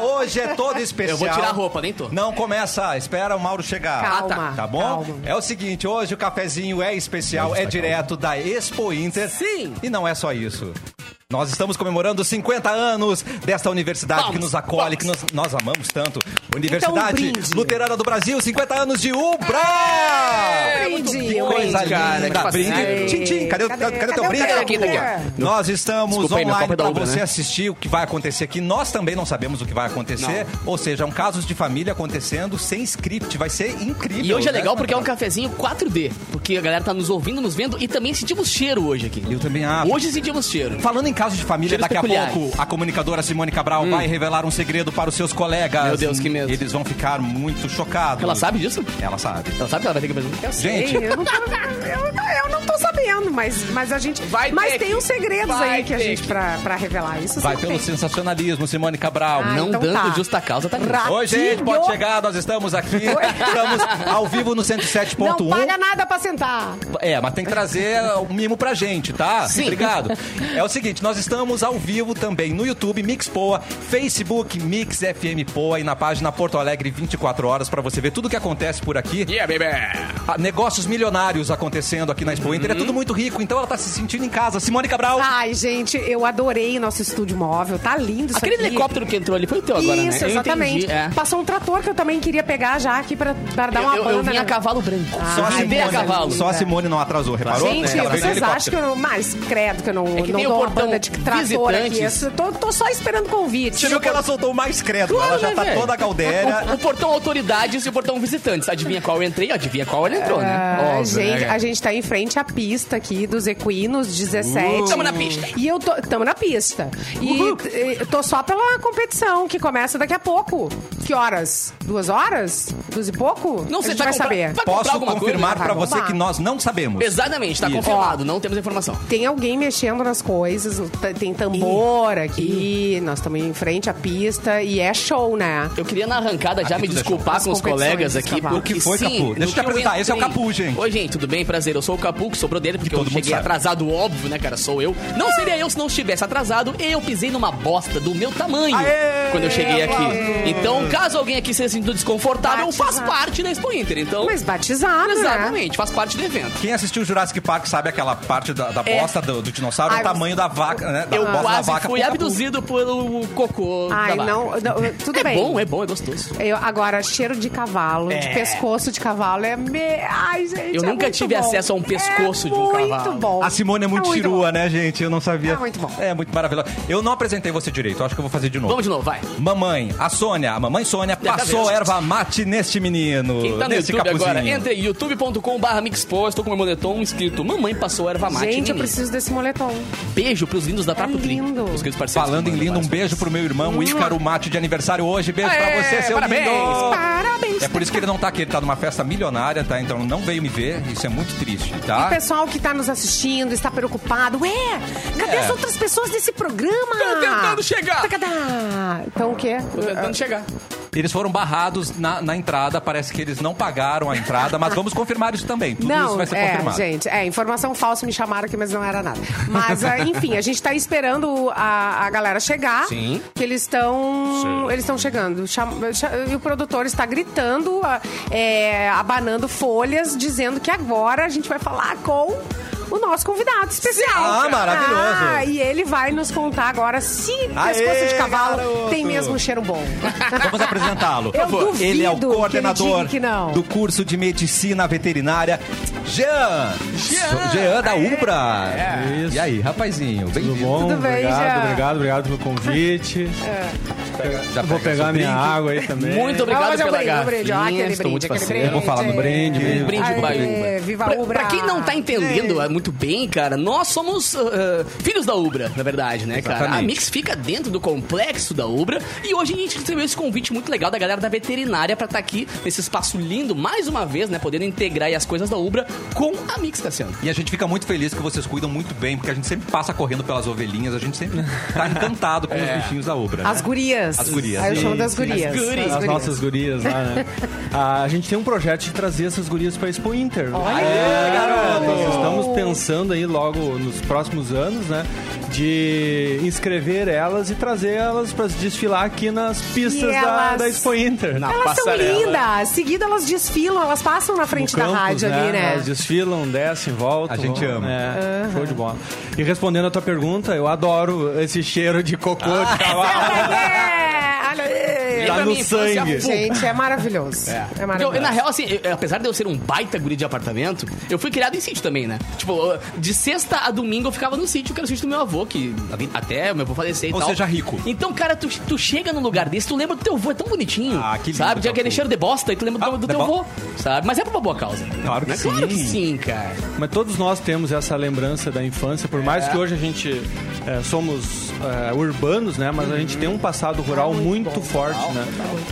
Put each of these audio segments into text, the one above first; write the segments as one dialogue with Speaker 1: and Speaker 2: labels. Speaker 1: Hoje é todo especial.
Speaker 2: Eu vou tirar a roupa, nem tô.
Speaker 1: Não começa, espera o Mauro chegar.
Speaker 3: Calma,
Speaker 1: Tá bom?
Speaker 3: calma.
Speaker 1: É o seguinte, hoje o cafezinho é especial,
Speaker 2: tá
Speaker 1: é direto da Expo Inter.
Speaker 3: Sim.
Speaker 1: E não é só isso. Nós estamos comemorando 50 anos desta universidade que nos acolhe, que nos- nós amamos tanto. Universidade
Speaker 3: Então, um brinde.
Speaker 1: Luterana do Brasil, 50 anos de Ubra!
Speaker 3: É, Brinde.
Speaker 1: Que coisa
Speaker 2: Oi, cara,
Speaker 1: linda,
Speaker 2: que
Speaker 1: brinde.
Speaker 2: fascínio.
Speaker 1: Tchim, tchim, cadê, o-
Speaker 3: Cadê?
Speaker 1: cadê, cadê
Speaker 3: Cadê
Speaker 1: teu
Speaker 3: o
Speaker 1: brinde?
Speaker 3: cara
Speaker 2: aqui, tá aqui, ó.
Speaker 1: Nós estamos
Speaker 2: Desculpa aí, meu
Speaker 1: online
Speaker 2: copo é da
Speaker 1: para
Speaker 2: Ubra,
Speaker 1: você
Speaker 2: né?
Speaker 1: assistir o que vai acontecer aqui. Nós também não sabemos o que vai acontecer. Ou seja, é um casos de família acontecendo sem script. Vai ser incrível.
Speaker 2: E hoje é
Speaker 1: né?
Speaker 2: legal porque é um cafezinho 4D. Porque a galera tá nos ouvindo, nos vendo e também sentimos cheiro hoje aqui.
Speaker 1: Eu também acho.
Speaker 2: Hoje sentimos cheiro.
Speaker 1: Falando em casos de família,
Speaker 2: Cheiros
Speaker 1: daqui
Speaker 2: peculiares.
Speaker 1: a pouco a comunicadora Simone Cabral vai revelar um segredo para os seus colegas.
Speaker 2: Hum. Meu Deus, que medo.
Speaker 1: Eles vão ficar muito chocados.
Speaker 2: Ela sabe disso?
Speaker 1: Ela sabe.
Speaker 2: Ela sabe que ela vai ter que apresentar.
Speaker 1: Gente,
Speaker 3: Ei, eu, não tô, eu, não- eu não tô sabendo, mas, mas a gente.
Speaker 2: Vai ter
Speaker 3: mas
Speaker 2: que-
Speaker 3: tem uns segredos
Speaker 2: vai
Speaker 3: aí que a
Speaker 2: ter
Speaker 3: gente
Speaker 2: que.
Speaker 3: pra, pra revelar. Isso
Speaker 1: vai
Speaker 3: sim
Speaker 1: pelo
Speaker 3: tem.
Speaker 1: sensacionalismo, Simone Cabral.
Speaker 3: Ah,
Speaker 2: Não
Speaker 3: então
Speaker 2: dando
Speaker 3: tá.
Speaker 2: justa causa, tá
Speaker 3: Ra-
Speaker 1: Oi, gente,
Speaker 3: Ratinho.
Speaker 1: pode chegar, nós estamos aqui. Estamos ao vivo no
Speaker 3: Não
Speaker 1: 107.1.
Speaker 3: paga nada pra sentar.
Speaker 1: É, mas tem que trazer o mimo pra gente, tá?
Speaker 2: Sim.
Speaker 1: Obrigado. É o seguinte, nós estamos ao vivo também no YouTube, Mix Poa, Facebook, Mix FM Poa e na página Porto Alegre 24 horas pra você ver tudo o que acontece por aqui.
Speaker 2: Yeah, baby!
Speaker 1: Ah, Negócios milionários acontecendo aqui na Expo Inter.
Speaker 2: Uhum.
Speaker 1: É tudo muito rico, então ela tá se sentindo em casa. Simone Cabral.
Speaker 2: Ah,
Speaker 3: Ai, gente, eu adorei nosso estúdio móvel. Tá lindo isso
Speaker 2: Aquele
Speaker 3: aqui.
Speaker 2: helicóptero que entrou ali foi o teu agora, né?
Speaker 3: Isso,
Speaker 2: Eu entendi,
Speaker 3: exatamente.
Speaker 2: é.
Speaker 3: Passou um trator que eu também queria pegar já aqui pra, pra dar uma
Speaker 2: Eu, eu,
Speaker 3: banda.
Speaker 2: eu vim
Speaker 3: né?
Speaker 2: a cavalo branco.
Speaker 3: Ah,
Speaker 1: Só a,
Speaker 3: ai,
Speaker 2: vim a
Speaker 3: beleza.
Speaker 2: cavalo.
Speaker 1: Simone, só a Simone não atrasou, reparou?
Speaker 3: Gente,
Speaker 1: Ela veio de
Speaker 3: vocês acham
Speaker 1: helicóptero.
Speaker 3: que eu não. Mas, credo que eu não,
Speaker 2: É que
Speaker 3: não
Speaker 2: tem o
Speaker 3: dou uma
Speaker 2: portão
Speaker 3: banda de trator aqui.
Speaker 2: visitantes.
Speaker 3: Eu tô, tô só esperando convite.
Speaker 1: Você viu que é ela soltou mais credo.
Speaker 2: Claro,
Speaker 1: Ela já
Speaker 2: né,
Speaker 1: tá
Speaker 2: velho?
Speaker 1: toda caldéria.
Speaker 2: O portão autoridades e o portão visitantes. Adivinha qual eu entrei? Adivinha qual ele entrou, né?
Speaker 3: Ah,
Speaker 2: Óbvio,
Speaker 3: gente,
Speaker 2: né?
Speaker 3: a gente tá em frente à pista aqui dos equinos 17.
Speaker 1: Uh.
Speaker 2: Tamo na pista.
Speaker 3: E eu tô. Tamo na pista. E t- eu tô só pela competição, que começa daqui a pouco. Que horas? Duas horas? Duas e pouco?
Speaker 2: Não sei, tá vai comprar-
Speaker 3: a gente vai saber.
Speaker 2: vai- comprar
Speaker 1: Posso
Speaker 2: alguma coisa?
Speaker 1: confirmar
Speaker 3: Vai
Speaker 1: pra você
Speaker 3: comprar.
Speaker 1: que nós não sabemos.
Speaker 2: Exatamente, tá
Speaker 1: Isso.
Speaker 2: confirmado, não temos a informação.
Speaker 3: Tem alguém mexendo nas coisas, t- tem tambor aqui, nós estamos em frente à pista e é show, né?
Speaker 2: Eu queria na arrancada já
Speaker 1: Aqui
Speaker 2: me
Speaker 1: tudo é
Speaker 2: desculpar
Speaker 3: show.
Speaker 2: com os
Speaker 3: As competições,
Speaker 2: colegas aqui.
Speaker 3: Cavalo.
Speaker 2: porque
Speaker 1: O que foi,
Speaker 2: sim,
Speaker 1: Capu?
Speaker 2: no
Speaker 1: Deixa eu te
Speaker 2: que
Speaker 1: apresentar, esse é o
Speaker 2: entrei-
Speaker 1: Capu, gente.
Speaker 2: Oi, gente, tudo bem? Prazer. Eu sou o Capu, que sobrou dele, porque eu
Speaker 1: todo mundo
Speaker 2: cheguei
Speaker 1: sabe.
Speaker 2: atrasado, óbvio, né, cara? Sou eu. Não seria eu se não estivesse atrasado. Eu pisei numa bosta do meu tamanho
Speaker 1: Aê!
Speaker 2: quando eu cheguei aqui. Então, caso alguém aqui se sinta desconfortável,
Speaker 3: Batizado.
Speaker 2: faz parte da Expo Inter. Então,
Speaker 3: Mas batizado, né?
Speaker 2: exatamente, faz parte do evento.
Speaker 1: Quem assistiu Jurassic Park sabe aquela parte da, da
Speaker 2: É.
Speaker 1: bosta do, do dinossauro,
Speaker 3: Ai,
Speaker 1: o tamanho da vaca, né? Da
Speaker 2: Eu
Speaker 1: bosta da
Speaker 2: quase
Speaker 1: vaca.
Speaker 2: fui
Speaker 1: Pô,
Speaker 2: abduzido pelo cocô
Speaker 3: Ai,
Speaker 2: da vaca.
Speaker 3: não, não, tudo
Speaker 2: É
Speaker 3: bem.
Speaker 2: bom, é bom, é gostoso.
Speaker 3: Eu- agora, cheiro de cavalo, de pescoço de cavalo é. Me... Ai, gente.
Speaker 2: É. Eu
Speaker 3: é
Speaker 2: nunca
Speaker 3: muito
Speaker 2: tive
Speaker 3: bom.
Speaker 2: acesso a um pescoço
Speaker 3: É
Speaker 2: de um cavalo.
Speaker 3: Muito bom.
Speaker 1: A Simone é muito
Speaker 3: bom.
Speaker 1: chirua, né, gente? Eu não sabia.
Speaker 3: É muito bom.
Speaker 1: É muito maravilhoso. Eu não apresentei você direito, acho que eu vou fazer de novo.
Speaker 2: Vamos de novo, vai.
Speaker 1: Mamãe, a Sônia, a mamãe Sônia
Speaker 2: Dessa
Speaker 1: passou
Speaker 2: vez.
Speaker 1: erva mate neste menino.
Speaker 2: Quem tá no
Speaker 1: neste
Speaker 2: YouTube
Speaker 1: capuzinho.
Speaker 2: agora, entre youtube.com.br Mixpo, estou com meu moletom escrito Mamãe passou erva mate.
Speaker 3: Gente, eu
Speaker 2: neném."
Speaker 3: preciso desse moletom.
Speaker 2: Beijo pros lindos da Trapo Tri.
Speaker 3: lindo.
Speaker 2: Os queridos parceiros
Speaker 1: Falando
Speaker 2: que
Speaker 1: em
Speaker 2: mandam
Speaker 1: lindo, um
Speaker 2: vários
Speaker 1: beijo pro meu irmão, o Ícaro Mate, de aniversário hoje. Beijo
Speaker 2: Aê,
Speaker 1: pra você, seu
Speaker 2: Hum. É, parabéns.
Speaker 1: lindo.
Speaker 3: Parabéns.
Speaker 1: É por isso que ele não tá aqui, ele tá numa festa milionária, tá? Então não veio me ver, isso é muito triste, tá?
Speaker 3: O pessoal que tá nos assistindo está preocupado. Ué, cadê
Speaker 1: É.
Speaker 3: as outras pessoas desse programa?
Speaker 2: Tô tentando chegar.
Speaker 3: Tacadá. Então o quê?
Speaker 2: Tô tentando chegar.
Speaker 1: Eles foram barrados na, na entrada, parece que eles não pagaram a entrada, mas vamos confirmar isso também. Tudo isso
Speaker 3: Não,
Speaker 1: vai ser
Speaker 3: é,
Speaker 1: confirmado.
Speaker 3: gente, é, informação falsa, me chamaram aqui, mas não era nada. Mas, ah, enfim, a gente tá esperando a, a galera chegar.
Speaker 2: Sim.
Speaker 3: Que eles estão. Eles estão chegando. Cham- cha- E o produtor está gritando, ah, é, abanando folhas, dizendo que agora a gente vai falar com. O nosso convidado especial.
Speaker 1: Ah, maravilhoso.
Speaker 3: Ah, e ele vai nos contar agora se
Speaker 1: Aê,
Speaker 3: pescoço de cavalo
Speaker 1: garoto.
Speaker 3: tem mesmo um cheiro bom.
Speaker 1: Vamos apresentá-lo.
Speaker 3: Eu duvido
Speaker 1: ele é o
Speaker 3: que ele
Speaker 1: coordenador
Speaker 3: diga que não.
Speaker 1: do curso de medicina veterinária, Jean. Jean, da Ubra.
Speaker 4: Isso.
Speaker 1: E aí, rapazinho,
Speaker 4: Tudo
Speaker 1: bem-vindo.
Speaker 4: bom?
Speaker 3: Tudo bem,
Speaker 4: obrigado,
Speaker 3: já.
Speaker 4: obrigado, obrigado pelo convite.
Speaker 1: Já
Speaker 4: Vou
Speaker 1: pega
Speaker 4: pegar
Speaker 1: seu
Speaker 4: minha
Speaker 1: drink.
Speaker 4: água aí
Speaker 1: É.
Speaker 4: também.
Speaker 2: Muito
Speaker 3: Vamos
Speaker 2: obrigado
Speaker 3: fazer um
Speaker 2: pela
Speaker 3: brinde, um brinde. Ó,
Speaker 2: garrafinha,
Speaker 3: aquele
Speaker 2: estou muito
Speaker 3: brinde, aquele
Speaker 2: parceiro.
Speaker 1: Eu vou falar no brinde.
Speaker 2: Um brinde
Speaker 3: Aê,
Speaker 2: pra
Speaker 3: viva
Speaker 2: pra,
Speaker 3: Ubra. É.
Speaker 2: pra quem não tá entendendo ah, muito bem, cara, nós somos ah, ah, filhos da Ubra, na verdade, né, cara?
Speaker 1: Exatamente.
Speaker 2: A Mix fica dentro do complexo da Ubra e hoje a gente recebeu esse convite muito legal da galera da veterinária pra estar aqui nesse espaço lindo, mais uma vez, né? Podendo integrar aí as coisas da Ubra com a Mix, Cassiano.
Speaker 1: E a gente fica muito feliz que vocês cuidam muito bem, porque a gente sempre passa correndo pelas ovelhinhas, a gente sempre tá encantado com os bichinhos da Ubra. né?
Speaker 3: As gurias, gurias?
Speaker 1: As gurias.
Speaker 3: Aí eu chamo
Speaker 4: Sim,
Speaker 3: das
Speaker 4: sim.
Speaker 3: gurias.
Speaker 2: As gurias.
Speaker 3: das
Speaker 4: As nossas gurias lá, né? Ah, a gente tem um projeto de trazer essas gurias pra Expo Inter.
Speaker 3: Olha!
Speaker 4: É, garoto! Nós estamos pensando aí logo nos próximos anos, né? De inscrever elas e trazer elas pra desfilar aqui nas pistas
Speaker 3: E
Speaker 4: da,
Speaker 3: elas-
Speaker 4: da Expo Inter.
Speaker 5: Na
Speaker 3: Elas são
Speaker 5: passarela.
Speaker 3: lindas. Seguida elas desfilam, elas passam na frente
Speaker 4: No
Speaker 3: da
Speaker 4: campus,
Speaker 3: rádio ali, né?
Speaker 4: Elas desfilam, descem, voltam.
Speaker 1: A gente
Speaker 4: vão,
Speaker 1: ama.
Speaker 4: né? Show de bola. E respondendo a tua pergunta, eu adoro esse cheiro de cocô de cavalo.
Speaker 3: É, olha aí.
Speaker 4: Tá
Speaker 2: Lembra
Speaker 4: no
Speaker 2: minha infância,
Speaker 4: sangue.
Speaker 2: pô.
Speaker 3: Gente, é maravilhoso. É,
Speaker 2: Eu,
Speaker 4: Então,
Speaker 3: maravilhoso.
Speaker 2: na real, assim, eu- apesar de eu ser um baita guri de apartamento, eu fui criado em sítio também, né? Tipo, eu- de sexta a domingo eu ficava no sítio, que era o sítio do meu avô, que até o meu avô falecer e
Speaker 1: Ou
Speaker 2: tal.
Speaker 1: seja, rico.
Speaker 2: Então, cara, tu, tu chega num lugar desse, tu lembra do teu avô, é tão bonitinho.
Speaker 1: Ah, que lindo,
Speaker 2: Sabe?
Speaker 1: teu
Speaker 2: Tinha aquele
Speaker 1: avô.
Speaker 2: cheiro de bosta e tu lembra do,
Speaker 1: Ah,
Speaker 2: do
Speaker 1: de
Speaker 2: teu
Speaker 1: bo-
Speaker 2: avô, sabe? Mas é pra uma boa causa. né?
Speaker 1: Claro que
Speaker 2: Mas Claro que
Speaker 1: sim.
Speaker 2: sim, cara.
Speaker 4: Mas todos nós temos essa lembrança da infância, por mais que hoje a gente é, somos é, urbanos, né? Mas a
Speaker 3: Uhum.
Speaker 4: gente tem um passado rural muito, forte, né?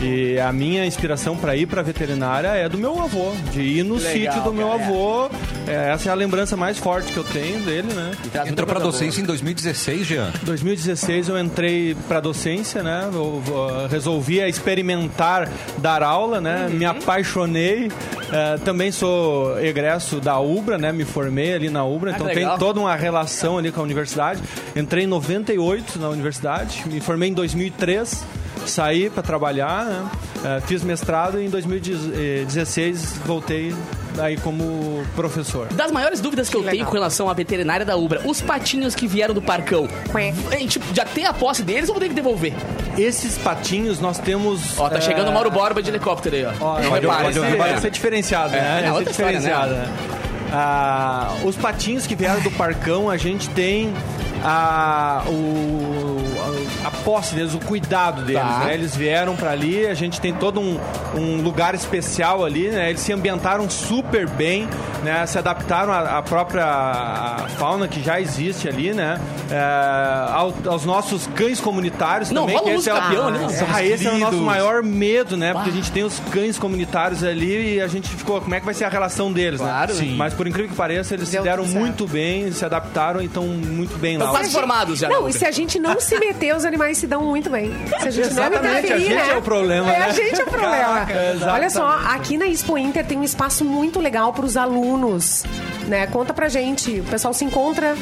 Speaker 4: E a minha inspiração para ir para veterinária é do meu avô, de ir no
Speaker 5: Legal,
Speaker 4: sítio do meu
Speaker 5: cara, é.
Speaker 4: avô. É, essa é a lembrança mais forte que eu tenho dele, né?
Speaker 1: Entrou pra docência em 2016, Jean.
Speaker 4: Em 2016 eu entrei para docência, né? Eu, eu resolvi experimentar dar aula, né?
Speaker 2: Uhum.
Speaker 4: Me apaixonei. Eh, também sou egresso da UBRA, né? Me formei ali na UBRA, então
Speaker 2: Ah, que
Speaker 4: tem
Speaker 2: legal.
Speaker 4: toda uma relação ali com a universidade. Entrei em 98 na universidade, me formei em 2003, saí para trabalhar, né? Eh, fiz mestrado e em 2016 voltei aí como professor.
Speaker 2: Das maiores dúvidas que, eu
Speaker 3: legal.
Speaker 2: tenho com relação à veterinária da Ubra, os patinhos que vieram do parcão,
Speaker 3: Quém.
Speaker 2: a gente já tem a posse deles ou vou ter que devolver?
Speaker 4: Esses patinhos nós temos.
Speaker 2: Ó, tá
Speaker 4: eh,
Speaker 2: chegando o Mauro Borba de helicóptero aí, ó.
Speaker 4: Ó,
Speaker 2: Não
Speaker 4: pode,
Speaker 2: repara,
Speaker 4: pode,
Speaker 2: isso aí,
Speaker 4: pode,
Speaker 2: né?
Speaker 4: ser diferenciado,
Speaker 2: É,
Speaker 4: né?
Speaker 2: não,
Speaker 4: Vai
Speaker 2: outra
Speaker 4: ser
Speaker 2: história,
Speaker 4: diferenciado, né? Ah, os patinhos que vieram do Parcão, a gente tem a, o, a, a posse deles, o cuidado deles,
Speaker 2: Tá.
Speaker 4: né? Eles vieram pra ali, a gente tem todo um, um lugar especial ali, né? Eles se ambientaram super bem, né? Se adaptaram à, à própria fauna que já existe ali, né? É, ao- aos nossos cães comunitários
Speaker 2: Não,
Speaker 4: também.
Speaker 2: rola
Speaker 4: que
Speaker 2: música
Speaker 4: é, o-
Speaker 2: peão ali, não?
Speaker 4: Ah, esse é o nosso
Speaker 1: Queridos.
Speaker 4: maior maior medo, né? Porque a gente tem os cães comunitários ali e a gente ficou, como é que vai ser a relação deles,
Speaker 2: Claro.
Speaker 4: né?
Speaker 2: Sim.
Speaker 4: Mas por incrível que pareça, eles
Speaker 3: Deu
Speaker 4: se deram
Speaker 3: tudo certo.
Speaker 4: muito bem, se adaptaram e estão muito bem
Speaker 2: Então
Speaker 4: lá.
Speaker 2: faz- formados já,
Speaker 3: Não, é
Speaker 2: né,
Speaker 3: e se a gente não se meter, os animais se dão muito bem. Se a gente não
Speaker 4: Exatamente, a
Speaker 3: interferir,
Speaker 4: gente
Speaker 3: né?
Speaker 4: é o problema,
Speaker 3: É,
Speaker 4: né?
Speaker 3: a gente é o problema.
Speaker 4: Caraca,
Speaker 3: Olha
Speaker 4: exatamente.
Speaker 3: só, aqui na Expo Inter tem um espaço muito legal para os alunos, né? Conta pra gente. O pessoal se encontra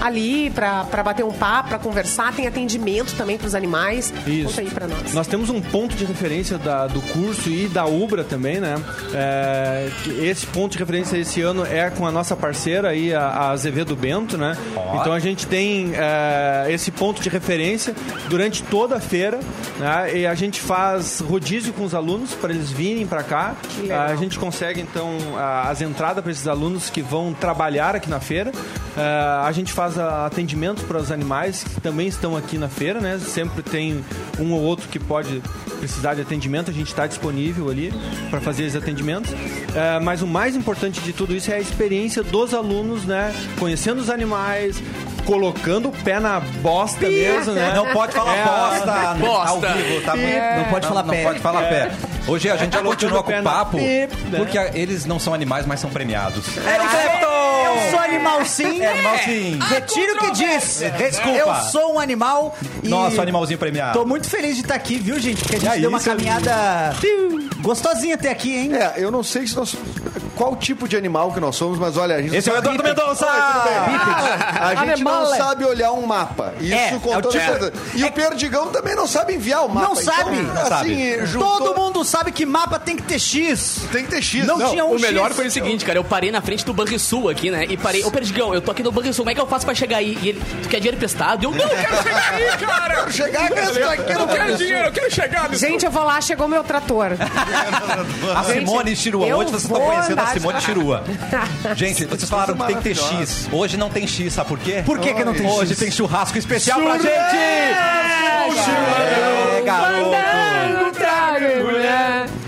Speaker 3: ali pra pra bater um papo, pra conversar. Tem atendimento também pros animais. Conta aí pra nós.
Speaker 4: Nós temos um ponto de referência da- do curso e da Ubra também, né? É, que esse ponto de referência esse ano é com a nossa parceira aí, a, a Azevedo Bento, né? Então a gente tem é, esse ponto de referência durante toda a feira, né? E a gente faz rodízio com os alunos para eles virem para cá.
Speaker 3: Que legal.
Speaker 4: A gente consegue, então, a- as entradas para esses alunos que vão trabalhar aqui na feira. É, a gente faz a- atendimento para os animais que também estão aqui na feira, né? Sempre tem um ou outro que pode precisar de atendimento, a gente está disponível ali para fazer esses atendimentos. É, mas o mais importante de tudo isso é a experiência dos alunos, né? Conhecendo os animais, colocando o pé na bosta mesmo, né?
Speaker 1: Não pode falar
Speaker 4: É.
Speaker 1: bosta, né?
Speaker 2: Bosta.
Speaker 1: ao vivo, tá bom?
Speaker 5: Não pode falar
Speaker 1: não
Speaker 5: pé.
Speaker 1: pode falar pé. Hoje a gente já continua
Speaker 4: botando
Speaker 1: com
Speaker 4: pé
Speaker 1: o
Speaker 4: na
Speaker 1: papo,
Speaker 4: pipa, né?
Speaker 1: porque a- eles não são animais, mas são premiados.
Speaker 5: Eric Clapton! Eu sou animal É. sim.
Speaker 1: É, animal sim.
Speaker 5: Retiro o que diz. um
Speaker 1: Desculpa.
Speaker 5: Eu sou um animal e...
Speaker 1: Nossa, animalzinho premiado.
Speaker 5: Tô muito feliz de estar aqui, viu, gente? Porque a gente
Speaker 1: aí,
Speaker 5: deu uma
Speaker 1: seu
Speaker 5: caminhada gostosinha até aqui, hein?
Speaker 6: É, eu não sei se nós, qual tipo de animal que nós somos, mas olha, a gente,
Speaker 1: Esse é o Eduardo Mendonça!
Speaker 6: a gente não
Speaker 5: Animal, é.
Speaker 6: sabe olhar um mapa. Isso
Speaker 5: É, é
Speaker 6: com
Speaker 5: o
Speaker 6: toda
Speaker 5: tipo-
Speaker 6: certeza. E o Perdigão também não sabe enviar o mapa.
Speaker 5: Não sabe.
Speaker 6: Então,
Speaker 5: Não
Speaker 6: assim,
Speaker 1: sabe.
Speaker 6: juntou-
Speaker 5: Todo mundo sabe que mapa tem que ter X.
Speaker 6: Tem que ter X.
Speaker 5: Não tinha um
Speaker 2: O melhor
Speaker 5: X.
Speaker 2: foi o seguinte, cara, eu parei na frente do Banrisul aqui, né? E parei, ô Perdigão, eu tô aqui no Banrisul, como é que eu faço pra chegar aí? E ele, tu quer dinheiro emprestado? E Eu, não, eu quero chegar aí, cara!
Speaker 6: Quero chegar a gastar aqui
Speaker 2: Eu
Speaker 6: no
Speaker 2: não quero dinheiro, eu quero chegar! nisso.
Speaker 3: Gente, eu vou lá, chegou meu trator.
Speaker 1: A Simone Chirua.
Speaker 3: eu
Speaker 1: Hoje vocês
Speaker 3: vou
Speaker 1: estão conhecendo a
Speaker 3: andar de-
Speaker 1: Simone Chirua. Gente, vocês falaram que tem que ter X. Hoje não tem X, sabe por quê?
Speaker 5: Por que que não tem X?
Speaker 1: Hoje tem churrasco especial pra gente!
Speaker 5: É, garoto.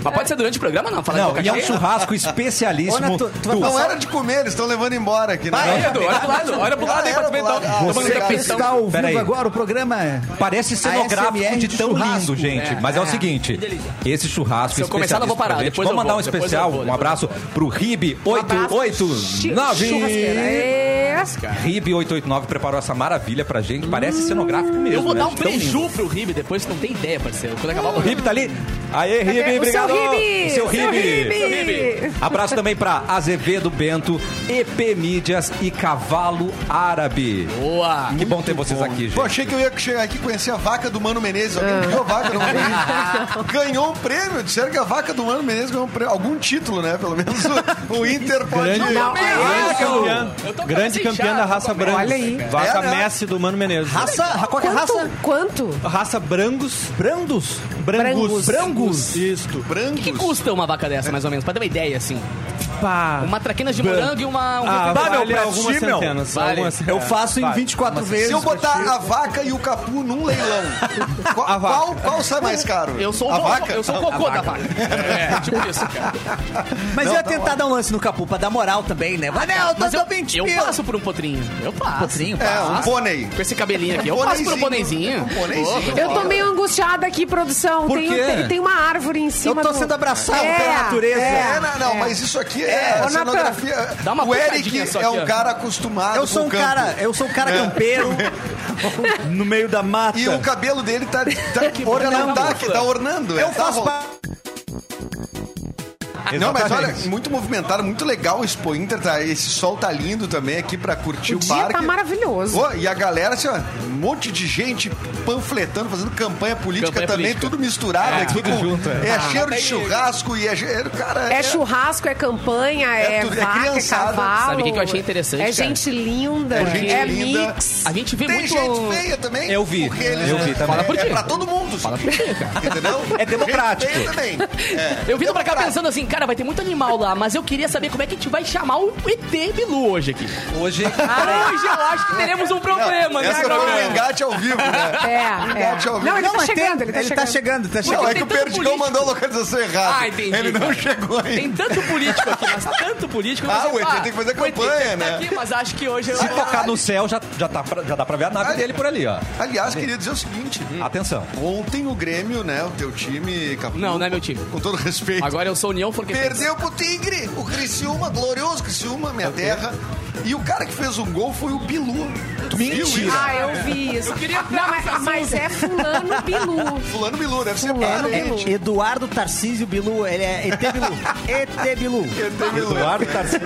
Speaker 2: Mas pode ser durante o programa, não? Fala
Speaker 1: Não, e é um
Speaker 2: cheia.
Speaker 1: churrasco
Speaker 5: Ô,
Speaker 1: especialíssimo.
Speaker 5: Neto, tu vai
Speaker 1: do-
Speaker 6: Não era de comer, eles estão levando embora aqui. Né?
Speaker 2: Olha, Ah, é, Edu, olha pro lado, olha pro lado aí pra tu ver.
Speaker 6: Era pro lado.
Speaker 2: Então,
Speaker 6: Ah,
Speaker 2: tomando
Speaker 6: você
Speaker 5: Tá,
Speaker 2: refeição.
Speaker 5: Está ao
Speaker 1: Peraí.
Speaker 5: vivo agora o programa. é
Speaker 1: Parece
Speaker 5: ASMR
Speaker 1: cenográfico de
Speaker 5: de
Speaker 1: tão
Speaker 5: churrasco.
Speaker 1: lindo, gente.
Speaker 2: É,
Speaker 1: Mas é, o
Speaker 2: é.
Speaker 1: seguinte, esse churrasco
Speaker 2: Se eu começar, não vou parar.
Speaker 1: especialíssimo
Speaker 2: Depois
Speaker 1: pra gente. Vamos
Speaker 2: eu
Speaker 1: mandar
Speaker 2: vou,
Speaker 1: um
Speaker 2: depois eu
Speaker 1: especial,
Speaker 2: vou,
Speaker 1: um
Speaker 2: depois
Speaker 1: abraço pro
Speaker 3: Um abraço, chi- Churrasqueira.
Speaker 1: RIB889.
Speaker 3: Ê, essa?
Speaker 1: Rib889 preparou essa maravilha pra gente. Parece cenográfico mesmo.
Speaker 2: Hum. Eu vou
Speaker 1: né?
Speaker 2: dar um
Speaker 1: Tão lindo.
Speaker 2: preju pro Ribe depois, você não tem ideia, parceiro. Quando acabar o
Speaker 1: O
Speaker 2: programa-
Speaker 1: Ribe tá ali? Aê,
Speaker 3: Cadê?
Speaker 1: Ribe,
Speaker 3: é, O
Speaker 1: obrigado.
Speaker 3: seu Ribe!
Speaker 1: O seu
Speaker 3: O seu
Speaker 1: Ribe.
Speaker 3: Ribe!
Speaker 1: O seu Ribe. Abraço também pra Azevedo Bento, EP Mídias e Cavalo Árabe. Ah,
Speaker 2: Boa!
Speaker 1: Que bom ter vocês aqui, gente.
Speaker 6: Pô, achei que eu ia chegar aqui e conhecer a vaca do Mano Menezes. Alguém ganhou a vaca do Mano Menezes. Ganhou um prêmio. Disseram que a vaca do Mano Menezes ganhou um prêmio. Algum título, né? Pelo menos o, o Inter pode...
Speaker 4: Grande,
Speaker 3: Não, é,
Speaker 4: grande
Speaker 3: isso.
Speaker 4: campeã.
Speaker 2: Eu tô quase
Speaker 4: Grande campeã
Speaker 2: inchado,
Speaker 4: da raça
Speaker 2: tô com
Speaker 4: branca.
Speaker 3: Olha aí.
Speaker 4: Vaca
Speaker 6: É, né?
Speaker 4: Messi do Mano Menezes.
Speaker 5: Raça? Qual que é a raça?
Speaker 3: Quanto? Quanto?
Speaker 4: Raça Brangos. Brandos?
Speaker 3: Brangus.
Speaker 4: Brangus.
Speaker 3: Brangus.
Speaker 4: Isto.
Speaker 6: Brancos.
Speaker 2: que custa uma vaca dessa, mais ou menos? Pra ter uma ideia, assim.
Speaker 4: Pá.
Speaker 2: Uma traquinas de
Speaker 4: Ban-
Speaker 2: morango e uma... Um
Speaker 4: Ah,
Speaker 2: refri-
Speaker 1: meu,
Speaker 4: vale
Speaker 1: pra
Speaker 4: algumas
Speaker 1: ti, meu.
Speaker 4: centenas.
Speaker 2: Vale.
Speaker 4: algumas
Speaker 5: Eu
Speaker 4: centenas.
Speaker 5: faço em
Speaker 4: Vale.
Speaker 5: 24 vezes.
Speaker 6: Se eu botar a vaca e o capu num leilão, qual,
Speaker 4: A vaca.
Speaker 6: qual, qual sai mais caro?
Speaker 2: Eu sou o
Speaker 6: a
Speaker 2: cocô-
Speaker 6: vaca?
Speaker 2: Eu sou o cocô da vaca. É, tipo isso, cara.
Speaker 5: Mas eu ia tentar dar um lance no Capu pra dar moral também, né? Mas não, eu tô
Speaker 2: Mas eu,
Speaker 5: dando 20
Speaker 2: eu
Speaker 5: mil.
Speaker 2: passo por um potrinho. Eu passo.
Speaker 5: Potrinho,
Speaker 6: É,
Speaker 5: pá.
Speaker 6: um pônei.
Speaker 2: Com esse cabelinho aqui. Eu passo por um
Speaker 6: Bonezinho.
Speaker 2: bonezinho.
Speaker 6: Um bonezinho.
Speaker 3: Eu tô meio angustiada aqui, produção.
Speaker 1: Por
Speaker 3: tem, um-
Speaker 1: quê?
Speaker 3: tem- tem uma árvore em
Speaker 5: Eu
Speaker 3: cima
Speaker 5: tô
Speaker 3: do-
Speaker 5: sendo abraçado
Speaker 3: É,
Speaker 5: pela natureza.
Speaker 6: É, não, não, mas isso aqui é,
Speaker 3: ô, Natan,
Speaker 6: cenografia.
Speaker 2: dá uma
Speaker 6: o Eric
Speaker 2: puxadinha só
Speaker 6: é
Speaker 2: aqui,
Speaker 6: um
Speaker 2: ó.
Speaker 6: cara acostumado
Speaker 5: Eu sou
Speaker 6: com
Speaker 5: um
Speaker 6: o campo.
Speaker 5: cara, eu sou um cara campeiro no meio da mata.
Speaker 6: E o cabelo dele tá, tá ornando, tá,
Speaker 2: maravilha.
Speaker 6: que tá ornando. é,
Speaker 5: eu
Speaker 6: tá
Speaker 5: faço
Speaker 6: rolando.
Speaker 5: parte.
Speaker 6: Não, mas olha,
Speaker 4: Exatamente.
Speaker 6: muito movimentado, muito legal o Expo Inter, tá? Esse sol tá lindo também aqui pra curtir
Speaker 3: O
Speaker 6: o,
Speaker 3: dia
Speaker 6: parque.
Speaker 3: tá maravilhoso.
Speaker 6: Ô, e a galera, assim, ó, um monte de gente panfletando, fazendo campanha política
Speaker 2: Campanha
Speaker 6: também,
Speaker 2: política.
Speaker 6: tudo misturado aqui.
Speaker 4: tudo
Speaker 6: com-
Speaker 4: junto, é.
Speaker 6: é
Speaker 2: Ah,
Speaker 6: cheiro de churrasco e é. cheiro- Cara,
Speaker 3: É churrasco, é campanha, é,
Speaker 6: É tudo- é
Speaker 3: vaca, é,
Speaker 6: criançada.
Speaker 3: cavalo.
Speaker 2: Sabe o que que eu achei interessante,
Speaker 3: É
Speaker 2: cara?
Speaker 3: gente linda, é,
Speaker 6: É gente linda.
Speaker 3: mix.
Speaker 2: A gente vê
Speaker 6: Tem
Speaker 2: muito...
Speaker 6: gente feia também.
Speaker 1: Eu vi,
Speaker 6: porque eles-
Speaker 1: eu vi também.
Speaker 2: Fala por
Speaker 6: é
Speaker 2: ti.
Speaker 6: pra todo mundo. Fala
Speaker 2: por ti, cara.
Speaker 6: Entendeu?
Speaker 5: É democrático.
Speaker 6: Gente feia também. É.
Speaker 2: Eu vim pra cá
Speaker 6: Democrático.
Speaker 2: pensando assim, cara, vai ter muito animal lá, mas eu queria saber como é que a gente vai chamar o ET Bilu hoje aqui.
Speaker 1: Hoje.
Speaker 2: Hoje eu acho que teremos um problema, né,
Speaker 6: Essa foi um
Speaker 2: programa?
Speaker 6: engate ao vivo, né?
Speaker 3: É,
Speaker 6: Engate
Speaker 3: é.
Speaker 6: ao vivo.
Speaker 3: Não, ele tá
Speaker 5: mas tem-
Speaker 3: chegando, ele tá
Speaker 5: tá
Speaker 3: chegando.
Speaker 5: chegando, tá
Speaker 6: Não,
Speaker 5: chegando.
Speaker 6: é
Speaker 2: tem
Speaker 6: que o
Speaker 2: tanto
Speaker 6: Perdigão
Speaker 2: político.
Speaker 6: mandou a localização errada.
Speaker 2: Ah, entendi,
Speaker 6: Ele não
Speaker 2: cara.
Speaker 6: chegou ainda.
Speaker 2: Tem tanto político aqui, mas tanto político... que
Speaker 6: Ah,
Speaker 2: você
Speaker 6: o ET
Speaker 2: fala,
Speaker 6: tem que fazer
Speaker 2: o ET
Speaker 6: campanha,
Speaker 2: tá
Speaker 6: né?
Speaker 2: aqui, mas acho que hoje... eu-
Speaker 1: Se tocar no céu, já, já, tá pra- já dá pra ver a nave dele por ali, ó.
Speaker 6: Aliás, queria dizer o seguinte.
Speaker 1: Atenção.
Speaker 6: Ontem o Grêmio, né, o teu time... Capu,
Speaker 2: Não, não é meu time.
Speaker 6: Com todo respeito.
Speaker 2: Agora eu sou União porque...
Speaker 6: Perdeu pro Tigre, o Criciúma, glorioso Criciúma, minha terra. E o cara que fez um gol foi o Bilu. Tu viu isso?
Speaker 3: Ah, eu vi isso.
Speaker 2: queria ver
Speaker 3: Não, mas,
Speaker 2: essa
Speaker 3: mas é fulano bilu.
Speaker 6: Fulano Bilu, deve ser
Speaker 3: Fulano
Speaker 6: parente.
Speaker 3: Bilu.
Speaker 5: Eduardo Tarcísio Bilu, ele é ET Bilu. ET Bilu.
Speaker 6: Tem Bilu.
Speaker 1: Eduardo Tarcísio.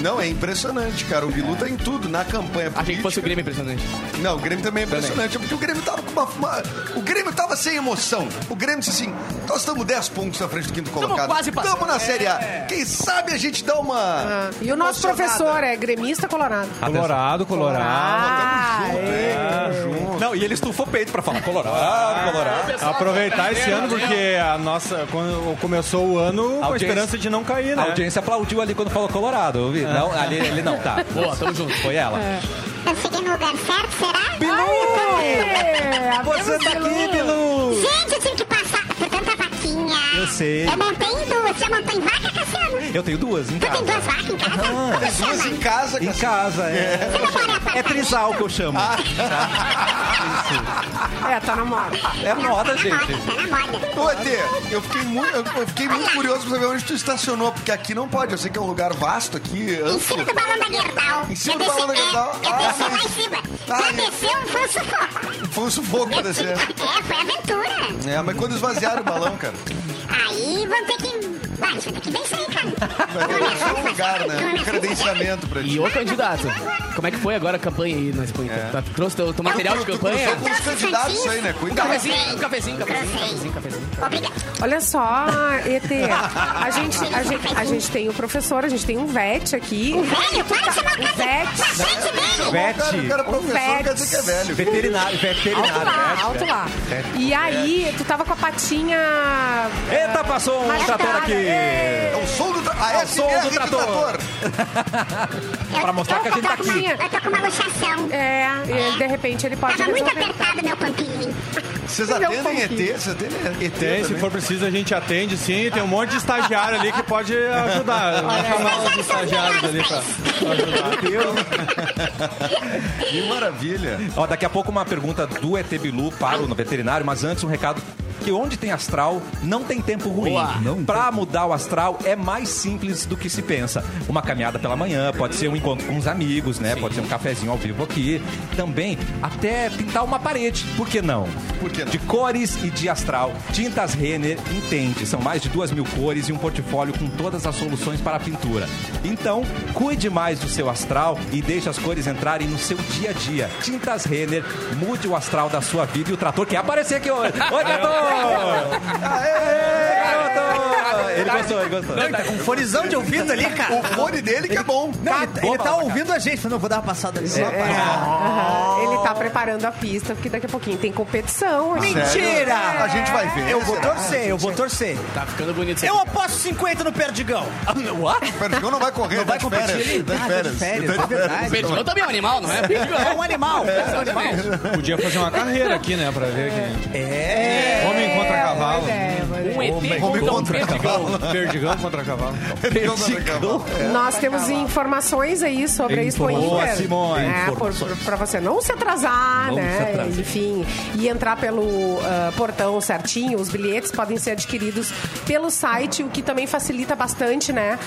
Speaker 6: Não, é impressionante, cara. O Bilu tá em tudo, na campanha política.
Speaker 2: Achei que fosse o Grêmio é impressionante.
Speaker 6: Não, o Grêmio também é impressionante, porque o Grêmio tava com uma, uma- O Grêmio tava sem emoção. O Grêmio disse assim: nós estamos 10 pontos na frente do quinto colocado.
Speaker 2: quase passando."
Speaker 6: Estamos na Série A. Quem sabe a gente dá uma.
Speaker 3: E o nosso
Speaker 6: emocionada.
Speaker 3: professor é gremista colorado.
Speaker 4: Colorado, colorado.
Speaker 3: Ah, é.
Speaker 1: Não, e ele estufou o peito pra falar Colorado, Colorado.
Speaker 4: Aproveitar esse ano, porque a nossa. Quando começou o ano com a
Speaker 1: Audiência.
Speaker 4: esperança de não cair,
Speaker 1: A
Speaker 4: né?
Speaker 1: audiência aplaudiu ali quando falou Colorado, eu vi. Não, ali ele não, tá.
Speaker 2: Boa, tamo junto.
Speaker 1: Foi ela.
Speaker 7: Eu cheguei no lugar certo, será?
Speaker 3: É,
Speaker 5: Você tá aqui, Bilu.
Speaker 7: Gente, eu tive que passar por tanta vaquinha.
Speaker 5: Eu sei.
Speaker 7: Eu montei duas. Você montou em vaca, Cassiano?
Speaker 1: Eu tenho duas em
Speaker 7: Tu tem
Speaker 1: casa.
Speaker 7: duas vacas em casa? Como
Speaker 6: Duas
Speaker 7: chama?
Speaker 6: em casa,
Speaker 1: Em
Speaker 6: cara.
Speaker 1: casa, é. Ah.
Speaker 7: Você não mora em
Speaker 5: É
Speaker 7: apartamento?
Speaker 5: trisal que eu chamo.
Speaker 3: É, tá na moda.
Speaker 1: É moda,
Speaker 7: Tá na
Speaker 1: gente.
Speaker 7: moda, tá na moda.
Speaker 6: Ô, ET, eu fiquei, muito, eu eu fiquei muito curioso pra saber onde tu estacionou, porque aqui não pode. Eu sei que é um lugar vasto aqui,
Speaker 7: Em
Speaker 6: amplo.
Speaker 7: cima do balão da Guerdal.
Speaker 6: Em cima
Speaker 7: Eu
Speaker 6: do
Speaker 7: desci-
Speaker 6: balão da
Speaker 7: é,
Speaker 6: Gerdau.
Speaker 7: Eu
Speaker 6: Ah,
Speaker 7: desci lá em
Speaker 6: mas-
Speaker 7: cima.
Speaker 6: Ah,
Speaker 7: Quem
Speaker 6: mas-
Speaker 7: desceu foi o sufoco.
Speaker 6: Foi um sufoco pra descer.
Speaker 7: É, foi aventura.
Speaker 6: É, mas quando esvaziaram o balão, cara.
Speaker 7: Aí vão ter que... Vai, a gente vai ter que vencer, hein, cara.
Speaker 6: Vai ter só um lugar, né? Um credenciamento pra ti.
Speaker 2: E ô candidato, como é que foi agora a campanha aí na Espanha? Tá- Trouxe teu, teu material de
Speaker 6: Tu- tu
Speaker 2: campanha?
Speaker 6: cruzou com um os candidatos aí, né?
Speaker 2: Um
Speaker 6: Cuidado.
Speaker 2: cafezinho, um cafezinho, um cafezinho, um cafezinho, um cafezinho.
Speaker 7: Obrigado.
Speaker 3: Olha só, ET. A gente, a, gente, a gente tem o professor, a gente tem um VET aqui. O
Speaker 7: Velho, para de chamar o cara.
Speaker 3: VET.
Speaker 7: Gente dele.
Speaker 6: O cara, o cara é professor,
Speaker 3: Vete.
Speaker 6: quer dizer que é velho.
Speaker 1: Veterinário,
Speaker 3: Alto
Speaker 1: veterinário. né?
Speaker 3: lá, alto lá. E aí, tu tava com a patinha.
Speaker 1: Eita, passou um
Speaker 3: machucada.
Speaker 1: trator aqui.
Speaker 3: É.
Speaker 6: É o som do, tra... ah, é o
Speaker 1: som do trator.
Speaker 7: Eu-
Speaker 1: Pra mostrar que a gente tá aqui.
Speaker 7: Eu tô com é, uma luxação.
Speaker 3: É, e de repente ele pode
Speaker 7: Tava muito
Speaker 3: resolver.
Speaker 7: apertado meu pampinho.
Speaker 6: Vocês
Speaker 3: Ele é um
Speaker 6: atendem
Speaker 3: pouquinho.
Speaker 6: ET? Vocês atendem ET?
Speaker 4: Tem, se
Speaker 6: também?
Speaker 4: for preciso, a gente atende sim. Tem um monte de estagiário ali que pode ajudar. Vamos chamar os estagiários ali pra pra ajudar.
Speaker 6: Que maravilha.
Speaker 1: Ó, daqui a pouco uma pergunta do ET Bilu para o veterinário, mas antes um recado que onde tem astral, não tem tempo ruim.
Speaker 2: Boa.
Speaker 1: Não Pra mudar o astral é mais simples do que se pensa. Uma caminhada pela manhã, pode ser um encontro com os amigos, né? Pode ser um cafezinho ao vivo aqui. Também até pintar uma parede. Por que não?
Speaker 6: Por que não?
Speaker 1: De cores e de astral. Tintas Renner entende. São mais de duas mil cores e um portfólio com todas as soluções para a pintura. Então, cuide mais do seu astral e deixe as cores entrarem no seu dia a dia. Tintas Renner, mude o astral da sua vida e o trator quer aparecer aqui hoje. Oi, trator! Garoto! Ele gostou, ele gostou.
Speaker 5: Ele tá com um fonezão de ouvido ali, cara.
Speaker 6: O fone dele que é bom.
Speaker 5: Não, ele, ele tá ouvindo a gente, falando, eu vou dar uma passada ali. só pra-
Speaker 3: Aham. Ele tá preparando a pista, porque daqui a pouquinho tem competição.
Speaker 5: Mentira!
Speaker 3: É.
Speaker 6: Sério? Ah, A gente vai ver. né?
Speaker 5: Eu vou
Speaker 6: Será?
Speaker 5: torcer, eu vou torcer.
Speaker 2: Tá ficando bonito isso
Speaker 5: Eu
Speaker 2: aqui.
Speaker 5: aposto 50 no Perdigão.
Speaker 6: O Perdigão não vai correr,
Speaker 5: Não
Speaker 6: tá
Speaker 5: vai
Speaker 6: de
Speaker 5: competir
Speaker 6: férias.
Speaker 5: ele?
Speaker 6: Tá
Speaker 5: Ah, tá
Speaker 6: de
Speaker 5: de
Speaker 6: férias.
Speaker 5: férias,
Speaker 6: Tá
Speaker 5: é
Speaker 6: de férias.
Speaker 5: verdade.
Speaker 2: Perdigão também é um animal, não é?
Speaker 5: É
Speaker 2: Perdigão.
Speaker 5: um animal. É um animal.
Speaker 4: Podia fazer uma carreira aqui, né? Pra ver quem.
Speaker 5: É.
Speaker 4: Homem contra cavalo.
Speaker 2: Um ET
Speaker 6: Homem
Speaker 2: contra um
Speaker 6: contra
Speaker 2: perdigão.
Speaker 4: Perdigão contra cavalo.
Speaker 6: Perdigão tá de cavalo.
Speaker 3: Nós temos informações aí sobre isso com o
Speaker 4: Boa,
Speaker 3: Inter.
Speaker 4: Simone.
Speaker 3: É, por- por- pra você não se atrasar, né? Enfim, e entrar pelo ah, portão certinho. Os bilhetes podem ser adquiridos pelo site, o que também facilita bastante, né?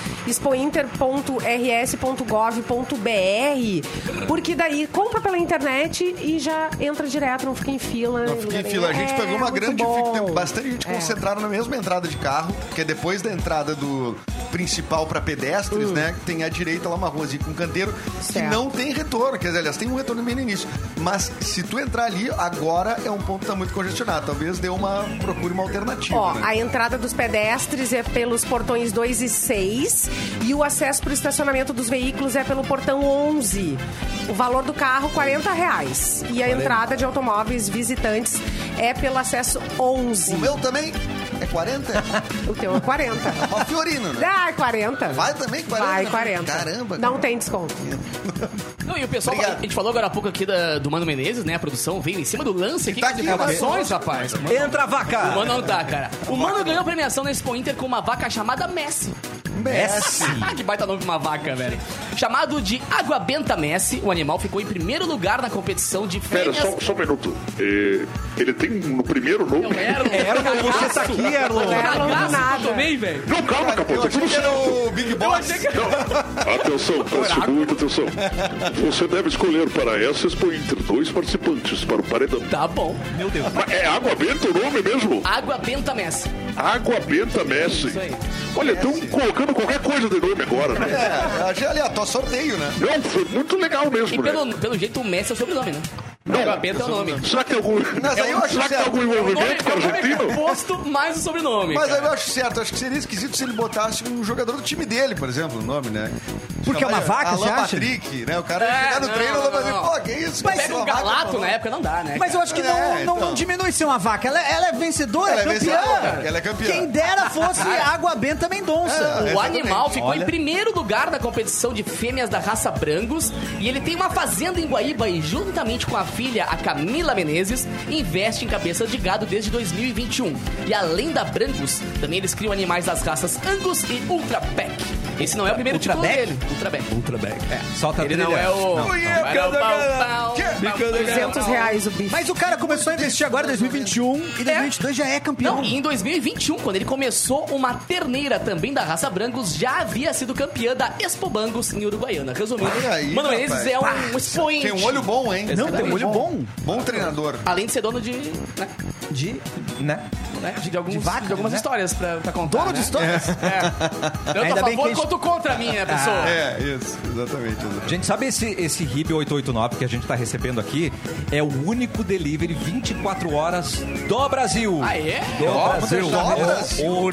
Speaker 3: expointer.rs.gov.br porque daí compra pela internet e já entra direto, não fica em fila.
Speaker 6: Não fiquei em fila. A gente
Speaker 3: É,
Speaker 6: pegou uma
Speaker 3: muito
Speaker 6: grande.
Speaker 3: bom.
Speaker 6: Tem bastante gente
Speaker 3: É.
Speaker 6: concentrada na mesma entrada de carro, que é depois da entrada do principal para pedestres, né? Que tem à direita lá uma ruazinha com canteiro que
Speaker 3: Certo.
Speaker 6: não tem retorno. Quer dizer, aliás, tem um retorno bem no início. Mas se tu entrar ali, agora é um ponto que tá muito congestionado. Talvez dê uma. procure uma alternativa.
Speaker 3: Ó,
Speaker 6: né?
Speaker 3: a entrada dos pedestres é pelos portões 2 e 6 e o acesso para o estacionamento dos veículos é pelo portão 11. O valor do carro, 40 reais. E a entrada de automóveis visitantes é pelo acesso 11.
Speaker 6: O meu também é 40?
Speaker 3: O teu é 40.
Speaker 6: Ó, Fiorino, né?
Speaker 3: Ah, é 40.
Speaker 6: Vai também 40?
Speaker 3: Vai, 40.
Speaker 6: Caramba,
Speaker 3: Não
Speaker 6: cara.
Speaker 3: tem desconto.
Speaker 2: Não, e o pessoal,
Speaker 6: Obrigado.
Speaker 2: a gente falou agora há pouco aqui da- do Mano Menezes, né? A produção veio em cima do lance aqui
Speaker 6: Tá
Speaker 2: com as
Speaker 6: aqui,
Speaker 2: informações, rapaz.
Speaker 1: Entra, vaca!
Speaker 2: O Mano não tá, cara. O Mano ganhou premiação na Expo Inter com uma vaca chamada Messi. Ah,
Speaker 6: Messi.
Speaker 2: que baita nome pra uma vaca, velho. Chamado de Água Benta Messi, o animal ficou em primeiro lugar na competição de
Speaker 8: Pera,
Speaker 2: férias.
Speaker 8: só, só um minuto. É, ele tem no primeiro nome.
Speaker 2: Não, é. Erlon, Erlon, você tá
Speaker 1: é
Speaker 2: aqui, Erlon.
Speaker 3: Erlon, nada.
Speaker 2: Também, velho.
Speaker 8: Não, calma,
Speaker 6: É, Eu
Speaker 8: capô, tá
Speaker 6: achei
Speaker 8: tudo
Speaker 6: que era
Speaker 8: certo.
Speaker 6: o Big Boss.
Speaker 8: Não. Atenção, preste muita atenção. Você deve escolher para essa Expo Inter dois participantes para o paredão.
Speaker 2: Tá bom.
Speaker 8: Mas é Água Benta o nome mesmo?
Speaker 2: Água Benta Messi.
Speaker 8: Água Benta Messi.
Speaker 2: aí.
Speaker 8: Olha, estão colocando qualquer coisa de nome agora, né?
Speaker 6: É, achei aleatório, sorteio, né?
Speaker 8: Não, foi muito legal
Speaker 2: E
Speaker 8: mesmo, né?
Speaker 2: pelo, pelo jeito, o Messi é o sobrenome, né?
Speaker 8: Não.
Speaker 2: Água Benta é o nome.
Speaker 8: Será que tem algum,
Speaker 6: Mas aí eu acho
Speaker 8: será que tem
Speaker 6: certo.
Speaker 8: algum
Speaker 2: O nome
Speaker 8: envolvimento com o
Speaker 2: é
Speaker 8: argentino?
Speaker 2: composto mais o sobrenome.
Speaker 6: Mas aí
Speaker 2: cara.
Speaker 6: eu acho certo, acho que seria esquisito se ele botasse um jogador do time dele, por exemplo, o nome, né?
Speaker 5: Porque é uma
Speaker 6: Chamaria
Speaker 5: vaca,
Speaker 6: Alan
Speaker 5: você acha?
Speaker 6: Patrick, né? O cara ia
Speaker 2: É,
Speaker 6: chegar no
Speaker 2: não,
Speaker 6: treino e
Speaker 2: não,
Speaker 6: vai dizer,
Speaker 2: não.
Speaker 6: pô, que isso?
Speaker 5: Mas
Speaker 6: cara,
Speaker 2: Pega
Speaker 6: uma
Speaker 2: um
Speaker 6: vaca,
Speaker 2: galato
Speaker 6: pô.
Speaker 2: na época, não dá, né?
Speaker 5: Mas eu acho que não,
Speaker 6: É,
Speaker 5: não- não
Speaker 6: então.
Speaker 5: diminui ser uma vaca. Ela, ela é vencedora,
Speaker 6: Ela é
Speaker 5: é campeã.
Speaker 6: vencedora, ela é campeã. É,
Speaker 5: Quem dera fosse Água Benta Mendonça.
Speaker 2: O
Speaker 6: Exatamente.
Speaker 2: animal ficou em primeiro lugar na competição de fêmeas da raça Brangos e ele tem uma fazenda em Guaíba e, juntamente com a filha, a Camila Menezes, investe em cabeça de gado desde 2021. E além da Brangos, também eles criam animais das raças Angus e Ultra Pack. Esse não é o primeiro
Speaker 5: Ultra
Speaker 2: título
Speaker 5: Pack?
Speaker 2: dele. Ultra Pack.
Speaker 1: Solta a
Speaker 2: Ele
Speaker 1: trilha.
Speaker 2: não é
Speaker 1: né?
Speaker 2: o...
Speaker 6: Ui,
Speaker 2: Não,
Speaker 6: eu
Speaker 2: pau,
Speaker 6: quero ganhar.
Speaker 2: pau,
Speaker 6: Que-
Speaker 2: pau,
Speaker 6: Ficando
Speaker 3: 200 reais o bife.
Speaker 5: Mas o cara começou a investir agora em 2021 e 2022 já é campeão.
Speaker 2: Não, e em 2021, quando ele começou, uma terneira também da raça Brancos já havia sido campeã da Expo Bangos em Uruguaiana. Resumindo,
Speaker 6: Olha aí,
Speaker 2: Mano
Speaker 6: rapaz.
Speaker 2: Menezes é um, um expoente.
Speaker 6: Tem um olho bom, hein?
Speaker 1: tá
Speaker 2: Não, tem um olho
Speaker 6: bom. Bom treinador.
Speaker 2: Além de ser dono de. né,
Speaker 5: De
Speaker 1: Né?
Speaker 2: né, de, alguns, de,
Speaker 5: vaca,
Speaker 2: algumas
Speaker 5: né?
Speaker 2: histórias pra, pra contar.
Speaker 5: dono
Speaker 2: né?
Speaker 5: de histórias.
Speaker 2: É. Tanto
Speaker 5: Ainda
Speaker 2: a favor
Speaker 5: bem que a gente-
Speaker 2: quanto contra a minha pessoa.
Speaker 6: É, isso, exatamente. exatamente.
Speaker 1: Gente, sabe esse, esse RIB 889 que a gente tá recebendo aqui? É o único delivery 24 horas do Brasil.
Speaker 2: Ah, é?
Speaker 1: Do Brasil.
Speaker 6: Do Brasil.
Speaker 1: Do,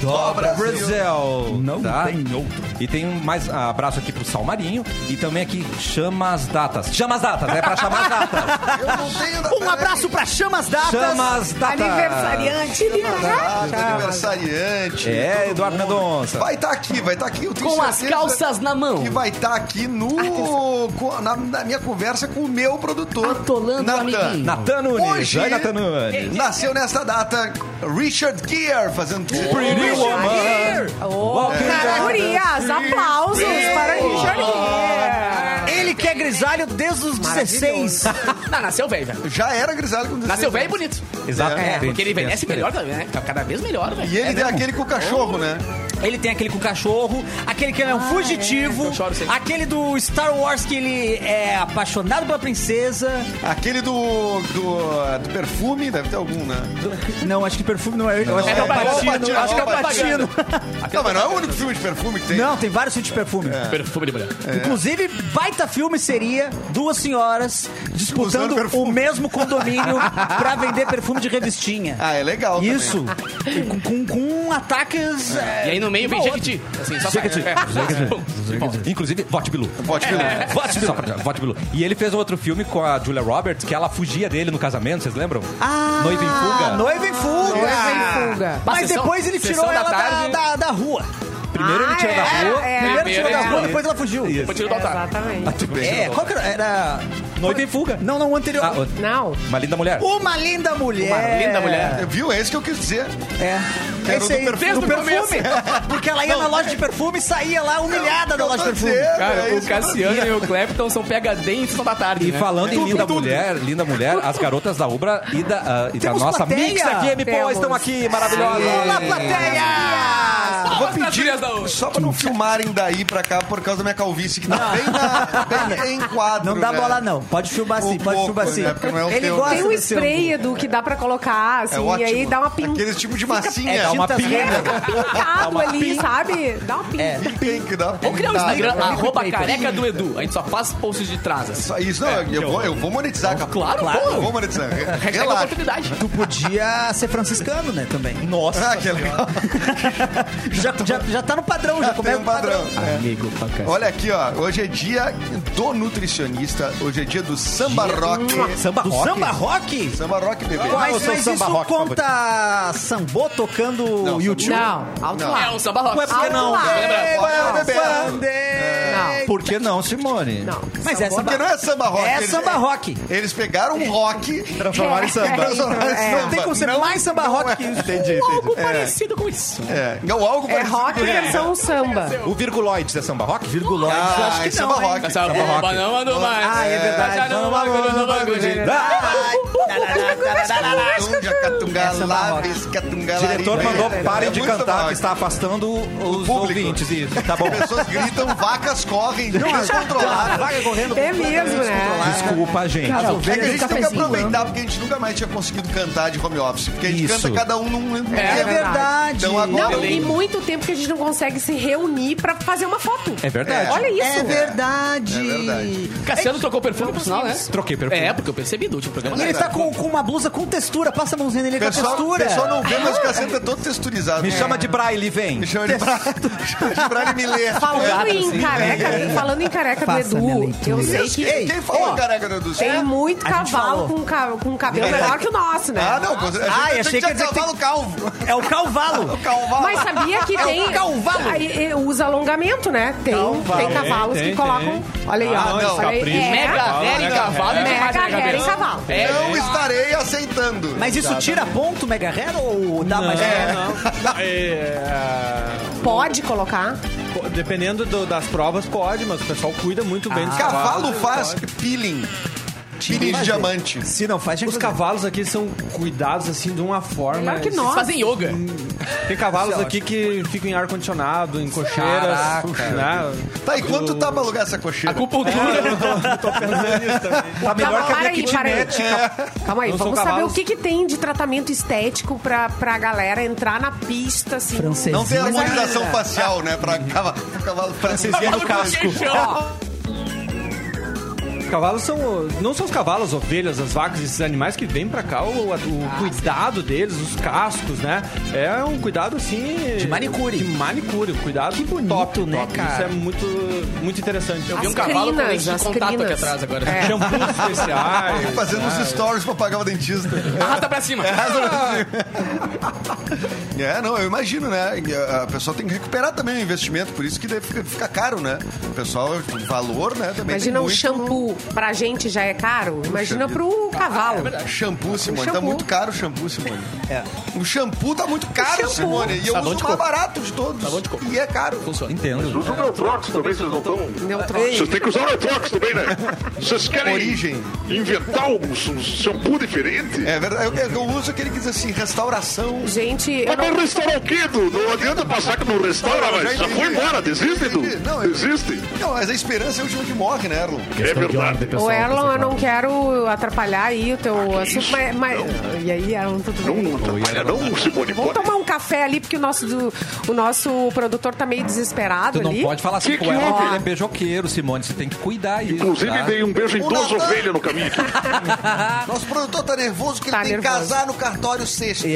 Speaker 1: do Brasil.
Speaker 9: Não
Speaker 1: tá?
Speaker 9: tem outro.
Speaker 1: E tem um mais ah, abraço aqui pro Salmarinho e também aqui chama as datas. Chama as datas, é pra chamar as datas.
Speaker 6: Eu não tenho...
Speaker 5: Um abraço pra Chamas Datas.
Speaker 1: Chama as datas.
Speaker 3: Aniversariante.
Speaker 6: Ah, aniversariante.
Speaker 1: É,
Speaker 6: todo
Speaker 1: Eduardo
Speaker 6: mundo.
Speaker 1: Mendonça.
Speaker 6: Vai estar aqui, vai estar aqui. Eu tenho
Speaker 2: Com as
Speaker 6: certeza
Speaker 2: calças Ah, na mão.
Speaker 6: Que vai estar aqui no, co- na, na minha conversa com o meu produtor.
Speaker 2: Atolando o amiguinho.
Speaker 1: Natan Nunes.
Speaker 6: Hoje-
Speaker 1: Vai,
Speaker 5: é-
Speaker 1: Natan Nunes.
Speaker 6: Nasceu nesta data Richard Gere fazendo
Speaker 1: Pretty Woman.
Speaker 3: Ô,
Speaker 1: Walking
Speaker 3: Gurias, aplausos para Richard Gere.
Speaker 5: Ele que é grisalho desde os 16.
Speaker 2: Não, nasceu velho, velho.
Speaker 6: Já era grisalho com 16
Speaker 2: Nasceu velho e
Speaker 6: anos.
Speaker 2: bonito.
Speaker 1: Exato.
Speaker 2: É,
Speaker 1: Tem-
Speaker 2: porque ele
Speaker 1: tem
Speaker 2: envelhece
Speaker 1: essa
Speaker 2: melhor,
Speaker 1: diferença.
Speaker 2: né? Tá cada vez melhor, velho.
Speaker 6: E ele é, aquele com o cachorro, né?
Speaker 5: Ele tem aquele com o cachorro, aquele que ele é
Speaker 6: Ah,
Speaker 5: um fugitivo,
Speaker 2: Eu choro sempre.
Speaker 5: aquele do Star Wars que ele é apaixonado pela princesa.
Speaker 6: Aquele do, do, do perfume, deve ter algum, né?
Speaker 5: Não, acho que perfume não é. Eu acho
Speaker 6: É
Speaker 5: que é o
Speaker 6: propaganda,
Speaker 5: Patino. Acho que é o
Speaker 6: propaganda.
Speaker 5: Patino.
Speaker 6: Não, mas não é o único filme de perfume que tem.
Speaker 5: Não, tem vários tipos de perfume.
Speaker 2: Perfume de mulher.
Speaker 6: É.
Speaker 1: É.
Speaker 5: Inclusive, baita filme seria duas senhoras disputando
Speaker 6: Usando
Speaker 5: o
Speaker 6: perfume.
Speaker 5: mesmo condomínio pra vender perfume de revistinha.
Speaker 6: Ah, é legal também.
Speaker 5: Isso. Com, com- com ataques. É.
Speaker 2: E aí no meio vem
Speaker 5: Uma
Speaker 2: Jequiti. Assim, só
Speaker 1: Jequiti.
Speaker 2: sai.
Speaker 1: Bom, Inclusive, Vote Bilu.
Speaker 5: É,
Speaker 6: Pode ver.
Speaker 1: Vote Bilu. Só pra- Vote Bilu. E ele fez outro filme com a Julia Roberts, que ela fugia dele no casamento, vocês lembram?
Speaker 5: Ah,
Speaker 1: Noiva em Fuga.
Speaker 5: Noiva em fuga.
Speaker 3: Noiva em Fuga.
Speaker 5: Mas
Speaker 2: Sessão-
Speaker 5: depois ele
Speaker 2: sessão
Speaker 5: tirou
Speaker 2: da
Speaker 5: ela da,
Speaker 2: tarde.
Speaker 5: da, da rua.
Speaker 1: Primeiro ele tirou da
Speaker 3: Ah,
Speaker 1: rua.
Speaker 3: é,
Speaker 5: Primeiro
Speaker 2: é,
Speaker 5: tirou da
Speaker 2: é,
Speaker 5: rua,
Speaker 2: é.
Speaker 5: depois ela fugiu.
Speaker 2: Depois tira do altar.
Speaker 3: Exatamente.
Speaker 5: É, qual que era? era...
Speaker 1: Noiva em Fuga.
Speaker 5: Não, não, o anterior.
Speaker 1: Ah, o-
Speaker 3: Não.
Speaker 1: uma linda mulher.
Speaker 5: Uma linda mulher.
Speaker 2: Uma linda mulher.
Speaker 6: Viu? É isso que eu quis dizer.
Speaker 5: É.
Speaker 6: Era
Speaker 5: Esse
Speaker 6: do
Speaker 5: aí,
Speaker 6: perfume.
Speaker 5: do
Speaker 2: Desde o começo.
Speaker 5: perfume. Porque ela ia na loja de perfume e saía lá humilhada da
Speaker 6: Eu
Speaker 5: loja de
Speaker 6: tô
Speaker 5: perfume.
Speaker 6: dizendo, é
Speaker 2: Cara, o
Speaker 6: isso que eu tô
Speaker 2: Cassiano e o Clapton são PHD em Sessão da Tarde,
Speaker 1: E
Speaker 2: né?
Speaker 1: falando em
Speaker 2: Tudo,
Speaker 1: linda
Speaker 2: tudo.
Speaker 1: mulher, linda mulher, as garotas da Ubra e da, ah, e da
Speaker 5: Temos
Speaker 1: nossa
Speaker 5: plateia.
Speaker 1: Mix aqui, M Poa,
Speaker 3: Temos.
Speaker 1: estão aqui, maravilhoosas.
Speaker 5: Olá, plateia!
Speaker 6: Eu
Speaker 2: Palmas pras gurias da U.
Speaker 6: só pra não filmarem daí pra cá por causa da minha calvície, que tá bem, na, bem em quadro.
Speaker 5: Não dá
Speaker 6: né?
Speaker 5: bola, não. Pode filmar
Speaker 6: Um
Speaker 5: sim, pode
Speaker 6: pouco,
Speaker 5: filmar sim.
Speaker 6: né? Porque não é o
Speaker 5: Ele
Speaker 6: teu,
Speaker 5: gosta
Speaker 3: Tem um
Speaker 5: do seu-
Speaker 3: spray, Edu, que dá pra colocar,
Speaker 6: É
Speaker 3: assim, e
Speaker 6: ótimo.
Speaker 3: aí dá uma pinta.
Speaker 6: Aquele tipo de massinha.
Speaker 5: É,
Speaker 1: Dá uma
Speaker 5: Tintas
Speaker 1: pinga.
Speaker 5: Renner.
Speaker 3: pintado ali, sabe? Dá uma pinta.
Speaker 6: Tem que dar
Speaker 2: Vamos criar um Instagram,
Speaker 5: Tá,
Speaker 2: arroba
Speaker 5: tá.
Speaker 2: careca do Edu. A gente só faz posts de trás. assim.
Speaker 6: Só Isso, não, eu, vou, eu vou monetizar, cara.
Speaker 2: Claro,
Speaker 5: Claro.
Speaker 6: Eu
Speaker 2: pô.
Speaker 6: vou monetizar. Re-
Speaker 2: Hashtag
Speaker 6: Relaxa.
Speaker 2: oportunidade.
Speaker 5: Tu podia ser franciscano, né, também.
Speaker 6: Ah, que legal.
Speaker 5: Já, já, já tá no padrão, já,
Speaker 6: Já tem
Speaker 5: começa
Speaker 6: um
Speaker 5: no padrão.
Speaker 6: padrão. É. Olha aqui, ó. Hoje é dia do nutricionista. Hoje é dia do samba rock.
Speaker 1: Samba
Speaker 5: Do
Speaker 1: rock?
Speaker 5: samba rock?
Speaker 6: Samba rock, bebê.
Speaker 5: Mas,
Speaker 1: é o seu
Speaker 5: mas
Speaker 1: samba
Speaker 5: isso
Speaker 1: rock
Speaker 5: conta sambô tocando
Speaker 6: Não,
Speaker 5: YouTube?
Speaker 3: Não, alto
Speaker 6: Não.
Speaker 3: lá.
Speaker 2: É um samba rock.
Speaker 5: Ué, por que não?
Speaker 3: Alto lá.
Speaker 2: Lembra?
Speaker 6: Olha, bebê.
Speaker 5: Não.
Speaker 1: Por que não, Simone?
Speaker 3: Não.
Speaker 5: Mas é
Speaker 6: Porque não
Speaker 5: samba
Speaker 6: é samba rock.
Speaker 5: É
Speaker 6: eles-
Speaker 5: samba rock.
Speaker 6: Eles pegaram um rock.
Speaker 3: Transformar em samba.
Speaker 6: transformaram em
Speaker 3: É.
Speaker 6: samba.
Speaker 5: Não é. tem como ser mais samba rock que isso.
Speaker 6: Entendi, entendi.
Speaker 2: Algo parecido com isso.
Speaker 6: É, não, algo
Speaker 3: É
Speaker 6: parecido
Speaker 3: rock
Speaker 6: com isso.
Speaker 3: versão samba.
Speaker 1: O Virguloides é samba rock?
Speaker 5: Virgulóide,
Speaker 6: Ah,
Speaker 5: acho
Speaker 6: é
Speaker 5: que
Speaker 6: samba
Speaker 5: não, hein?
Speaker 6: rock.
Speaker 2: Essa
Speaker 6: Samba rock.
Speaker 2: bomba não anda mais.
Speaker 5: Ah, é verdade.
Speaker 2: Já não anda no banco de
Speaker 1: é
Speaker 6: Tunga, catunga,
Speaker 5: samba
Speaker 6: lábis, catunga,
Speaker 1: O diretor
Speaker 6: laribe.
Speaker 1: mandou
Speaker 6: É
Speaker 1: parem de
Speaker 6: muito samba
Speaker 1: cantar,
Speaker 6: rock.
Speaker 1: que está afastando os
Speaker 6: público.
Speaker 1: ouvintes. E, tá bom.
Speaker 6: As pessoas gritam, vacas correm, é
Speaker 5: A
Speaker 6: descontroladas.
Speaker 5: vaga correndo.
Speaker 3: É mesmo, né?
Speaker 1: Desculpa, gente.
Speaker 3: Cara,
Speaker 6: É que a
Speaker 3: ovelhas
Speaker 6: gente
Speaker 3: do
Speaker 6: tem que
Speaker 3: cafezinho.
Speaker 6: aproveitar, porque a gente nunca mais tinha conseguido cantar de home office. Porque a gente
Speaker 1: Isso.
Speaker 6: canta cada um num... num
Speaker 5: É
Speaker 6: tempo.
Speaker 5: verdade.
Speaker 6: Então agora...
Speaker 3: Não, é e muito tempo que a gente não consegue se reunir pra fazer uma foto.
Speaker 1: É verdade.
Speaker 3: Olha isso.
Speaker 5: É verdade.
Speaker 6: É verdade.
Speaker 2: Cassiano trocou perfume, por sinal, né?
Speaker 1: Troquei perfume.
Speaker 2: É, porque eu percebi do último programa.
Speaker 5: E ele tá com, com uma blusa com textura. Passa a mãozinha nele com a
Speaker 6: Pessoal,
Speaker 5: textura.
Speaker 6: pessoal não vê, mas o cacete é todo texturizado.
Speaker 1: Me
Speaker 6: É.
Speaker 1: chama de Braille, vem.
Speaker 6: Me chama de Brad Miller.
Speaker 3: Falando em careca, falando em careca do
Speaker 5: Faça a minha
Speaker 3: Edu,
Speaker 5: leitura.
Speaker 3: eu sei
Speaker 6: Quem-
Speaker 3: que
Speaker 6: Quem falou É? careca do
Speaker 3: tem muito
Speaker 5: A gente
Speaker 3: cavalo
Speaker 5: falou.
Speaker 3: com, ca- com cabelo melhor que o nosso, né?
Speaker 6: Ah, não. A gente
Speaker 5: Ai,
Speaker 6: tem
Speaker 5: achei que
Speaker 6: que
Speaker 5: ia dizer
Speaker 6: tinha
Speaker 5: que
Speaker 6: cavalo calvo.
Speaker 5: É o calvalo.
Speaker 6: Calvalo.
Speaker 3: Mas sabia que tem.
Speaker 5: cavalo.
Speaker 3: Aí, eh, usa alongamento, né? Tem, tem cavalos
Speaker 4: Tem,
Speaker 3: que
Speaker 4: tem,
Speaker 3: colocam. Olha aí,
Speaker 6: Ah,
Speaker 3: ó.
Speaker 6: não,
Speaker 3: olha aí,
Speaker 4: capricho. né? É.
Speaker 3: é,
Speaker 2: Mega Hair em cavalo e
Speaker 3: Mega
Speaker 2: demais na
Speaker 3: Hair em
Speaker 2: cabeça.
Speaker 3: cavalo.
Speaker 2: É,
Speaker 6: Não
Speaker 2: é.
Speaker 6: estarei aceitando.
Speaker 5: Mas isso tira ponto, Mega Hair, ou dá mais...
Speaker 4: É,
Speaker 3: Pode colocar.
Speaker 4: Pô, é, Dependendo do- das provas, pode, mas o pessoal cuida muito bem dos
Speaker 6: Cavalo
Speaker 4: cavalos.
Speaker 6: faz peeling. Peeling de diamante.
Speaker 5: Se não faz, tinha
Speaker 4: Os
Speaker 5: que
Speaker 4: cavalos aqui são cuidados assim de uma forma.
Speaker 3: Melhor que
Speaker 2: Eles
Speaker 3: nós.
Speaker 2: fazem yoga.
Speaker 4: Tem cavalos aqui que ficam em ar-condicionado, em cocheiras. né?
Speaker 6: Tá, e quanto tá pra alugar essa cocheira?
Speaker 2: Acupuntura.
Speaker 1: Tá melhor que a
Speaker 3: Para
Speaker 1: minha
Speaker 3: aí, para aí.
Speaker 1: kitnet.
Speaker 3: Calma aí,
Speaker 4: Não são
Speaker 3: vamos saber o
Speaker 4: cavalos.
Speaker 3: que, que tem de tratamento estético pra, pra galera entrar na pista, assim.
Speaker 5: Francês.
Speaker 6: Não tem
Speaker 5: Mas Uhum.
Speaker 6: harmonização facial, né? Pra cava- pro cavalo francesinha
Speaker 2: Maluco queixão.
Speaker 4: Cavalos são. Não são os cavalos, as ovelhas, as vacas, esses animais que vêm pra cá, o, o cuidado deles, os cascos, né? É um cuidado assim. De
Speaker 5: manicure.
Speaker 4: De manicure, um cuidado. Que bonito, top,
Speaker 5: né,
Speaker 4: top.
Speaker 5: cara?
Speaker 4: Isso é muito, muito interessante. Eu
Speaker 3: As
Speaker 4: vi um
Speaker 2: Tem um cavalo com
Speaker 3: crinas,
Speaker 2: lente de
Speaker 3: as
Speaker 2: contato aqui
Speaker 3: crinas.
Speaker 2: atrás agora.
Speaker 3: É.
Speaker 4: shampoo especiais.
Speaker 6: Fazendo uns stories pra pagar o dentista.
Speaker 2: Arrasta pra cima.
Speaker 6: É, não, eu imagino, né? E A a pessoa tem que recuperar também o investimento, por isso que daí fica, fica caro, né? O pessoal, o valor, né? Também
Speaker 3: Imagina
Speaker 6: tem
Speaker 3: um
Speaker 6: muito.
Speaker 3: shampoo pra gente já é caro, imagina
Speaker 6: vida.
Speaker 3: pro cavalo.
Speaker 6: Shampoo, Simone. Tá
Speaker 3: É shampoo.
Speaker 6: muito caro o shampoo, Simone.
Speaker 5: É.
Speaker 6: O shampoo tá muito caro,
Speaker 3: shampoo.
Speaker 6: Simone. E eu
Speaker 2: Sabão
Speaker 6: uso
Speaker 2: de
Speaker 6: o mais
Speaker 2: coco.
Speaker 6: barato de todos.
Speaker 2: Sabão de coco.
Speaker 6: E é caro.
Speaker 2: Funciona.
Speaker 1: Entendo.
Speaker 8: Usa o Neutrox também, vocês não estão.
Speaker 3: Neutrônio.
Speaker 8: Vocês têm que usar o Neutrox também, né? Vocês querem
Speaker 6: Origem.
Speaker 8: inventar um, um shampoo diferente?
Speaker 6: É verdade. Eu, eu uso aquele que diz assim, restauração.
Speaker 3: Gente, eu
Speaker 8: Mas
Speaker 3: não...
Speaker 8: não restaurar o quê, Du? Não adianta passar que não restaura, mas já
Speaker 6: entendi.
Speaker 8: foi embora. Desiste, Du.
Speaker 6: Entendi. Não, eu-
Speaker 8: Desiste.
Speaker 6: Não, mas a esperança é a última que morre, né, Erlon?
Speaker 8: É
Speaker 9: Questão de
Speaker 8: verdade.
Speaker 9: ordem, pessoal.
Speaker 3: Ô, Erlon, eu não
Speaker 9: pessoal.
Speaker 3: quero atrapalhar aí o teu
Speaker 8: que
Speaker 3: assunto,
Speaker 8: isso?
Speaker 3: mas... mas- E aí, Erlon, tudo
Speaker 8: Não,
Speaker 3: bem?
Speaker 8: não atrapalha, não, Simone.
Speaker 3: Vamos
Speaker 8: Pode.
Speaker 3: tomar um café ali, porque o nosso, do- o nosso produtor tá meio desesperado
Speaker 1: Tu não
Speaker 3: ali.
Speaker 1: pode falar assim
Speaker 8: Que
Speaker 1: com
Speaker 8: que
Speaker 1: ela,
Speaker 8: houve?
Speaker 1: ele é beijoqueiro, Simone. Você tem que cuidar disso.
Speaker 8: Inclusive,
Speaker 1: tá?
Speaker 8: dei um beijo em
Speaker 6: O
Speaker 8: duas
Speaker 6: Natan-
Speaker 8: ovelhas no caminho aqui.
Speaker 6: Nosso produtor tá nervoso que
Speaker 3: Tá
Speaker 6: ele tem que
Speaker 3: nervoso.
Speaker 6: casar no cartório sexta.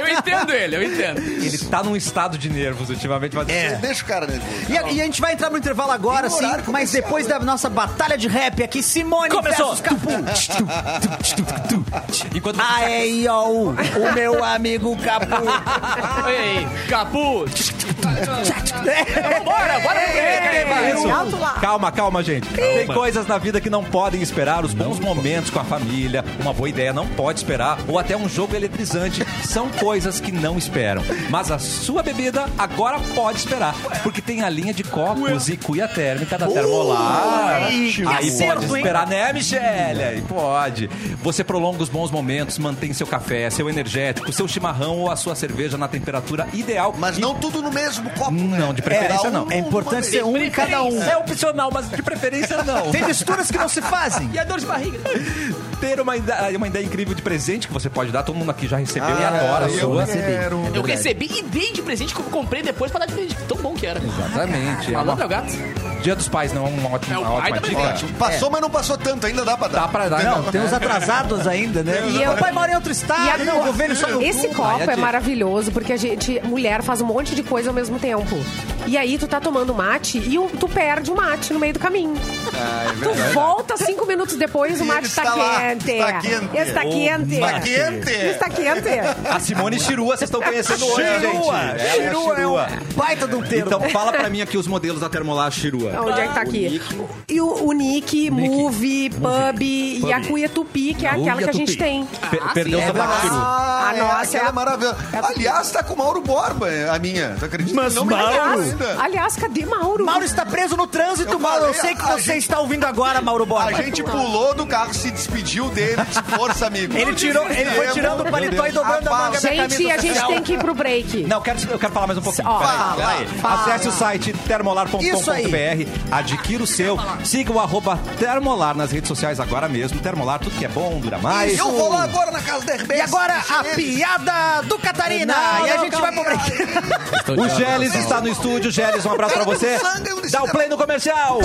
Speaker 2: Eu entendo ele, eu entendo.
Speaker 1: Ele tá
Speaker 4: um
Speaker 1: num estado de nervos ultimamente, mas
Speaker 5: É.
Speaker 6: Deixa o cara nervoso.
Speaker 5: E a, e a gente vai entrar no intervalo agora,
Speaker 6: E no
Speaker 5: sim,
Speaker 6: horário
Speaker 5: mas
Speaker 6: comercial,
Speaker 5: depois da nossa batalha de rap aqui, Simone
Speaker 2: Começou!
Speaker 5: versus Capu.
Speaker 1: enquanto
Speaker 5: Aí, ó, o o meu amigo Capu.
Speaker 2: Ei, Capu! Então, Bora, bora pro
Speaker 1: É.
Speaker 2: break, vai.
Speaker 1: Isso. Calma, calma, gente. Tem coisas na vida que não podem esperar. Os bons momentos com a família, uma boa ideia não pode esperar, ou até um jogo eletrizante. São coisas que não esperam. Mas a sua bebida agora pode esperar, porque tem a linha de copos e cuia térmica da Termolar.
Speaker 6: Tá
Speaker 5: que
Speaker 1: Aí
Speaker 5: acerto,
Speaker 1: pode
Speaker 5: hein?
Speaker 1: esperar, né, Michele? Aí pode. Você prolonga os bons momentos, mantém seu café, seu energético, seu chimarrão ou a sua cerveja na temperatura ideal.
Speaker 6: Mas não tudo no mesmo copo.
Speaker 1: Não, de preferência não.
Speaker 5: É importante ser um em cada um.
Speaker 1: É opcional, mas de preferência não.
Speaker 5: Tem misturas que não se fazem.
Speaker 2: E a dor de barriga?
Speaker 1: ter uma ideia, uma ideia incrível de presente que você pode dar. Todo mundo aqui já recebeu
Speaker 5: Ah,
Speaker 1: e adora a
Speaker 6: Eu
Speaker 1: sua.
Speaker 6: quero.
Speaker 2: Eu recebi e dei de presente que eu comprei depois pra dar de presente. Tão bom que era.
Speaker 1: Exatamente. É
Speaker 2: Malandro é
Speaker 1: uma...
Speaker 2: o gato.
Speaker 1: Dia dos Pais não é uma ótima,
Speaker 2: É, o
Speaker 1: uma
Speaker 2: pai
Speaker 1: ótima
Speaker 2: também
Speaker 1: dica.
Speaker 2: tem.
Speaker 6: Passou, mas não passou tanto. Ainda dá pra dar.
Speaker 1: Dá pra dar. então,
Speaker 5: Não, tem uns atrasados ainda, né?
Speaker 3: E eu-
Speaker 5: O pai mora em outro
Speaker 3: E a-
Speaker 5: estado, Ah, não, o governo só no
Speaker 3: Esse
Speaker 5: cu.
Speaker 1: Aí é
Speaker 3: copo é
Speaker 1: dica.
Speaker 3: maravilhoso, porque a gente, mulher, faz um monte de coisa ao mesmo tempo. E aí tu tá tomando mate e o- tu perde o mate no meio do caminho. tu volta cinco minutos depois, o
Speaker 6: E
Speaker 3: mate
Speaker 6: ele
Speaker 3: tá,
Speaker 6: está lá,
Speaker 3: quente.
Speaker 6: está quente.
Speaker 3: Está
Speaker 1: O
Speaker 3: quente.
Speaker 6: Tá quente.
Speaker 3: Está quente. é
Speaker 1: A Simone Chirua, vocês estão conhecendo hoje,
Speaker 5: Chirua,
Speaker 1: gente. Ela é a
Speaker 5: Chirua,
Speaker 1: Chirua.
Speaker 5: Baita de um termo.
Speaker 1: Então fala pra mim aqui os modelos da Termolar Chirua.
Speaker 3: Onde é que tá aqui? E o, o Nick, Move, Pub e a Cuia Tupi, que é aquela que a gente tem.
Speaker 1: Pe- perdeu o
Speaker 2: sim, é
Speaker 1: sapato Chiru.
Speaker 6: Ah,
Speaker 3: A
Speaker 6: é,
Speaker 3: nossa
Speaker 6: aquela
Speaker 3: é
Speaker 6: é,
Speaker 3: a-
Speaker 6: maravilhosa.
Speaker 3: é a-
Speaker 6: Aliás, tá com o Mauro Borba, é, a minha. Tu acredita?
Speaker 5: Mas
Speaker 6: não me
Speaker 5: Mauro-
Speaker 6: lembrava
Speaker 3: Aliás,
Speaker 6: ainda.
Speaker 3: aliás, cadê Mauro?
Speaker 5: Mauro está preso no trânsito,
Speaker 6: Eu
Speaker 5: Mauro. Eu
Speaker 6: falei,
Speaker 5: sei que
Speaker 6: a
Speaker 5: você
Speaker 6: gente-
Speaker 5: está ouvindo agora, Mauro
Speaker 6: A
Speaker 5: Borba.
Speaker 6: gente pulou do carro, se despediu dele, disse, força, amigo.
Speaker 5: Ele tirou, ele foi tirando o paletó e dobrando a manga da camisa
Speaker 3: Gente, a gente
Speaker 5: social.
Speaker 3: tem que ir pro break.
Speaker 1: Não, eu quero, eu quero falar mais um pouquinho.
Speaker 3: Ó,
Speaker 1: Peraí,
Speaker 5: fala,
Speaker 1: peraí.
Speaker 5: fala.
Speaker 1: Acesse o site
Speaker 5: Isso aí.
Speaker 1: termolar.com.br, adquira o seu, siga o arroba termolar nas redes sociais agora mesmo. Termolar, tudo que é bom, dura mais.
Speaker 6: Eu vou lá agora na casa da Herbes.
Speaker 5: E agora a
Speaker 6: Deixa ele.
Speaker 5: piada do Catarina.
Speaker 1: Não,
Speaker 5: e a
Speaker 1: não,
Speaker 5: gente
Speaker 1: calma.
Speaker 5: vai pro break.
Speaker 1: O Geles está no estúdio. Geles, um abraço pra você. Dá o play no comercial.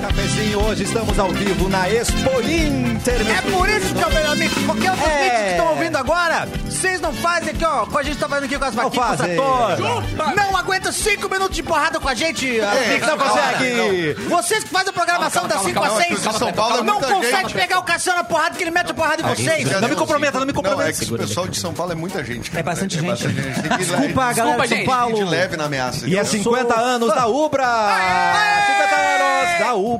Speaker 1: Cafezinho, Hoje estamos ao vivo na Expo Inter.
Speaker 5: É por isso que eu meu amigo, qualquer outro
Speaker 1: É.
Speaker 5: vídeo que estão ouvindo agora, vocês não fazem aqui, ó. Com a gente tá fazendo aqui com as
Speaker 1: Não
Speaker 5: vaquinhas,
Speaker 1: fazem.
Speaker 5: ator. Não aguenta cinco minutos de porrada com a gente. É,
Speaker 1: não consegue.
Speaker 5: Vocês que fazem a programação das 5 às 6,
Speaker 6: São Paulo é
Speaker 5: não
Speaker 6: muita
Speaker 5: consegue
Speaker 6: gente.
Speaker 5: pegar o Cassiano na porrada, que ele mete a porrada em vocês.
Speaker 1: Não me comprometa, não me comprometa.
Speaker 6: um é que o pessoal de São Paulo é muita gente. cara.
Speaker 5: É bastante gente.
Speaker 6: gente. Tem que ir lá-
Speaker 5: Desculpa, assim- galera
Speaker 2: gente.
Speaker 5: de São
Speaker 6: tem que ir
Speaker 5: Paulo.
Speaker 6: de leve na ameaça.
Speaker 1: E é 50 anos da Ubra! 50 anos da Ubra!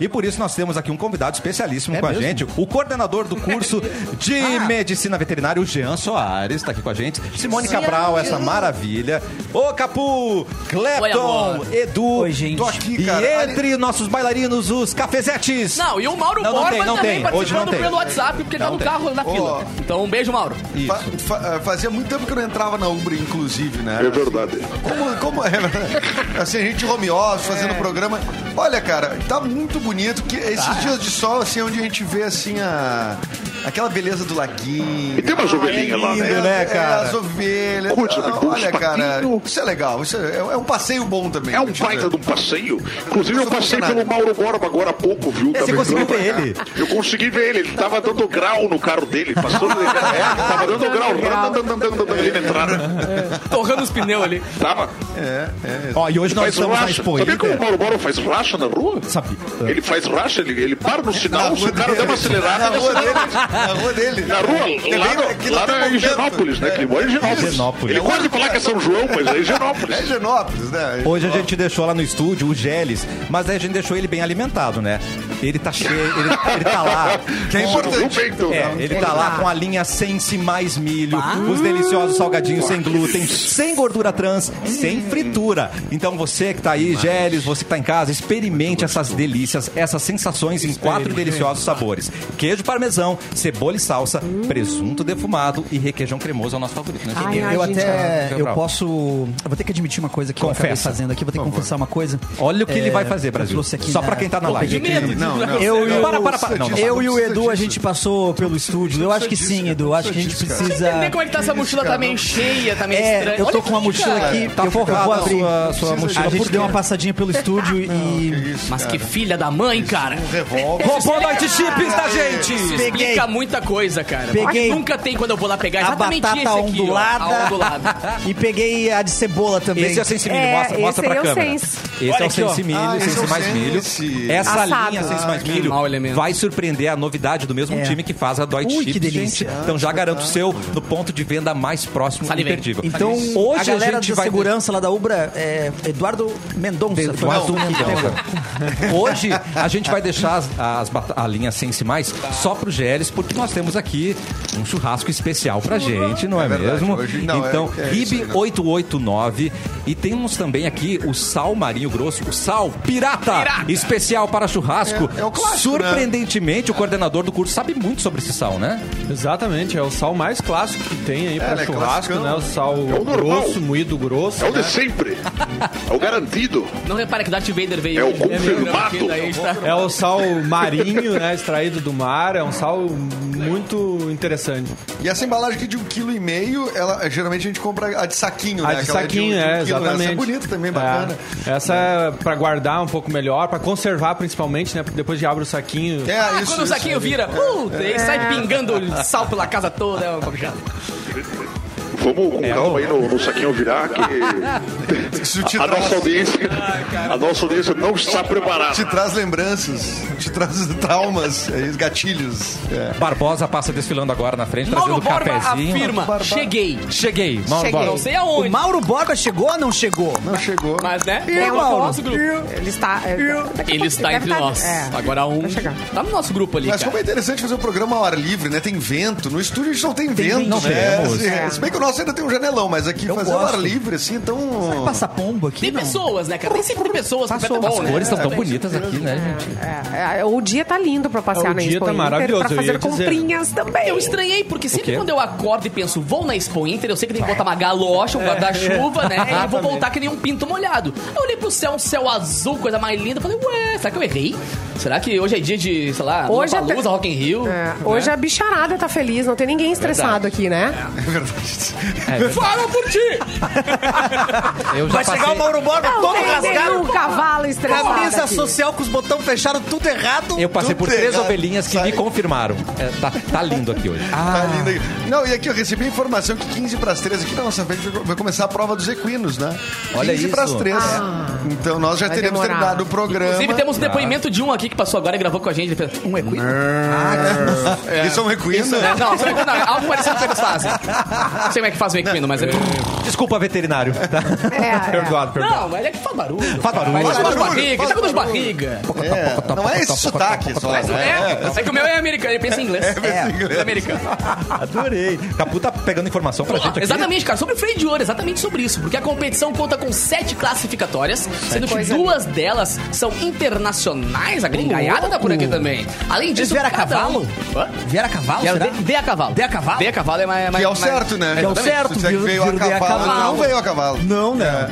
Speaker 1: E por isso nós temos aqui um convidado especialíssimo com a gente, o coordenador do curso de Medicina Veterinária, o Jean Soares, está aqui com a gente. Simone Cabral, essa maravilha. Ô, Capu,
Speaker 2: Oi,
Speaker 1: Clepton,
Speaker 2: amor.
Speaker 1: Edu.
Speaker 5: Oi, gente.
Speaker 6: Tô aqui,
Speaker 1: E
Speaker 6: cara. Ali-
Speaker 1: entre nossos bailarinos, os cafezetes.
Speaker 2: Não, e o Mauro
Speaker 1: Não, não
Speaker 2: Borba
Speaker 1: tem, não
Speaker 2: também
Speaker 1: tem. Hoje não
Speaker 2: participando
Speaker 1: tem.
Speaker 2: pelo WhatsApp, porque ele tá
Speaker 1: Não
Speaker 2: no
Speaker 1: tem.
Speaker 2: carro na fila.
Speaker 6: Ó.
Speaker 2: Então, um beijo, Mauro.
Speaker 6: Fa- fa- fazia muito tempo que eu não entrava na Umbra, inclusive, né?
Speaker 8: É verdade.
Speaker 6: Como, como é, né? Assim, a gente home office, fazendo programa. Tá. é Olha, cara, tá muito bonito. que Esses dias de sol, assim, onde a gente vê, assim, a... Aquela beleza do laguinho.
Speaker 8: E tem umas ovelhinhas lá, né?
Speaker 6: É,
Speaker 4: né,
Speaker 6: é,
Speaker 4: cara?
Speaker 6: as ovelhas.
Speaker 8: Curte,
Speaker 6: Ah,
Speaker 8: curte,
Speaker 6: Olha, cara,
Speaker 8: patinho.
Speaker 6: isso é legal. Isso é, é um passeio bom também.
Speaker 8: É um
Speaker 6: vou te dizer.
Speaker 8: baita de um passeio. Inclusive, eu passei pelo Mauro Borba agora há pouco, viu?
Speaker 5: É, você
Speaker 8: Tá
Speaker 5: conseguiu
Speaker 8: entrando
Speaker 5: ver
Speaker 8: pra cá.
Speaker 5: ele?
Speaker 8: Eu consegui ver ele. Ele tava dando grau no carro dele. Passou ele. É, tava dando grau. Dando, dando, dando, dando ali na entrada.
Speaker 2: Torrando os pneus ali.
Speaker 8: Tava.
Speaker 1: Ó, e hoje nós
Speaker 8: Faz
Speaker 1: estamos na
Speaker 8: racha.
Speaker 1: Expo
Speaker 8: Sabia que o
Speaker 1: Inter.
Speaker 8: Mauro Borba faz racha na rua?
Speaker 1: Sabe?
Speaker 8: Ele faz racha, ele, ele para no sinal, se o cara der uma acelerada,
Speaker 6: Na
Speaker 8: ele
Speaker 6: rua
Speaker 8: acelera.
Speaker 6: dele. Na rua dele.
Speaker 8: Na rua,
Speaker 6: Ele
Speaker 8: lá,
Speaker 6: vem
Speaker 8: no-
Speaker 6: aqui tá no
Speaker 8: lá na
Speaker 6: Tempo
Speaker 8: Higienópolis, né?
Speaker 6: Bento.
Speaker 8: Que ele mora em Higienópolis.
Speaker 1: Higienópolis.
Speaker 8: Ele gosta de falar que é São João, mas é Higienópolis.
Speaker 6: É Genópolis, né?
Speaker 1: Hoje a gente deixou lá no estúdio o Geles, mas aí a gente deixou ele bem alimentado, né? Ele tá cheio, ele, ele tá lá.
Speaker 6: Que é
Speaker 8: Só no
Speaker 6: importante.
Speaker 8: peito.
Speaker 1: É, ele tá lá com a linha sem si mais milho, os deliciosos salgadinhos sem glúten, sem gordura trans, sem fritura. Então você que tá aí, Geles, você que tá em casa, experimente essas delícias, essas sensações em quatro deliciosos sabores: queijo parmesão, cebola e salsa, presunto defumado e requeijão cremoso é o nosso favorito, né?
Speaker 3: Ai, ai,
Speaker 5: eu
Speaker 3: gente,
Speaker 5: até.
Speaker 1: ó.
Speaker 5: eu posso. Eu vou ter que admitir uma coisa que eu acabei
Speaker 1: Confessa.
Speaker 5: fazendo aqui. Vou ter que confessar uma coisa. É,
Speaker 1: Olha o que ele vai fazer,
Speaker 5: eu
Speaker 1: Brasil.
Speaker 5: trouxe aqui
Speaker 1: Só
Speaker 5: na-
Speaker 1: pra quem tá na
Speaker 5: Pô,
Speaker 1: live.
Speaker 5: peguei aqui.
Speaker 6: Não, não.
Speaker 5: Eu e o-
Speaker 1: Para, para, para. Não, não,
Speaker 5: Eu e o
Speaker 6: precisa
Speaker 5: Edu, a
Speaker 6: disso.
Speaker 5: gente passou pelo estúdio. Eu acho que
Speaker 6: disso,
Speaker 5: sim,
Speaker 6: cara.
Speaker 5: Edu. Acho que a gente
Speaker 6: Precisa
Speaker 5: precisa.
Speaker 2: Entender como é que tá essa mochila tá meio cheia, tá meio estranha.
Speaker 5: É, eu
Speaker 2: Olha
Speaker 5: tô com uma
Speaker 2: aqui,
Speaker 5: mochila
Speaker 2: cara.
Speaker 5: aqui.
Speaker 1: Tá
Speaker 5: Eu vou, eu vou
Speaker 1: furada a
Speaker 5: abrir.
Speaker 1: sua- sua Ah, mochila.
Speaker 5: A gente
Speaker 1: Por
Speaker 5: deu
Speaker 1: quê?
Speaker 5: uma passadinha pelo estúdio e.
Speaker 6: Isso,
Speaker 2: Mas que
Speaker 6: cara.
Speaker 2: filha da mãe, cara.
Speaker 6: Revólver.
Speaker 1: Roubou Night Chips da gente!
Speaker 5: Peguei.
Speaker 2: Explica muita coisa, cara.
Speaker 5: Peguei.
Speaker 2: Nunca tem quando eu vou lá pegar
Speaker 5: A
Speaker 2: exatamente
Speaker 5: batata tá
Speaker 2: esse aqui, Ó,
Speaker 5: ondulada.
Speaker 2: a ondulada.
Speaker 5: E peguei a de cebola também.
Speaker 1: Esse é o sense milho,
Speaker 3: É,
Speaker 1: mostra, mostra pra
Speaker 3: esse aí é o
Speaker 1: câmera.
Speaker 3: sense.
Speaker 1: Esse é
Speaker 5: Olha
Speaker 1: o
Speaker 5: aqui,
Speaker 1: sense
Speaker 5: ó.
Speaker 1: milho,
Speaker 6: Ah, esse
Speaker 1: sense
Speaker 6: é o
Speaker 1: mais
Speaker 6: sense.
Speaker 1: milho. Essa
Speaker 3: Assado.
Speaker 1: linha sense mais
Speaker 6: Ah, que
Speaker 1: milho
Speaker 2: mau elemento.
Speaker 1: vai surpreender a novidade do mesmo
Speaker 5: É.
Speaker 1: time que faz a Deutsche
Speaker 5: Ui, que
Speaker 1: Chips, gente.
Speaker 5: delícia. Ah,
Speaker 1: Então já garanto o seu no ponto de venda mais próximo e
Speaker 2: Salivei.
Speaker 1: imperdível.
Speaker 5: Então,
Speaker 1: hoje
Speaker 5: a galera
Speaker 1: gente
Speaker 5: da
Speaker 1: vai
Speaker 5: segurança lá da Ubra é Eduardo Mendonça. foi
Speaker 1: Eduardo
Speaker 5: lá.
Speaker 1: Mendonça. Hoje a gente vai deixar as, as bata- a linha Sense Mais só pro Geles, porque nós temos aqui um churrasco especial pra gente, não é,
Speaker 6: É verdade,
Speaker 1: mesmo?
Speaker 6: hoje- não,
Speaker 1: então,
Speaker 6: é- é isso aí,
Speaker 1: RIB
Speaker 6: né?
Speaker 1: 889 e temos também aqui o sal marinho grosso, o sal pirata, especial para churrasco.
Speaker 6: É- é o clássico,
Speaker 1: Surpreendentemente, o coordenador do curso sabe muito sobre esse sal, né?
Speaker 4: Exatamente, é o sal mais clássico que tem aí pra
Speaker 6: ele é
Speaker 4: churrasco,
Speaker 6: classicão,
Speaker 4: né? O sal
Speaker 8: o normal.
Speaker 4: grosso, moído grosso.
Speaker 8: É o
Speaker 4: né?
Speaker 8: de sempre. É o garantido.
Speaker 2: Não repara que Darth Vader veio.
Speaker 8: É o
Speaker 2: hoje, né, meu?
Speaker 8: confirmado.
Speaker 2: Não, daí está-
Speaker 4: É o sal marinho, né? Extraído do mar. É um sal muito interessante.
Speaker 6: E essa embalagem aqui de um quilo e meio, ela, geralmente a gente compra a de saquinho,
Speaker 4: A
Speaker 6: né?
Speaker 4: de
Speaker 6: Aquela
Speaker 4: saquinho,
Speaker 6: um-
Speaker 4: é,
Speaker 6: um quilo, né?
Speaker 4: exatamente.
Speaker 6: Essa é bonita também, bacana.
Speaker 4: É. Essa é pra guardar um pouco melhor, pra conservar principalmente, né? Porque depois já abre o saquinho.
Speaker 6: É,
Speaker 2: Ah,
Speaker 6: isso,
Speaker 2: quando o
Speaker 6: isso.
Speaker 2: saquinho vira, puta, e sai pingando sal pela casa toda, é uma complicada.
Speaker 8: Vamos com calma aí no, no saquinho virar, que
Speaker 6: Né? Isso te,
Speaker 8: a nossa
Speaker 6: traz,
Speaker 8: audiência, a nossa audiência não está preparada.
Speaker 6: te traz lembranças, te traz traumas, é isso, gatilhos. É.
Speaker 1: Barbosa passa desfilando agora na frente, trazendo
Speaker 2: Mauro
Speaker 1: o
Speaker 2: Borba
Speaker 1: um cafezinho.
Speaker 2: afirma, cheguei.
Speaker 1: Cheguei, Mauro
Speaker 3: Cheguei.
Speaker 1: Borba.
Speaker 2: Não sei
Speaker 5: O
Speaker 2: aonde,
Speaker 5: Mauro Borba chegou ou não chegou?
Speaker 6: Não chegou.
Speaker 2: mas né?
Speaker 5: É,
Speaker 2: tá no
Speaker 5: Mauro.
Speaker 2: nosso grupo.
Speaker 3: Ele está. é, daqui a
Speaker 2: Ele
Speaker 3: pouco-
Speaker 2: está
Speaker 3: deve
Speaker 2: entre
Speaker 3: estar-
Speaker 2: nós.
Speaker 3: é.
Speaker 2: Agora um.
Speaker 3: Vai chegar.
Speaker 2: Tá no nosso grupo ali,
Speaker 6: Mas como
Speaker 2: cara.
Speaker 6: é interessante fazer o programa ao ar livre, né? Tem vento. No estúdio a gente não tem, vento,
Speaker 5: vento,
Speaker 6: né?
Speaker 1: temos.
Speaker 6: Se, se bem que o nosso ainda tem um janelão, mas aqui fazer ao ar
Speaker 5: gosto.
Speaker 6: livre, assim, então.
Speaker 5: Passa pombo aqui?
Speaker 2: Tem
Speaker 5: não?
Speaker 2: pessoas, né, cara? Tem sempre pessoas que
Speaker 1: Passou,
Speaker 2: vai ter bom,
Speaker 1: as
Speaker 2: né?
Speaker 1: cores estão tão
Speaker 6: É,
Speaker 1: bonitas aqui, né, gente?
Speaker 3: É, é, o dia tá lindo pra passear
Speaker 4: O
Speaker 3: na
Speaker 4: dia
Speaker 3: Expo
Speaker 4: tá
Speaker 3: Inter,
Speaker 4: maravilhoso,
Speaker 3: Pra
Speaker 4: eu
Speaker 3: fazer
Speaker 4: ia dizer.
Speaker 3: comprinhas também. É,
Speaker 2: Eu estranhei, porque sempre
Speaker 1: quê?
Speaker 2: quando eu acordo e penso, vou na Expo Inter, eu sei que tem que botar uma galocha, um guarda-chuva, né? E vou voltar que nem um pinto molhado. Eu olhei pro céu, um céu azul, coisa mais linda. eu Falei, ué, será que eu errei? Será que hoje é dia de, sei lá,
Speaker 3: Hoje
Speaker 2: hoje
Speaker 3: é
Speaker 2: Luz,
Speaker 3: te-
Speaker 2: Rock in Rio?
Speaker 3: É, hoje a bicharada tá feliz, não tem ninguém estressado aqui, né?
Speaker 6: É
Speaker 3: É.
Speaker 2: Fala por ti!
Speaker 1: Eu já
Speaker 5: Vai chegar o
Speaker 1: passei-
Speaker 5: Mauro Borba
Speaker 3: Não
Speaker 5: todo
Speaker 3: tem
Speaker 5: rasgado.
Speaker 3: nenhum cavalo estressado
Speaker 5: Camisa
Speaker 3: aqui.
Speaker 5: social com os botões fechados, tudo errado.
Speaker 1: Eu passei por
Speaker 6: Tudo
Speaker 1: três
Speaker 6: errado.
Speaker 1: ovelhinhas que me confirmaram. É, tá, tá lindo aqui hoje.
Speaker 6: Tá lindo aqui. Não, e aqui eu recebi a informação que 15 para as 3 aqui na nossa frente vai começar a prova dos equinos, né?
Speaker 1: Olha
Speaker 6: 15
Speaker 1: isso.
Speaker 6: para as 3. então nós já
Speaker 3: Vai
Speaker 6: teremos
Speaker 3: demorar.
Speaker 6: terminado o programa.
Speaker 2: Inclusive, temos depoimento de um aqui que passou agora e gravou com a gente. Ele fez, Um equino?
Speaker 6: É. Isso é um equino?
Speaker 2: Não, não, só um equino, não, é algo parecido que eles fazem. Não sei como é que faz o equino, mas é.
Speaker 1: Desculpa, veterinário. Tá?
Speaker 3: É, é.
Speaker 1: Perdoado, perdoado.
Speaker 2: Não, mas ele é que faz barulho.
Speaker 1: Faz barulho.
Speaker 2: Faz barulho.
Speaker 6: barulho,
Speaker 2: barriga,
Speaker 6: faz
Speaker 2: tá com dor de
Speaker 6: barulho.
Speaker 2: barriga.
Speaker 6: É. Não é esse sotaque só. né?
Speaker 2: É, é que o meu é americano, ele pensa em inglês. É, americano.
Speaker 1: Adorei. Capu tá pegando informação pra gente aqui.
Speaker 2: Exatamente, cara. Sobre o freio de ouro, exatamente sobre isso. Porque a competição conta com sete classificatórias, sendo que
Speaker 3: Coisa
Speaker 2: duas delas são internacionais. A gringaiada tá por aqui também. Além disso,
Speaker 5: vieram a
Speaker 2: cada
Speaker 5: cavalo?
Speaker 2: um- Hã?
Speaker 5: Vieram a cavalo,
Speaker 2: Vieram
Speaker 5: será?
Speaker 2: de, de a cavalo.
Speaker 5: De a cavalo?
Speaker 2: De a cavalo é mais...
Speaker 6: Que é o
Speaker 2: mais-
Speaker 6: certo, né?
Speaker 5: Que é o
Speaker 6: Exatamente.
Speaker 5: certo,
Speaker 6: Se disser que
Speaker 5: viu?
Speaker 6: veio a
Speaker 5: Viu, veio a
Speaker 6: cavalo.
Speaker 5: cavalo.
Speaker 6: Não veio a cavalo.
Speaker 5: Não, né?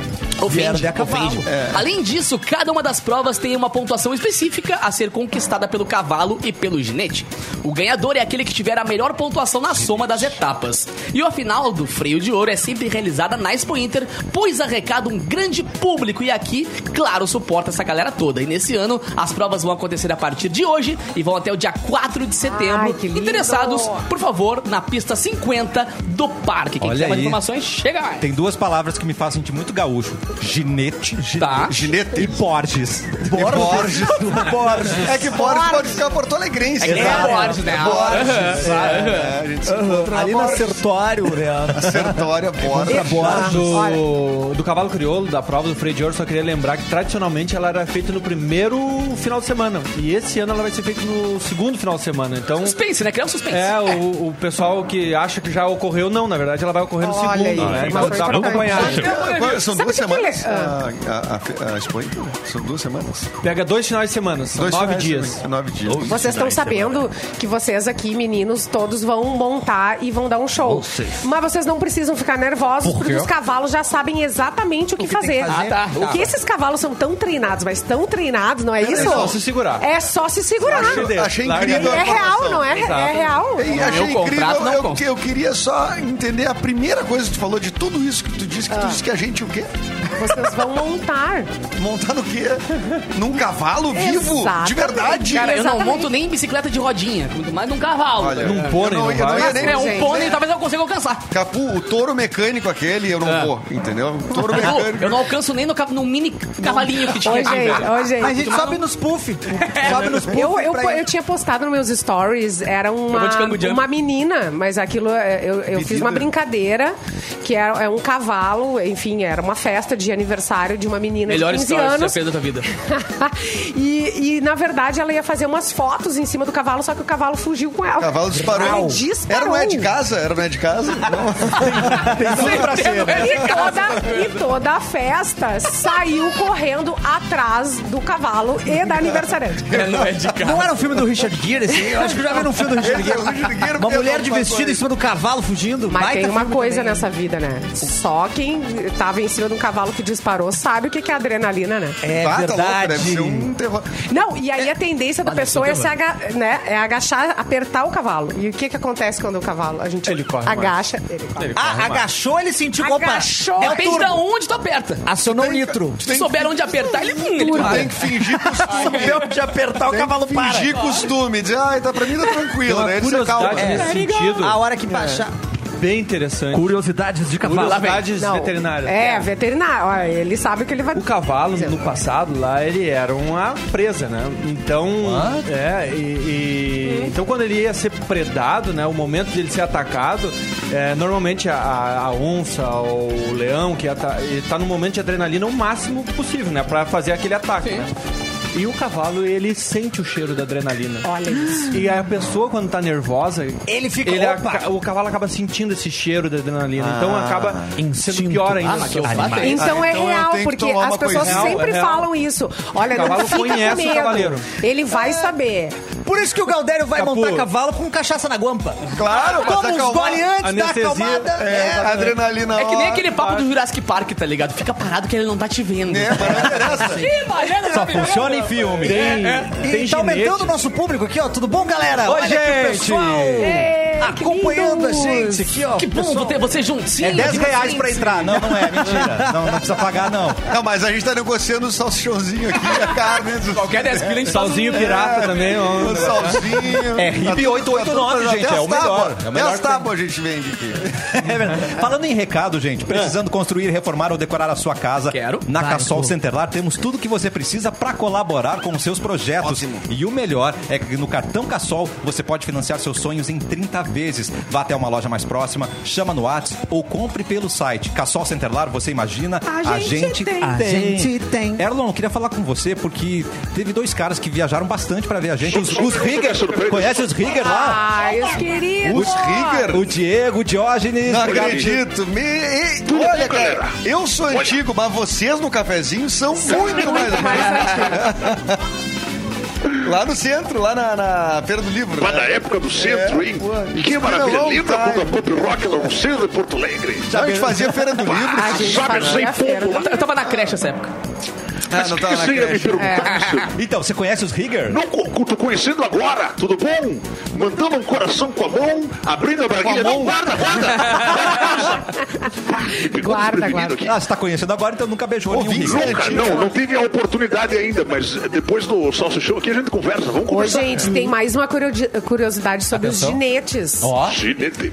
Speaker 5: Vieram
Speaker 2: Ofende,
Speaker 5: de a cavalo.
Speaker 2: ofende. Além disso, cada uma das provas tem uma pontuação específica a ser conquistada pelo cavalo e pelo ginete. O ganhador é aquele que tiver a melhor pontuação na soma das etapas. E a final do freio de ouro é sempre realizada na Expo Inter, pois arrecada um grande público e aqui, claro, suporta essa galera toda. E nesse ano, as provas vão acontecer a partir de hoje e vão até o dia 4 de setembro.
Speaker 3: Ai, que lindo.
Speaker 2: Interessados, por favor, na pista 50 do parque. Quem
Speaker 9: Olha
Speaker 2: quiser mais
Speaker 9: aí.
Speaker 2: informações, chega lá.
Speaker 9: Tem duas palavras que me fazem sentir muito gaúcho: ginete
Speaker 2: Tá.
Speaker 6: Ginete.
Speaker 9: e Borges.
Speaker 6: Borges. Borges.
Speaker 5: Borges.
Speaker 6: É que Borges pode ficar porto alegrense.
Speaker 2: É que nem a Borges, né? A
Speaker 6: Borges. É, a gente se é encontra na
Speaker 5: Ali no
Speaker 6: Borges.
Speaker 5: acertório, né?
Speaker 6: Sertória, Borges.
Speaker 5: Borges.
Speaker 4: do, do cavalo crioulo, da prova do freio de ouro, só queria lembrar que tradicionalmente ela era feita no primeiro final de semana. E esse ano ela vai ser feita no segundo final de semana. Então,
Speaker 2: Suspense, né? Criar um suspense.
Speaker 4: é, o, o pessoal que acha que já ocorreu, não. Na verdade, ela vai ocorrer no
Speaker 3: Olha
Speaker 4: segundo.
Speaker 3: aí,
Speaker 4: né? Então
Speaker 3: informação
Speaker 4: dá pra
Speaker 3: é importante.
Speaker 4: acompanhar.
Speaker 6: São
Speaker 3: Sabe
Speaker 6: duas
Speaker 3: o que que ele-
Speaker 6: semanas?
Speaker 3: Ah.
Speaker 6: A, a, a, a Expo Inter? São duas semanas?
Speaker 4: Pega dois finais de semana, são nove
Speaker 6: finais de
Speaker 4: dias.
Speaker 6: semana. Nove dias.
Speaker 3: Vocês estão sabendo que vocês aqui, meninos, todos vão montar e vão dar um show. Mas vocês não precisam ficar nervosos, porque os cavalos já sabem exatamente o que,
Speaker 5: que tem que
Speaker 3: fazer.
Speaker 5: fazer?
Speaker 2: Ah, tá.
Speaker 3: O que esses cavalos são tão treinados, mas tão treinados, não é isso?
Speaker 4: só se segurar.
Speaker 3: É só se segurar.
Speaker 4: Achei-
Speaker 6: Achei
Speaker 4: Larga
Speaker 6: incrível. a
Speaker 3: É real,
Speaker 6: informação.
Speaker 3: não é? É real.
Speaker 6: E
Speaker 2: Não,
Speaker 6: achei
Speaker 2: meu contrato
Speaker 6: incrível,
Speaker 2: não
Speaker 6: eu,
Speaker 2: consta.
Speaker 6: eu queria só entender a primeira coisa que tu falou de tudo isso que tu disse, que
Speaker 2: Ah.
Speaker 6: tu disse que a gente o quê?
Speaker 3: Vocês vão montar.
Speaker 6: Montar no quê? Num cavalo vivo?
Speaker 3: Exatamente.
Speaker 6: De verdade?
Speaker 2: Cara, eu não
Speaker 3: Exatamente.
Speaker 2: monto nem bicicleta de rodinha, quanto mais num cavalo.
Speaker 6: Olha,
Speaker 4: Num
Speaker 6: eu
Speaker 4: pônei,
Speaker 6: não-
Speaker 4: não
Speaker 6: eu não
Speaker 4: vai?
Speaker 6: ia nem-
Speaker 2: é, um
Speaker 3: gente.
Speaker 2: pônei talvez eu consiga alcançar.
Speaker 6: Capu, o touro mecânico aquele, eu não vou, entendeu? O touro
Speaker 2: Eu,
Speaker 6: mecânico.
Speaker 2: eu não alcanço nem no, cap- no mini cavalinho que tinha
Speaker 3: Oi,
Speaker 2: aqui,
Speaker 3: gente.
Speaker 2: velho.
Speaker 3: Oi, gente.
Speaker 5: A gente sobe nos puff. Sobe nos puff.
Speaker 3: Eu, eu,
Speaker 5: pra
Speaker 3: eu tinha postado nos meus stories, era uma,
Speaker 2: Pegou de cango jump.
Speaker 3: uma menina, mas aquilo é, eu, eu fiz uma brincadeira, que era é um cavalo, enfim, era uma festa de aniversário de uma menina
Speaker 2: Melhor
Speaker 3: de 15
Speaker 2: história que você
Speaker 3: anos.
Speaker 2: fez da tua vida.
Speaker 3: e, e, na verdade ela ia fazer umas fotos em cima do cavalo, só que o cavalo fugiu com ela.
Speaker 6: O cavalo disparou.
Speaker 3: Ele disparou.
Speaker 6: Era não é de casa? Era não é de casa? né?
Speaker 3: E toda, e toda a festa saiu correndo atrás do cavalo e da aniversariante.
Speaker 2: Não é de
Speaker 5: Não era um filme do Richard Gere, assim? Eu acho que já era um filme do Richard
Speaker 6: é
Speaker 5: Gere. Uma mulher de vestido em cima do cavalo fugindo.
Speaker 3: Mas
Speaker 5: Baita
Speaker 3: tem uma
Speaker 5: filme
Speaker 3: coisa
Speaker 5: também.
Speaker 3: nessa vida, né? Só quem tava em cima de um cavalo que disparou sabe o que que é adrenalina, né?
Speaker 5: É
Speaker 6: Bata tá, louco,
Speaker 5: verdade.
Speaker 6: deve ser um terror.
Speaker 3: Não, e aí a tendência da
Speaker 2: Olha,
Speaker 3: pessoa é,
Speaker 2: isso
Speaker 3: se aga, né, é agachar, apertar o cavalo. E o que que acontece quando o cavalo? A gente
Speaker 4: Ele corre mais.
Speaker 3: agacha, ele corre.
Speaker 5: Ah, agachou, ele sentiu. Opa,
Speaker 3: Agachou.
Speaker 5: é o
Speaker 2: Depende de
Speaker 5: turbo.
Speaker 2: onde É tu aperta.
Speaker 5: Acionou o nitro.
Speaker 2: Se souber então- onde apertar, ele, hum, ele para.
Speaker 6: Tem que fingir costume.
Speaker 5: Deu de apertar, o cavalo
Speaker 6: Tem que
Speaker 5: para.
Speaker 6: fingir costume. Dizer, ai, tá pra mim tá tranquilo,
Speaker 4: Uma
Speaker 6: né? Ele se acalma.
Speaker 4: curiosidade nesse sentido
Speaker 5: A hora que
Speaker 6: É.
Speaker 5: baixar.
Speaker 4: bem interessante.
Speaker 5: Curiosidades de cavalo.
Speaker 4: Curiosidades veterinárias.
Speaker 3: É, veterinário. Olha, ele sabe o que ele vai...
Speaker 4: O cavalo, no passado, lá, ele era uma presa, né? Então. É, e, e- Então, quando ele ia ser predado, né? O momento de ele ser atacado, é, normalmente a, a- a onça ou o leão, que ata- ele tá no momento de adrenalina o máximo possível, né? Pra fazer aquele ataque, né? E o cavalo, ele sente o cheiro da adrenalina.
Speaker 3: Olha isso.
Speaker 4: E a pessoa, quando tá nervosa,
Speaker 5: Ele fica, opa.
Speaker 4: aca- o cavalo acaba sentindo esse cheiro da adrenalina. então acaba sendo pior ainda.
Speaker 2: Ah, mas que eu fato é esse.
Speaker 3: Então é
Speaker 6: então eu
Speaker 3: real,
Speaker 6: tenho que
Speaker 3: porque
Speaker 6: tomar
Speaker 3: as
Speaker 6: uma
Speaker 3: pessoas
Speaker 4: coisinha.
Speaker 3: sempre
Speaker 4: É real.
Speaker 3: falam isso. Olha,
Speaker 4: O
Speaker 3: não
Speaker 4: cavalo
Speaker 3: fica com
Speaker 4: conhece o
Speaker 3: medo.
Speaker 4: cavaleiro.
Speaker 3: Ele vai saber.
Speaker 5: Por isso que o Galdério vai
Speaker 4: Capu.
Speaker 5: montar cavalo com cachaça na guampa.
Speaker 6: É. Claro, pra
Speaker 5: Toma
Speaker 6: se
Speaker 5: uns
Speaker 6: acalmar.
Speaker 5: gole antes da
Speaker 4: Anestesia.
Speaker 5: acalmada.
Speaker 6: É,
Speaker 5: É.
Speaker 6: adrenalina.
Speaker 2: É que nem
Speaker 6: ó.
Speaker 2: aquele papo do Jurassic Park, tá ligado? Fica parado que ele não tá te vendo.
Speaker 6: É, mas não interessa.
Speaker 2: Ih, Mariana,
Speaker 9: Só
Speaker 2: tá me vendo?
Speaker 5: É,
Speaker 9: funciona em filme.
Speaker 4: Tem, tem
Speaker 5: E tá aumentando o
Speaker 4: ginete.
Speaker 5: nosso público aqui, ó. Tudo bom, galera?
Speaker 9: Oi,
Speaker 5: Olha aqui o
Speaker 9: gente.
Speaker 5: pessoal
Speaker 3: Ei, que
Speaker 5: acompanhando a
Speaker 3: lindos.
Speaker 5: gente aqui, ó.
Speaker 2: Ah, Que bom
Speaker 5: Pessoal.
Speaker 2: ter você juntinho.
Speaker 9: É 10
Speaker 2: de vocês.
Speaker 9: reais pra entrar. Não, não é, mentira. Não, não precisa pagar, não.
Speaker 6: Não, mas a gente tá negociando o salsichãozinho aqui, a carne.
Speaker 2: Qualquer 10 pila a gente faz um-
Speaker 4: Salzinho pirata também, ó.
Speaker 6: O salzinho.
Speaker 9: É RIP 889,
Speaker 6: tá Até
Speaker 9: gente, é o
Speaker 6: as tábuas.
Speaker 9: melhor, é o melhor
Speaker 6: Até as
Speaker 9: que tem.
Speaker 6: tábuas a gente vende aqui.
Speaker 9: É verdade. Falando em recado, gente, precisando construir, reformar ou decorar a sua casa,
Speaker 2: Quero.
Speaker 9: na
Speaker 5: Vai,
Speaker 9: Cassol
Speaker 5: Edu.
Speaker 9: Centerlar temos tudo que você precisa para colaborar com os seus projetos.
Speaker 6: Ótimo.
Speaker 9: E o melhor é que no cartão Cassol você pode financiar seus sonhos em 30 vezes. Vá até uma loja mais próxima, chama no WhatsApp ou compre pelo site. Cassol Centerlar, você imagina?
Speaker 3: A gente tem.
Speaker 5: A gente tem.
Speaker 9: Erlon, eu queria falar com você porque teve dois caras que viajaram bastante para ver a gente. Os, os Rigger. Conhece os Rigger lá?
Speaker 3: Ai, os queridos.
Speaker 6: Os Rigger.
Speaker 9: O Diego, o Diógenes.
Speaker 6: Não acredito. Me... e-
Speaker 8: Tudo
Speaker 6: Olha,
Speaker 8: bem, galera?
Speaker 6: cara, eu sou antigo, mas vocês no cafezinho são muito mais
Speaker 3: Mas,
Speaker 6: Lá no centro, lá na, na Feira do Livro.
Speaker 8: Mas
Speaker 6: né?
Speaker 8: na época do centro,
Speaker 6: É,
Speaker 8: hein?
Speaker 6: pô,
Speaker 8: que
Speaker 6: esquina
Speaker 8: maravilha!
Speaker 6: long
Speaker 8: Lembra quando a
Speaker 6: time.
Speaker 8: Pop Rock ela não saiu de Porto Alegre?
Speaker 6: Não, a gente fazia Feira do Livro.
Speaker 3: A gente
Speaker 8: Sabe,
Speaker 3: fazia
Speaker 8: sem
Speaker 3: É a feira. né?
Speaker 8: pombo.
Speaker 2: Eu, eu tava na creche essa época.
Speaker 6: Ah, não É. tava na
Speaker 8: Você ia me
Speaker 6: creche.
Speaker 8: perguntar isso?
Speaker 9: Então, você conhece os Rigger?
Speaker 8: Não co- tô conhecendo agora, tudo bom? Mandando um coração com a mão, abrindo a barriga.
Speaker 6: Com a
Speaker 8: Não,
Speaker 6: mão.
Speaker 8: guarda, guarda! Me pegou
Speaker 3: Guarda,
Speaker 8: desprevenido
Speaker 3: guarda.
Speaker 8: aqui.
Speaker 9: Ah, você tá conhecendo agora, então nunca beijou nenhum
Speaker 6: Ouvintes,
Speaker 9: Rigger.
Speaker 6: né?
Speaker 8: Nunca, não, não tive a oportunidade ainda, mas depois do Salsichão aqui a gente conversa,
Speaker 3: Ô,
Speaker 8: vamos
Speaker 6: é
Speaker 8: conversar.
Speaker 3: gente, tem mais uma curio- curiosidade sobre
Speaker 9: Atenção.
Speaker 3: os ginetes.
Speaker 9: Ó,
Speaker 8: Ginete.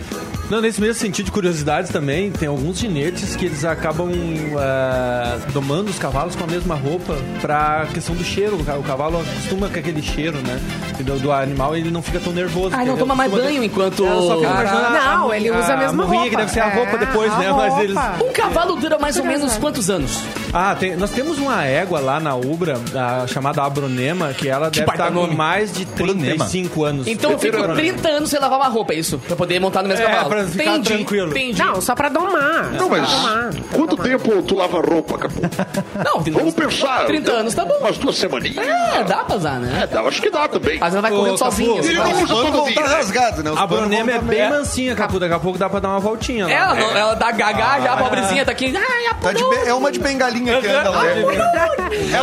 Speaker 4: Não, nesse mesmo sentido de curiosidades também, tem alguns ginetes que eles acabam ah, domando os cavalos com a mesma roupa pra questão do cheiro. O ca- o cavalo acostuma com aquele cheiro, né? Do, do animal ele não fica tão nervoso.
Speaker 2: Ai, não
Speaker 4: Ele
Speaker 2: toma mais
Speaker 4: acostuma-
Speaker 2: banho Ah, enquanto.
Speaker 4: Eu só fico imaginando a-
Speaker 3: Não,
Speaker 4: a-
Speaker 3: ele usa a mesma
Speaker 4: morrinha
Speaker 3: roupa.
Speaker 4: que deve ser a roupa
Speaker 3: É,
Speaker 4: depois,
Speaker 3: a
Speaker 4: né? Mas
Speaker 3: roupa.
Speaker 4: eles...
Speaker 2: Um cavalo dura mais ou menos quantos anos?
Speaker 4: Ah, tem- nós temos uma égua lá na Ubra, a chamada Abronema, que ela deve
Speaker 9: baita
Speaker 4: estar com
Speaker 9: nome.
Speaker 4: mais de 35 anos.
Speaker 2: Então eu fico
Speaker 4: Abronema.
Speaker 2: 30 anos sem lavar uma roupa, é isso? Pra poder montar no mesmo
Speaker 4: É,
Speaker 2: cavalo.
Speaker 4: pra ficar
Speaker 2: entendi,
Speaker 4: tranquilo.
Speaker 2: Entendi.
Speaker 3: Não, só pra domar.
Speaker 8: Não, mas
Speaker 3: Só pra domar.
Speaker 8: quanto tempo tu lava roupa, Capu?
Speaker 2: Não,
Speaker 8: Vamos pensar.
Speaker 2: 30 anos, tá bom.
Speaker 8: Umas duas semaninhas.
Speaker 2: É, dá pra usar, né?
Speaker 8: É, dá, acho que dá também.
Speaker 2: Mas ela vai
Speaker 4: Ô,
Speaker 2: correndo
Speaker 4: Capu,
Speaker 2: sozinha.
Speaker 8: Ele
Speaker 2: assim,
Speaker 8: não
Speaker 2: pra-
Speaker 8: usa
Speaker 6: Os panos
Speaker 8: todo
Speaker 6: vão
Speaker 8: dia.
Speaker 6: tá
Speaker 8: né?
Speaker 6: rasgados, né? Os
Speaker 4: A
Speaker 6: panos
Speaker 4: Abronema é
Speaker 6: vão tá
Speaker 4: bem mansinha, Capu. Daqui a pouco dá pra dar uma voltinha né?
Speaker 3: É.
Speaker 4: lá.
Speaker 2: Ela, não- ela dá gaga já, a pobrezinha tá aqui. Ai, a
Speaker 6: Tá de be- É uma de bengalinha que anda lá.
Speaker 8: É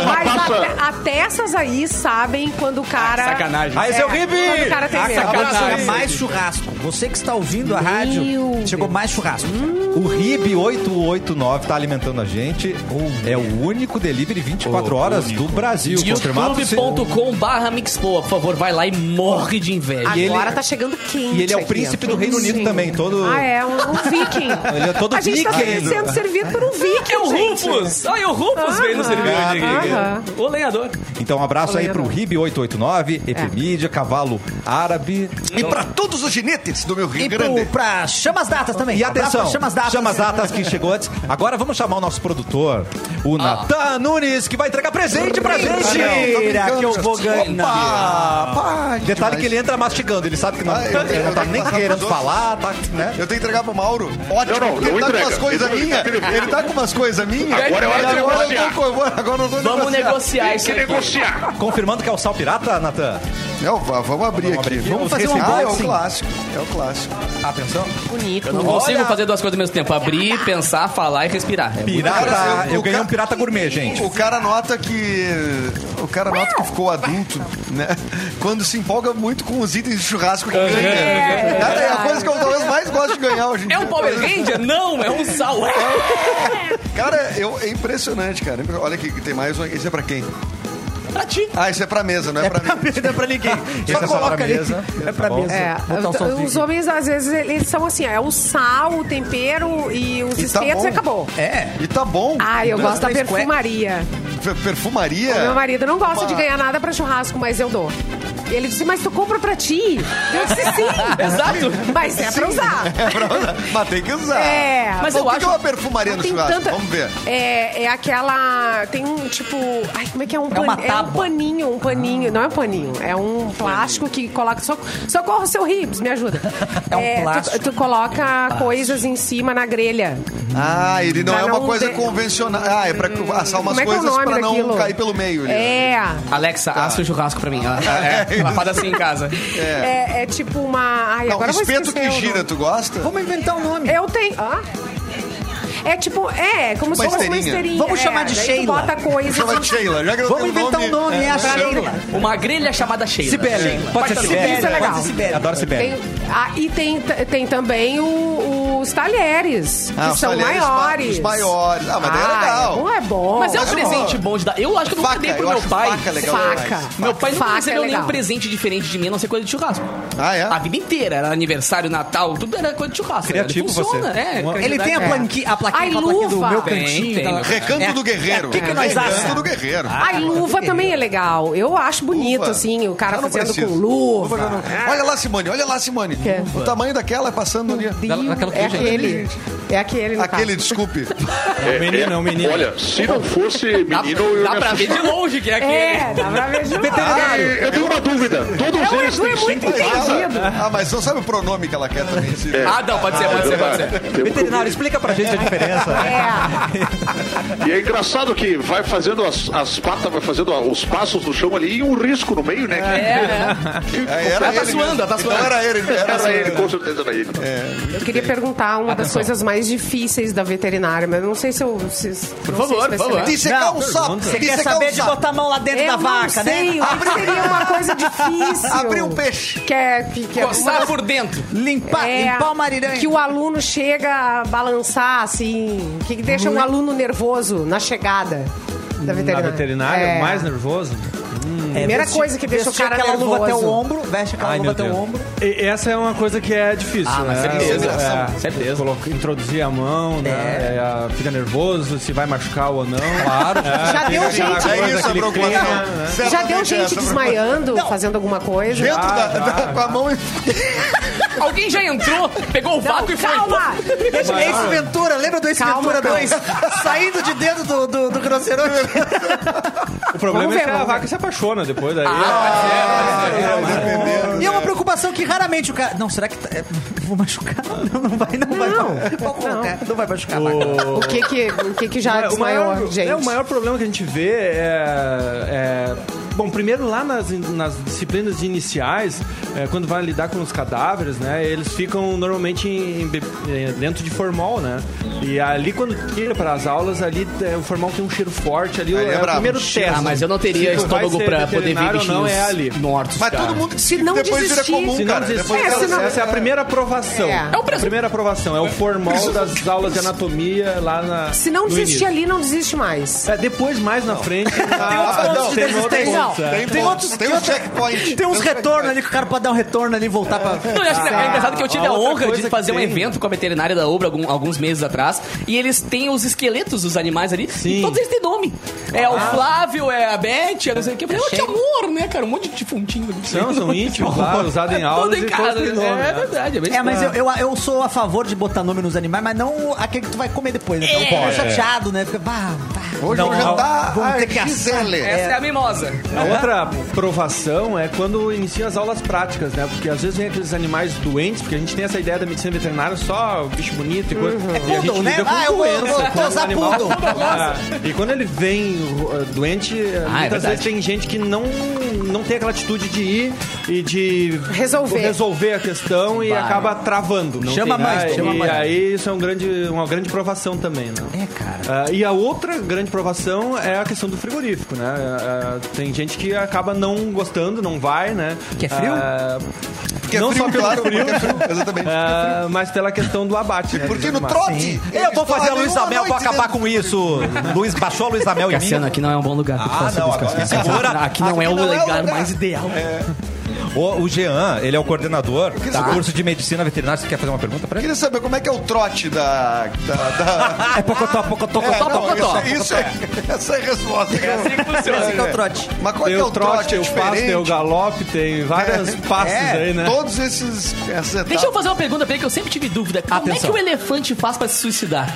Speaker 3: Mas
Speaker 8: passa-
Speaker 3: até, até essas aí sabem quando o cara. É,
Speaker 4: Sacanagem.
Speaker 9: aí seu é Ribe! Ah,
Speaker 3: Quando o cara tem medo.
Speaker 4: tá
Speaker 5: Agora
Speaker 6: aí.
Speaker 5: mais churrasco. Você que está ouvindo a rádio,
Speaker 3: Meu
Speaker 5: chegou mais churrasco.
Speaker 9: O RIB 889 tá alimentando a gente.
Speaker 4: Uhum.
Speaker 9: É o único delivery 24 horas do Brasil. Confirmado? sim.
Speaker 3: Tá
Speaker 2: youtube.com/barra Mixplo, por favor, vai lá e morre de inveja.
Speaker 9: ele-
Speaker 3: Agora tá chegando quente.
Speaker 9: E ele é o
Speaker 3: aqui,
Speaker 9: príncipe
Speaker 3: ó.
Speaker 9: do Reino Unido
Speaker 3: Sim.
Speaker 9: também, todo.
Speaker 3: Ah, é, um, um viking.
Speaker 9: Ele é todo
Speaker 3: a gente tá
Speaker 9: viking.
Speaker 3: sendo servido por um viking.
Speaker 2: É o
Speaker 3: gente.
Speaker 2: Rufus! Olha, o Rufus veio no serviço aqui.
Speaker 3: Aham.
Speaker 2: O lenhador.
Speaker 9: Então, um abraço aí
Speaker 3: Olha,
Speaker 9: pro
Speaker 3: não.
Speaker 9: RIB 889,
Speaker 5: É.
Speaker 9: Epimídia, Cavalo Árabe.
Speaker 6: E pra todos os ginetes do meu Rio
Speaker 5: E
Speaker 6: Grande.
Speaker 5: pro, pra chamas datas também.
Speaker 9: E
Speaker 5: Um abraço
Speaker 9: atenção,
Speaker 5: pra
Speaker 9: chama
Speaker 5: chamas datas.
Speaker 9: as datas que chegou antes. Agora vamos chamar o nosso produtor, o Natan Nunes, que vai entregar presente pra gente.
Speaker 5: Mentira que eu vou ganhar.
Speaker 6: Opa! Pá, gente,
Speaker 9: Detalhe
Speaker 6: mas-
Speaker 9: que ele entra mastigando, ele sabe que não,
Speaker 6: Ah, eu-
Speaker 9: ele não tá
Speaker 6: eu-
Speaker 9: nem
Speaker 6: eu-
Speaker 9: querendo
Speaker 6: eu-
Speaker 9: falar, tá, né?
Speaker 6: Eu tenho que entregar pro Mauro. Ótimo.
Speaker 8: Não, não,
Speaker 6: porque
Speaker 8: não
Speaker 6: ele tá
Speaker 8: entrega.
Speaker 6: com umas coisas
Speaker 8: Ele- ele tá
Speaker 6: minhas.
Speaker 8: televisando.
Speaker 6: Ele tá com umas coisas minhas.
Speaker 8: Agora é hora de
Speaker 6: E agora eu
Speaker 8: negociar.
Speaker 6: tô com- Agora eu tô
Speaker 2: Vamos negociar
Speaker 8: Tem
Speaker 2: isso
Speaker 8: que
Speaker 2: aqui.
Speaker 8: negociar.
Speaker 9: Confirmando que é o Sal Pirata, Natan?
Speaker 6: Não, va- vamos abrir
Speaker 9: abrir
Speaker 6: aqui.
Speaker 9: aqui.
Speaker 6: Vamos
Speaker 9: Os
Speaker 6: fazer um Ah, é o
Speaker 9: recentes.
Speaker 6: clássico. É o clássico.
Speaker 9: Atenção.
Speaker 2: Eu não consigo fazer duas coisas ao mesmo tempo. Abrir, pensar, falar e respirar. É
Speaker 9: Pirata,
Speaker 6: Cara,
Speaker 9: eu
Speaker 6: o
Speaker 9: ganhei
Speaker 6: ca-
Speaker 9: um pirata gourmet, gente.
Speaker 6: O cara nota que. O cara nota que ficou adulto, né? Quando se empolga muito com os itens de churrasco que ganha. Cara, é a coisa que eu talvez mais gosto de ganhar hoje. em
Speaker 2: É um
Speaker 6: dia.
Speaker 2: Power Ranger? Não, é um sal.
Speaker 6: Cara, eu, é impressionante, cara. Olha aqui, que tem mais um. Esse é pra quem?
Speaker 2: Pra ti.
Speaker 6: Ah, esse é pra mesa, não é, pra mim.
Speaker 5: Não é pra ninguém.
Speaker 9: Esse é só pra
Speaker 5: ali.
Speaker 9: mesa.
Speaker 5: É pra
Speaker 9: Tá bom.
Speaker 5: mesa.
Speaker 3: É,
Speaker 5: Botar um solzinho.
Speaker 3: os homens, às vezes, eles são assim, ó, é o sal, o tempero e os
Speaker 6: E tá
Speaker 3: espetos
Speaker 6: bom.
Speaker 3: e acabou.
Speaker 5: É.
Speaker 6: E tá bom.
Speaker 3: Ah, eu gosto da
Speaker 5: três
Speaker 3: perfumaria.
Speaker 6: Pe- Perfumaria.
Speaker 3: Meu marido não gosta
Speaker 6: É. Uma-
Speaker 3: de ganhar nada pra churrasco, mas eu dou. Ele disse, mas tu compra pra ti? Eu disse, sim.
Speaker 2: Exato.
Speaker 3: Mas é pra usar.
Speaker 6: É pra usar. Mas tem que usar.
Speaker 3: É.
Speaker 6: Mas
Speaker 2: Mas
Speaker 6: o
Speaker 2: eu
Speaker 6: que
Speaker 2: acho-
Speaker 6: que é uma perfumaria no
Speaker 3: tem
Speaker 6: churrasco?
Speaker 3: tanta-
Speaker 6: Vamos ver.
Speaker 3: É, é aquela. Tem um tipo. Ai, como é que é um
Speaker 5: É uma
Speaker 3: pan- É um
Speaker 5: tábua. Ah.
Speaker 3: paninho, um paninho. Não é um paninho, é um plástico que coloca. Soc- Socorro, seu Ribs, me ajuda.
Speaker 5: É um
Speaker 3: tu-
Speaker 5: plástico.
Speaker 3: Tu, coloca coisas em cima na grelha.
Speaker 6: Ah, ele não
Speaker 3: Pra
Speaker 6: é uma
Speaker 3: não
Speaker 6: coisa
Speaker 3: ter-
Speaker 6: convencional. Ah, é pra assar umas
Speaker 3: como é que é o
Speaker 6: coisas
Speaker 3: nome
Speaker 6: pra não
Speaker 3: daquilo?
Speaker 6: cair pelo meio. ali. né?
Speaker 3: É.
Speaker 2: Alexa, assa o churrasco pra mim. Ela, é, ela faz assim em casa.
Speaker 3: É. é tipo uma. Ai,
Speaker 6: Não,
Speaker 3: agora eu vou
Speaker 6: espeto
Speaker 3: esquecer
Speaker 6: que
Speaker 3: o nome.
Speaker 6: gira, tu gosta?
Speaker 5: Vamos inventar um nome.
Speaker 3: Eu tenho. Hã? É tipo, é, como se
Speaker 6: Ah?
Speaker 3: fosse
Speaker 6: Uma
Speaker 3: uma
Speaker 6: esteirinha.
Speaker 3: esteirinha.
Speaker 5: Vamos
Speaker 3: é,
Speaker 5: chamar de
Speaker 3: daí tu
Speaker 5: Sheila.
Speaker 3: Bota coisas.
Speaker 6: Chama de Sheila. Já que não
Speaker 5: Vamos
Speaker 6: tem
Speaker 5: inventar um nome, é a Sheila.
Speaker 2: Uma grelha chamada Sheila.
Speaker 5: Sibéria. Pode ser
Speaker 3: Sheila, isso é
Speaker 5: Sibéria.
Speaker 3: legal.
Speaker 5: Pode ser Sibéria.
Speaker 9: Adoro
Speaker 3: Tem,
Speaker 9: Sibéria.
Speaker 3: ah, e tem, t- tem também o- os talheres,
Speaker 6: Ah,
Speaker 3: que
Speaker 6: os
Speaker 3: são
Speaker 6: talheres ma-
Speaker 3: maiores.
Speaker 6: Os maiores. Ah, mas daí é
Speaker 3: Ah,
Speaker 6: legal.
Speaker 3: Não é bom.
Speaker 2: Mas é um
Speaker 6: Mas, ó,
Speaker 2: presente bom de dar. Eu acho é que eu nunca
Speaker 6: Faca,
Speaker 2: dei pro
Speaker 6: eu
Speaker 2: meu
Speaker 6: acho
Speaker 2: pai.
Speaker 6: faca legal.
Speaker 3: Faca.
Speaker 6: demais.
Speaker 2: Meu pai nunca
Speaker 3: Faca é
Speaker 2: recebeu nenhum
Speaker 3: legal.
Speaker 2: presente diferente de mim, a não ser coisa de churrasco.
Speaker 6: Ah, é?
Speaker 2: A vida inteira. Era aniversário, Natal, tudo era coisa de churrasco. né?
Speaker 9: Criativo
Speaker 2: Ele funciona,
Speaker 9: você.
Speaker 2: É,
Speaker 5: Ele tem a,
Speaker 3: É.
Speaker 5: planqui, a plaquinha,
Speaker 3: Ai,
Speaker 5: aquela plaquinha do
Speaker 3: luva.
Speaker 5: meu
Speaker 2: Tem,
Speaker 5: cantinho.
Speaker 2: tem.
Speaker 5: tá?
Speaker 6: Recanto
Speaker 5: É,
Speaker 6: do guerreiro.
Speaker 5: é, que que nós
Speaker 6: Recanto
Speaker 5: acha? Ah,
Speaker 6: do guerreiro.
Speaker 3: A luva
Speaker 5: que
Speaker 3: também é legal. Eu acho bonito,
Speaker 6: Luva.
Speaker 3: assim, o cara
Speaker 6: Eu não
Speaker 3: fazendo
Speaker 6: preciso.
Speaker 3: com luva. É
Speaker 5: é.
Speaker 6: Olha lá, Simone, olha lá, Simone.
Speaker 3: Quê?
Speaker 6: O tamanho daquela é passando ali.
Speaker 3: Meu Deus.
Speaker 5: Daquela que
Speaker 3: É aquele. É aquele, no caso.
Speaker 6: Aquele, desculpe.
Speaker 4: É um menino, é um menino.
Speaker 8: Olha, se não fosse menino, eu
Speaker 2: Dá
Speaker 8: me
Speaker 2: pra ver de longe que é aquele.
Speaker 3: É, dá pra ver de
Speaker 8: Ah, eu tenho uma dúvida. Todos
Speaker 3: o
Speaker 8: eles
Speaker 3: Edu é
Speaker 8: têm
Speaker 3: muito
Speaker 8: cinco
Speaker 3: entendido.
Speaker 8: casas.
Speaker 6: Ah, mas não sabe o pronome que ela quer também. se-
Speaker 2: Ah, não, pode ser, pode ser, pode ser.
Speaker 8: Tem um
Speaker 9: Veterinário, explica pra gente a diferença.
Speaker 3: É,
Speaker 8: E é engraçado que vai fazendo as, as patas, vai fazendo os passos no chão ali e um risco no meio, né? É,
Speaker 6: É, era
Speaker 2: tá
Speaker 6: ele
Speaker 2: suando,
Speaker 6: mesmo.
Speaker 2: tá suando.
Speaker 6: Então era ele, era,
Speaker 8: Era ele,
Speaker 6: ele.
Speaker 8: com certeza era ele.
Speaker 3: eu queria perguntar uma das coisas mais difíceis da veterinária, mas não sei se eu. Se, Por
Speaker 2: favor, por favor.
Speaker 6: Dissecar um
Speaker 4: Não,
Speaker 6: sapo.
Speaker 4: pergunta.
Speaker 5: Você quer
Speaker 6: dissecar um
Speaker 5: saber de
Speaker 6: sapo.
Speaker 5: botar a mão lá dentro da
Speaker 3: Eu não
Speaker 5: vaca, né?
Speaker 3: sei, o que seria uma coisa difícil.
Speaker 6: Abrir um peixe.
Speaker 3: Que é, que, que é uma
Speaker 2: Coçar
Speaker 3: das-
Speaker 2: por dentro.
Speaker 5: Limpar,
Speaker 3: é,
Speaker 5: limpar o marirão.
Speaker 3: Que o aluno chega a balançar, assim. Que deixa um aluno nervoso na chegada da
Speaker 4: Uhum. Na
Speaker 3: veterinária.
Speaker 4: veterinária,
Speaker 3: É.
Speaker 4: mais nervoso.
Speaker 3: primeira coisa que deixa o
Speaker 5: vestir
Speaker 3: cara
Speaker 5: aquela luva até
Speaker 3: nervoso.
Speaker 5: o ombro, veste aquela
Speaker 4: Ai,
Speaker 5: luva
Speaker 4: meu
Speaker 5: até o
Speaker 4: Deus.
Speaker 5: ombro.
Speaker 4: E- essa é uma coisa que é difícil.
Speaker 5: Ah, mas
Speaker 4: né?
Speaker 5: certeza.
Speaker 4: É, certeza. Coloca- introduzir a mão, né? É, fica nervoso se vai machucar ou não. Claro.
Speaker 3: Já deu gente-
Speaker 6: É isso a preocupação.
Speaker 3: Já
Speaker 4: né?
Speaker 6: Certamente
Speaker 3: deu
Speaker 6: é
Speaker 3: gente
Speaker 6: essa a
Speaker 3: desmaiando, fazendo alguma coisa?
Speaker 6: Dentro da, da- com a mão e
Speaker 2: Alguém já entrou, pegou o vácuo e foi.
Speaker 3: Calma!
Speaker 5: Ace Ventura, lembra do Ace
Speaker 3: Calma,
Speaker 5: Ventura
Speaker 3: calma.
Speaker 5: 2? Saindo de dentro do, do, do grosseirão.
Speaker 4: O problema
Speaker 3: Vamos ver,
Speaker 4: é que a
Speaker 3: vamos ver.
Speaker 4: vaca se apaixona depois
Speaker 3: Ah,
Speaker 4: daí.
Speaker 5: E é uma preocupação que raramente o cara. Não, será que. tá- é, Vou machucar? Não, não vai, não, vai. Não, Vou colocar, não. vai machucar. a vaca.
Speaker 3: O que que, o que, que já
Speaker 4: É, o
Speaker 3: desmaiou,
Speaker 4: maior-
Speaker 3: gente?
Speaker 4: É, o maior problema que a gente vê é. é- Bom, primeiro lá nas, nas disciplinas iniciais, é, quando vai lidar com os cadáveres, né? Eles ficam normalmente em- em be- eh, dentro de formol, né? E ali quando tira para as aulas, ali é, o formol tem um cheiro forte, ali
Speaker 6: Aí é
Speaker 4: é, o
Speaker 6: brabo.
Speaker 4: primeiro
Speaker 6: Cheiro.
Speaker 4: teste.
Speaker 2: Ah, mas eu não teria
Speaker 4: Se tu vai
Speaker 2: estômago
Speaker 4: ser
Speaker 2: pra poder ver
Speaker 4: veterinário ou
Speaker 2: bichinhos
Speaker 4: não é ali.
Speaker 2: mortos.
Speaker 6: Mas
Speaker 2: cara.
Speaker 6: todo mundo
Speaker 3: Se não
Speaker 6: depois
Speaker 3: desistir-
Speaker 6: vira comum,
Speaker 4: Se não
Speaker 6: cara.
Speaker 4: desistir,
Speaker 6: Depois
Speaker 3: É, se não-
Speaker 4: essa é a primeira aprovação.
Speaker 3: É. É
Speaker 2: o preço.
Speaker 4: a primeira aprovação, é o formal das aulas de anatomia lá na.
Speaker 3: Se não
Speaker 4: no
Speaker 3: desistir
Speaker 4: início.
Speaker 3: ali, não desiste mais.
Speaker 4: É, depois, mais na frente,
Speaker 6: Ah,
Speaker 4: ah,
Speaker 6: não,
Speaker 4: tem outros
Speaker 5: desistência.
Speaker 4: pontos, é.
Speaker 6: Tem, tem outros, tem um checkpoint.
Speaker 5: Tem uns retornos
Speaker 6: um checkpoint.
Speaker 5: ali que o cara pode dar um retorno ali e voltar pra.
Speaker 2: Não, eu acho que é engraçado que eu tive a,
Speaker 4: A outra
Speaker 2: honra de
Speaker 4: coisa que
Speaker 2: fazer um
Speaker 4: tem-
Speaker 2: evento com a veterinária da obra algum- alguns meses atrás. E eles têm os esqueletos dos animais ali. E
Speaker 4: Sim.
Speaker 2: todos eles têm nome. É o Flávio, é a Beth, é não sei o que. Eu falei, "Ó, que
Speaker 5: cheio.
Speaker 2: amor, né, cara? Um monte de funtinho.
Speaker 4: São, são íntimos, claro, usados em aulas
Speaker 2: Tudo em
Speaker 4: e coisa
Speaker 2: casa. né?
Speaker 4: de nome,
Speaker 2: É
Speaker 4: né?
Speaker 2: verdade. É, bem
Speaker 5: É, mas eu,
Speaker 2: estranho.
Speaker 5: eu, eu sou a favor de botar nome nos animais, mas não aquele que tu vai comer depois, né? Então, fica
Speaker 4: É.
Speaker 5: chateado, né? Fica, bah, bah.
Speaker 6: Hoje
Speaker 4: Não,
Speaker 6: não, já tá
Speaker 5: vamos ter que
Speaker 6: a
Speaker 5: assar.
Speaker 6: Gisele.
Speaker 2: Essa é a mimosa.
Speaker 4: A outra provação é quando inicia as aulas práticas, né? Porque às vezes vem aqueles animais doentes, porque a gente tem essa ideia da medicina veterinária só o bicho bonito e coisa. É E a
Speaker 5: poodle,
Speaker 4: gente
Speaker 5: né?
Speaker 4: lida com
Speaker 5: Ah, eu vou-
Speaker 4: doença.
Speaker 5: eu vou
Speaker 4: com
Speaker 5: tosar
Speaker 4: animal.
Speaker 5: poodle.
Speaker 4: Ah, E quando ele vem uh, doente,
Speaker 5: Ah, é
Speaker 4: muitas
Speaker 2: verdade.
Speaker 4: vezes tem gente que não, não tem aquela atitude de ir e de
Speaker 3: Resolver.
Speaker 4: resolver a questão e acaba travando. Não
Speaker 5: Chama
Speaker 4: tem,
Speaker 5: mais,
Speaker 4: né?
Speaker 5: chama
Speaker 4: e
Speaker 5: mais.
Speaker 4: aí isso é um grande, uma grande provação também, né?
Speaker 5: É, cara.
Speaker 4: Ah, e a outra grande provação é a questão do frigorífico, né? Ah, tem gente que acaba não gostando, não vai, né?
Speaker 5: Que é frio?
Speaker 4: Ah,
Speaker 6: Porque é
Speaker 4: não
Speaker 6: frio,
Speaker 4: só pelo
Speaker 6: claro.
Speaker 4: frio,
Speaker 6: porque é frio, Exatamente.
Speaker 4: ah, mas pela questão do abate. né,
Speaker 6: Porque
Speaker 4: dos
Speaker 6: no
Speaker 4: animais.
Speaker 6: trote...
Speaker 9: Eu vou fazer a Luiz Amel pra acabar com isso. Luiz, baixou a Luiz Amel em mim.
Speaker 2: Cassiano, aqui não é um bom lugar pra falar
Speaker 9: Ah,
Speaker 2: sobre
Speaker 9: não,
Speaker 2: isso,
Speaker 9: agora me
Speaker 2: Cassiano.
Speaker 9: segura.
Speaker 2: Aqui não é o
Speaker 6: não é o
Speaker 2: lugar
Speaker 6: lugar.
Speaker 2: mais ideal.
Speaker 9: O, o Jean, ele é o coordenador
Speaker 6: Tá.
Speaker 9: do curso de medicina veterinária. Você quer fazer uma pergunta pra
Speaker 6: Eu
Speaker 9: ele?
Speaker 6: queria saber como é que é o trote da... da, da...
Speaker 9: É pocotó, pocotó,
Speaker 6: É,
Speaker 9: pocotó.
Speaker 6: não,
Speaker 2: pocotó,
Speaker 6: isso, isso é, essa é a resposta.
Speaker 2: É assim que funciona.
Speaker 5: Esse que é o trote.
Speaker 6: Mas qual é
Speaker 4: Tem
Speaker 6: que é
Speaker 4: o trote, tem
Speaker 6: É
Speaker 4: o passo, tem o
Speaker 6: diferente?
Speaker 4: galope, tem vários passos
Speaker 5: É,
Speaker 4: aí, né?
Speaker 6: Todos esses... essas
Speaker 2: Deixa eu
Speaker 6: etapas.
Speaker 2: fazer uma pergunta pra ele que eu sempre tive dúvida. Como é
Speaker 5: Atenção.
Speaker 2: que o elefante faz pra se suicidar?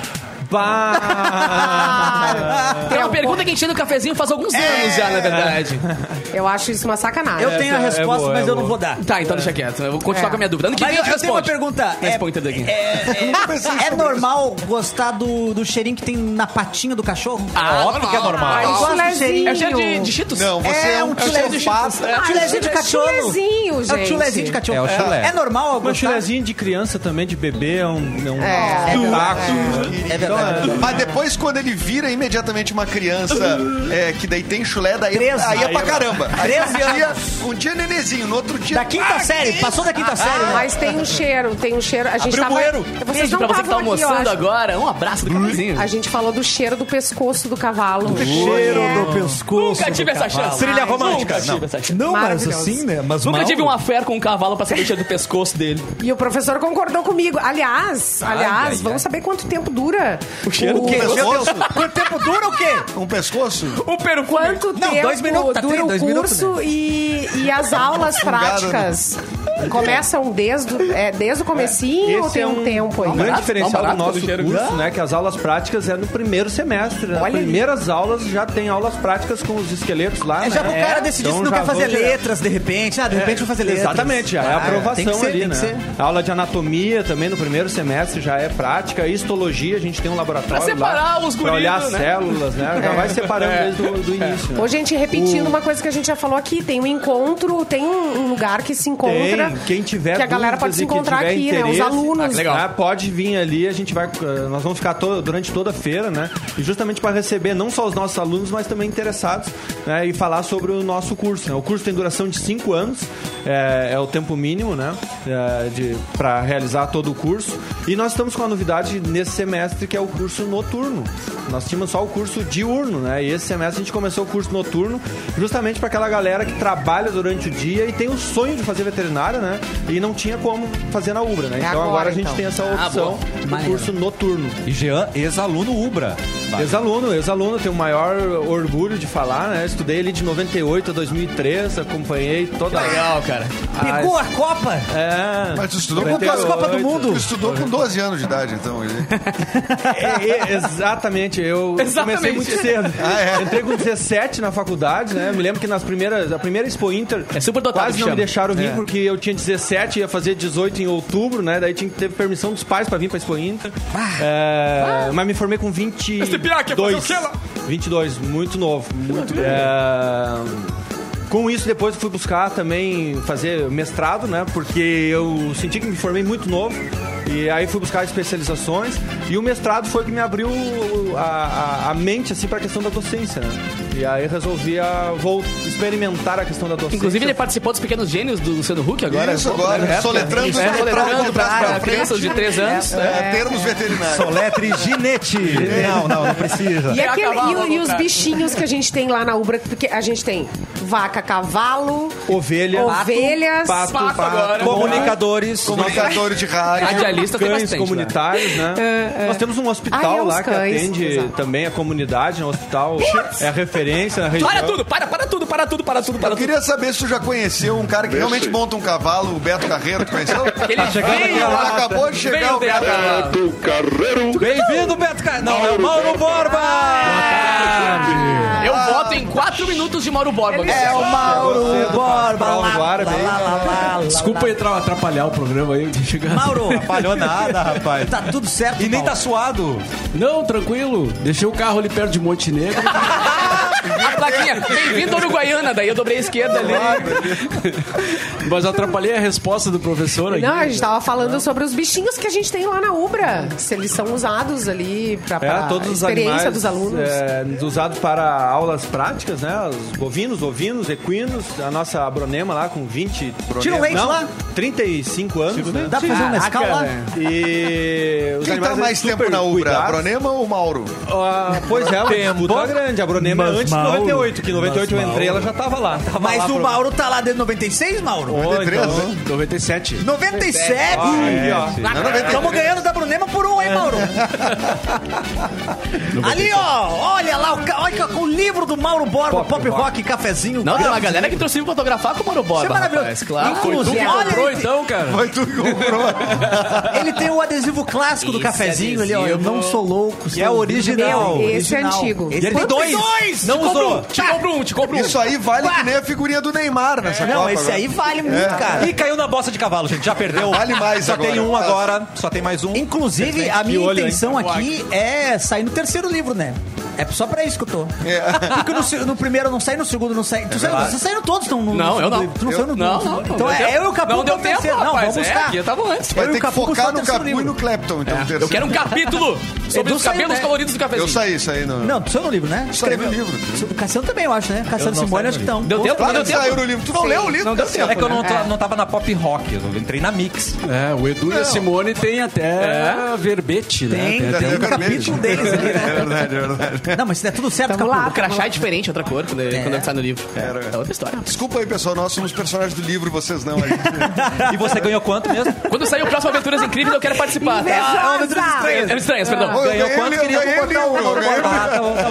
Speaker 4: Bah!
Speaker 2: É uma pergunta que a gente tem no cafezinho faz alguns anos já, na verdade.
Speaker 3: Eu acho isso uma sacanagem.
Speaker 5: Eu tenho a
Speaker 4: é
Speaker 5: resposta,
Speaker 4: boa, é
Speaker 5: mas eu não
Speaker 4: boa.
Speaker 5: vou dar.
Speaker 2: Tá, então deixa quieto. Eu vou continuar
Speaker 3: É.
Speaker 2: com a minha dúvida. Ano que
Speaker 5: Mas
Speaker 2: vem a
Speaker 5: eu,
Speaker 2: gente
Speaker 5: eu tenho uma
Speaker 2: responde.
Speaker 5: pergunta. É,
Speaker 2: Responde, Daqui.
Speaker 5: é normal gostar do, do cheirinho que tem na patinha do cachorro?
Speaker 2: Ah, óbvio que é normal.
Speaker 3: Ah,
Speaker 5: eu
Speaker 3: um
Speaker 5: gosto do
Speaker 3: chilezinho.
Speaker 5: cheirinho.
Speaker 2: É o cheiro de, de Cheetos.
Speaker 6: Não, você é,
Speaker 5: É
Speaker 6: um
Speaker 5: um chulé de
Speaker 6: psicopata.
Speaker 5: É o chulezinho de
Speaker 3: É
Speaker 5: cachorro.
Speaker 3: chulezinho,
Speaker 5: É o
Speaker 3: gente.
Speaker 5: chulezinho de cachorro.
Speaker 9: É o chulé.
Speaker 5: É normal
Speaker 4: Uma
Speaker 5: gostar?
Speaker 4: chulezinha de criança também, de bebê, é um, Né? é um
Speaker 3: É, é
Speaker 4: taco.
Speaker 5: É verdade.
Speaker 6: Mas depois, quando ele vira imediatamente uma criança é, que daí tem chulé, daí
Speaker 5: Treze.
Speaker 6: aí é pra
Speaker 5: Aí-
Speaker 6: caramba. Aí
Speaker 5: Treze
Speaker 6: um dia,
Speaker 5: anos.
Speaker 6: um dia é nenezinho, no outro dia.
Speaker 5: Da quinta
Speaker 6: Ah,
Speaker 5: série,
Speaker 6: que
Speaker 5: passou da quinta série. né?
Speaker 3: Mas tem um cheiro, tem um cheiro. A gente
Speaker 9: Abriu o
Speaker 3: tava.
Speaker 9: bueiro.
Speaker 3: Vocês
Speaker 2: Beijo
Speaker 3: não
Speaker 2: pra você que tá
Speaker 3: estavam aqui, eu
Speaker 2: almoçando
Speaker 3: acho.
Speaker 2: agora. Um abraço do cafezinho.
Speaker 3: A gente falou do cheiro do pescoço do cavalo.
Speaker 5: Cheiro do pescoço.
Speaker 2: Nunca tive essa chance.
Speaker 9: Trilha romântica.
Speaker 2: Nunca tive
Speaker 9: Não.
Speaker 2: essa chance.
Speaker 5: Não, mas
Speaker 3: Maravilhoso.
Speaker 5: assim, né? Mas
Speaker 2: Nunca
Speaker 5: mal.
Speaker 2: tive uma fé com um cavalo pra saber o cheiro do pescoço dele.
Speaker 3: E o professor concordou comigo. Aliás, aliás, vamos saber quanto tempo dura. O
Speaker 4: cheiro
Speaker 6: Um pescoço?
Speaker 5: Quanto tempo dura o quê?
Speaker 6: Um pescoço?
Speaker 2: O peru
Speaker 3: Quanto
Speaker 5: Não,
Speaker 3: tempo
Speaker 5: dois minutos, tá
Speaker 3: dura
Speaker 5: tendo
Speaker 3: o
Speaker 5: dois minutos,
Speaker 3: curso e, e as aulas
Speaker 6: Fungado, né?
Speaker 3: práticas? Começam desde, é, desde o comecinho ou
Speaker 4: Esse
Speaker 3: tem
Speaker 4: é
Speaker 3: um, tempo aí?
Speaker 4: Um grande diferencial
Speaker 2: barato,
Speaker 4: do nosso
Speaker 2: ligeiro.
Speaker 4: curso, né? Que as aulas práticas é no primeiro semestre. Nas primeiras aulas já tem aulas práticas com os esqueletos lá.
Speaker 5: É já
Speaker 4: né?
Speaker 5: pro cara
Speaker 4: É,
Speaker 5: decidir
Speaker 4: então
Speaker 5: se não
Speaker 4: já
Speaker 5: quer fazer
Speaker 4: vão direto.
Speaker 5: letras, de repente. Ah, de repente eu vou fazer letras.
Speaker 4: Exatamente, já é a
Speaker 5: Ah, tem
Speaker 4: aprovação
Speaker 5: que ser,
Speaker 4: ali,
Speaker 5: tem que
Speaker 4: né?
Speaker 5: ser.
Speaker 4: Aula de anatomia também no primeiro semestre já é prática, histologia, a gente tem um laboratório
Speaker 2: Pra separar
Speaker 4: lá,
Speaker 2: os
Speaker 4: pra olhar
Speaker 2: guris,
Speaker 4: as
Speaker 2: né? É.
Speaker 4: células, né? Já vai separando desde o do início. né?
Speaker 3: Hoje a gente repetindo uma coisa que a gente já falou aqui, tem um encontro, tem um um lugar que se encontra.
Speaker 4: Tem, quem tiver
Speaker 3: que a galera pode
Speaker 4: dúvidas
Speaker 3: se
Speaker 4: e quem
Speaker 3: encontrar
Speaker 4: tiver
Speaker 3: aqui, né? Os
Speaker 4: interesse,
Speaker 3: alunos.
Speaker 4: ah, legal. né, Pode vir ali, a gente vai, eh, nós vamos ficar todo- durante toda a feira, né? E justamente para receber não só os nossos alunos, mas também interessados, né? E falar sobre o nosso curso. né? O curso tem duração de cinco anos, é, é o tempo mínimo, né? É, de para realizar todo o curso. E nós estamos com a novidade nesse semestre que é o curso noturno. Nós tínhamos só o curso diurno, né? E esse semestre a gente começou o curso noturno, justamente para aquela galera que trabalha durante o dia e tem o sonho de fazer veterinária, né? E não tinha como fazer na Ubra, né?
Speaker 3: É
Speaker 4: então
Speaker 3: agora,
Speaker 4: agora, a gente
Speaker 3: então.
Speaker 4: tem essa
Speaker 2: Ah,
Speaker 4: opção
Speaker 2: boa.
Speaker 4: do
Speaker 5: Maneiro.
Speaker 4: curso noturno.
Speaker 9: E Jean, ex-aluno Ubra.
Speaker 4: Ex-aluno, ex-aluno, tenho o maior orgulho de falar, né? Estudei ali de 98 a 2003, acompanhei toda
Speaker 2: Legal, cara.
Speaker 5: Pegou a Copa?
Speaker 4: Ah, É,
Speaker 6: Mas tu estudou com
Speaker 4: 98.
Speaker 6: duas Copas
Speaker 5: do Mundo?
Speaker 6: Tu estudou com 12 anos de idade, então.
Speaker 4: É, é, exatamente, eu
Speaker 2: Exatamente.
Speaker 4: comecei muito cedo.
Speaker 6: Ah, é?
Speaker 4: Entrei com 17 na faculdade, né? Me lembro que nas primeiras, a primeira Expo Inter,
Speaker 2: É superdotado
Speaker 4: quase
Speaker 2: que
Speaker 4: não me
Speaker 2: chama.
Speaker 4: deixaram vir
Speaker 6: É.
Speaker 4: porque eu tinha 17 ia fazer 18 em outubro, né? Daí tinha que ter permissão dos pais pra vir pra Expo Inter. É, Mas me formei com 22.
Speaker 2: Esse piraca ia fazer o quê lá?
Speaker 4: 22, muito novo, muito é, com isso, depois eu fui buscar também fazer mestrado, né? Porque eu senti que me formei muito novo. E aí fui buscar especializações. E o mestrado foi o que me abriu a, a- a mente, assim, pra questão da docência, né? E aí resolvi a, vou experimentar a questão da docência.
Speaker 2: Inclusive, ele participou dos Pequenos Gênios do Luciano Huck agora.
Speaker 6: Isso agora, soletrando
Speaker 2: É,
Speaker 6: soletrando
Speaker 2: soletrando
Speaker 6: de trás pra
Speaker 2: para
Speaker 6: frente.
Speaker 2: crianças de 3 anos. né?
Speaker 6: É, termos veterinários.
Speaker 9: Soletre Ginete. não, não, não precisa.
Speaker 3: E, aquele-
Speaker 2: cavalo,
Speaker 3: e o- e os
Speaker 2: cara.
Speaker 3: bichinhos que a gente tem lá na Ubra, porque a gente tem vaca, cavalo,
Speaker 2: é
Speaker 4: Ovelha,
Speaker 3: ovelhas,
Speaker 4: pato,
Speaker 2: pato
Speaker 4: pato,
Speaker 2: agora.
Speaker 9: Comunicadores.
Speaker 6: Comunicador de rádio.
Speaker 2: Radialista tem
Speaker 4: cães
Speaker 2: bastante. né?
Speaker 4: comunitários, né? Nós temos um
Speaker 3: Ah, é,
Speaker 4: hospital
Speaker 3: os
Speaker 4: lá que
Speaker 3: cães,
Speaker 4: atende
Speaker 3: exato.
Speaker 4: também a comunidade, um hospital é a referência na região.
Speaker 2: Para tudo, para, para tudo, para tudo, para tudo, para
Speaker 6: Eu
Speaker 2: tudo.
Speaker 6: queria saber se tu já conheceu um cara que
Speaker 8: Eu
Speaker 6: realmente
Speaker 8: sei.
Speaker 6: monta um cavalo, o Beto Carreiro, tu conheceu?
Speaker 2: Ele veio,
Speaker 6: Ele acabou de chegar
Speaker 2: veio
Speaker 6: o
Speaker 2: de
Speaker 6: Beto Carreiro.
Speaker 2: Acabado.
Speaker 8: Do Carreiro.
Speaker 9: Bem-vindo, Beto Ca... Não, é o Mauro Borba!
Speaker 2: Eu voto em 4 minutos de Mauro Borba.
Speaker 5: É o Mauro
Speaker 4: cedo,
Speaker 5: Borba.
Speaker 4: Paulo
Speaker 5: Lá, lá,
Speaker 4: Guarda, hein?
Speaker 5: lá, lá, lá, lá.
Speaker 10: Desculpa entra- atrapalhar o programa aí. deixa eu chegar.
Speaker 5: Mauro,
Speaker 9: Falhou nada, rapaz.
Speaker 5: tá tudo certo,
Speaker 9: E nem tá
Speaker 5: Paulo.
Speaker 9: suado.
Speaker 10: Não, tranquilo. Deixei o carro ali perto de Montenegro.
Speaker 2: A plaquinha, bem-vindo ao Uruguaiana. Daí eu dobrei a esquerda ali.
Speaker 10: mas atrapalhei a resposta do professor aqui.
Speaker 3: Não, a gente tava falando
Speaker 4: Uhum.
Speaker 3: sobre os bichinhos que a gente tem lá na Ubra. Se eles são usados ali pra,
Speaker 4: É,
Speaker 5: Ah,
Speaker 3: pra
Speaker 4: todos os
Speaker 3: experiência
Speaker 4: animais
Speaker 3: dos alunos.
Speaker 4: é, usados para aulas práticas, né? Os bovinos, ovinos, equinos. A nossa Bronema lá com 20...
Speaker 5: Tira o leite
Speaker 4: não,
Speaker 5: lá.
Speaker 4: 35 anos, né?
Speaker 5: Dá pra fazer um
Speaker 4: Caraca,
Speaker 5: Nescau lá?
Speaker 4: né? E os
Speaker 6: Quem
Speaker 4: animais
Speaker 6: tá mais
Speaker 4: super
Speaker 6: tempo na Ubra, a
Speaker 4: cuidados.
Speaker 6: Bronema ou o Mauro?
Speaker 4: Ah, pois é, o tempo tá grande. A Bronema é
Speaker 10: Mas Mauro-
Speaker 4: antes de 98, que em 98 eu
Speaker 10: mas
Speaker 4: entrei, ela
Speaker 10: Mauro-
Speaker 4: já tava lá. Tava
Speaker 5: Mas
Speaker 4: lá
Speaker 5: o
Speaker 4: pro-
Speaker 5: Mauro tá lá dentro de 96, Mauro?
Speaker 4: Ó,
Speaker 6: 93,
Speaker 4: então,
Speaker 6: né?
Speaker 10: 97.
Speaker 5: 97?
Speaker 4: Ah, aí, ó.
Speaker 5: Estamos ganhando da Brunema por um, hein, Mauro? Ali, ó, olha lá, o, ca- olha o livro do Mauro Borba, Pop, Rock, Cafezinho.
Speaker 2: Não, tem uma
Speaker 5: Gramps.
Speaker 2: galera que trouxe pra fotografar com o Mauro Borba.
Speaker 5: Isso é maravilhoso.
Speaker 2: rapaz, claro.
Speaker 5: Inclusive,
Speaker 10: Tu que
Speaker 5: olha,
Speaker 10: comprou
Speaker 5: ele,
Speaker 10: então, cara?
Speaker 6: Foi tu que comprou.
Speaker 5: ele tem o adesivo clássico do
Speaker 2: Esse
Speaker 5: Cafezinho ali, ó. Eu
Speaker 2: adesivo-
Speaker 5: não sou um louco.
Speaker 9: E é original.
Speaker 3: Esse é antigo.
Speaker 5: Esse
Speaker 9: ele tem
Speaker 5: Quanto?
Speaker 9: dois. Não
Speaker 2: Te compro um,
Speaker 9: usou.
Speaker 2: Te compro um, te compro um.
Speaker 6: Isso aí vale que nem a figurinha do Neymar nessa
Speaker 5: É. Não,
Speaker 6: Copa. né?
Speaker 5: esse
Speaker 6: agora.
Speaker 5: aí vale muito, cara.
Speaker 9: E caiu na bosta de cavalo, gente. Já perdeu.
Speaker 6: Vale mais
Speaker 9: Só
Speaker 6: agora.
Speaker 9: tem um agora. Só tem mais um.
Speaker 1: Hum.
Speaker 5: Inclusive, a minha
Speaker 4: olho, hein?
Speaker 5: intenção aqui é sair no terceiro livro, né? É só pra isso que eu tô.
Speaker 6: É.
Speaker 5: Porque no, se- no primeiro eu não saí, no segundo eu não saí. Tu saiu, vocês saíram todos, não? No, no
Speaker 2: Não, eu
Speaker 5: segundo
Speaker 2: não.
Speaker 5: livro. Tu não
Speaker 2: Eu-
Speaker 5: saiu no
Speaker 2: não,
Speaker 5: no-
Speaker 2: não, não
Speaker 5: Então
Speaker 2: deu
Speaker 5: é
Speaker 2: tempo.
Speaker 5: eu e o Capu
Speaker 2: Não
Speaker 5: que
Speaker 2: deu
Speaker 5: é o
Speaker 2: tempo,
Speaker 5: terceiro. Não,
Speaker 2: rapaz,
Speaker 5: vamos
Speaker 2: é,
Speaker 5: buscar.
Speaker 2: aqui eu tava antes.
Speaker 6: Vai
Speaker 5: Eu e
Speaker 6: ter
Speaker 5: o
Speaker 6: que
Speaker 5: Capu
Speaker 6: focar
Speaker 5: só
Speaker 6: no
Speaker 5: o terceiro
Speaker 6: Capu e
Speaker 5: livro.
Speaker 6: no Clapton, então, terceiro.
Speaker 2: Eu quero um capítulo sobre
Speaker 5: Eu
Speaker 2: os
Speaker 5: saí,
Speaker 2: cabelos
Speaker 5: né?
Speaker 2: coloridos do
Speaker 6: Eu
Speaker 2: cafezinho.
Speaker 6: saí, saí. Não,
Speaker 5: Não, tu saiu no livro, né?
Speaker 6: Saiu no
Speaker 5: Escreveu-
Speaker 6: livro.
Speaker 5: O Cassiano também, eu acho, né? Cassiano
Speaker 9: não
Speaker 5: Simone,
Speaker 9: saí
Speaker 5: acho
Speaker 9: no
Speaker 5: que não.
Speaker 2: Deu tempo? Não
Speaker 6: Claro
Speaker 2: deu
Speaker 6: que saiu
Speaker 2: tempo.
Speaker 6: o livro. Tu não leu o livro?
Speaker 2: Não deu tempo.
Speaker 9: É que eu não,
Speaker 2: né?
Speaker 9: tô- não tava na pop rock, eu entrei na mix. É.
Speaker 10: É, o Edu e a Simone tem até verbete, né?
Speaker 5: Tem,
Speaker 10: até
Speaker 5: tem um
Speaker 10: um-
Speaker 5: capítulo deles ali,
Speaker 6: É
Speaker 5: né?
Speaker 6: verdade, é verdade.
Speaker 5: Não, mas se der tudo certo,
Speaker 3: Tamo lá.
Speaker 2: O crachá é diferente, outra cor, quando,
Speaker 5: É.
Speaker 2: quando sai no livro. É, outra história.
Speaker 6: Desculpa aí, pessoal, nós somos personagens do livro, vocês não. a gente-
Speaker 1: E você ganhou quanto mesmo?
Speaker 2: Quando sair o próximo Aventuras Incríveis, eu quero participar.
Speaker 3: Invejosa!
Speaker 2: Tá? É estranhas, perdão.
Speaker 6: Eu
Speaker 1: Ganhou
Speaker 6: ganhei
Speaker 1: quanto?
Speaker 6: livro,
Speaker 1: Queria
Speaker 6: eu ganhei
Speaker 1: concordar
Speaker 6: livro, eu ganhei
Speaker 1: Ah, tá bom, tá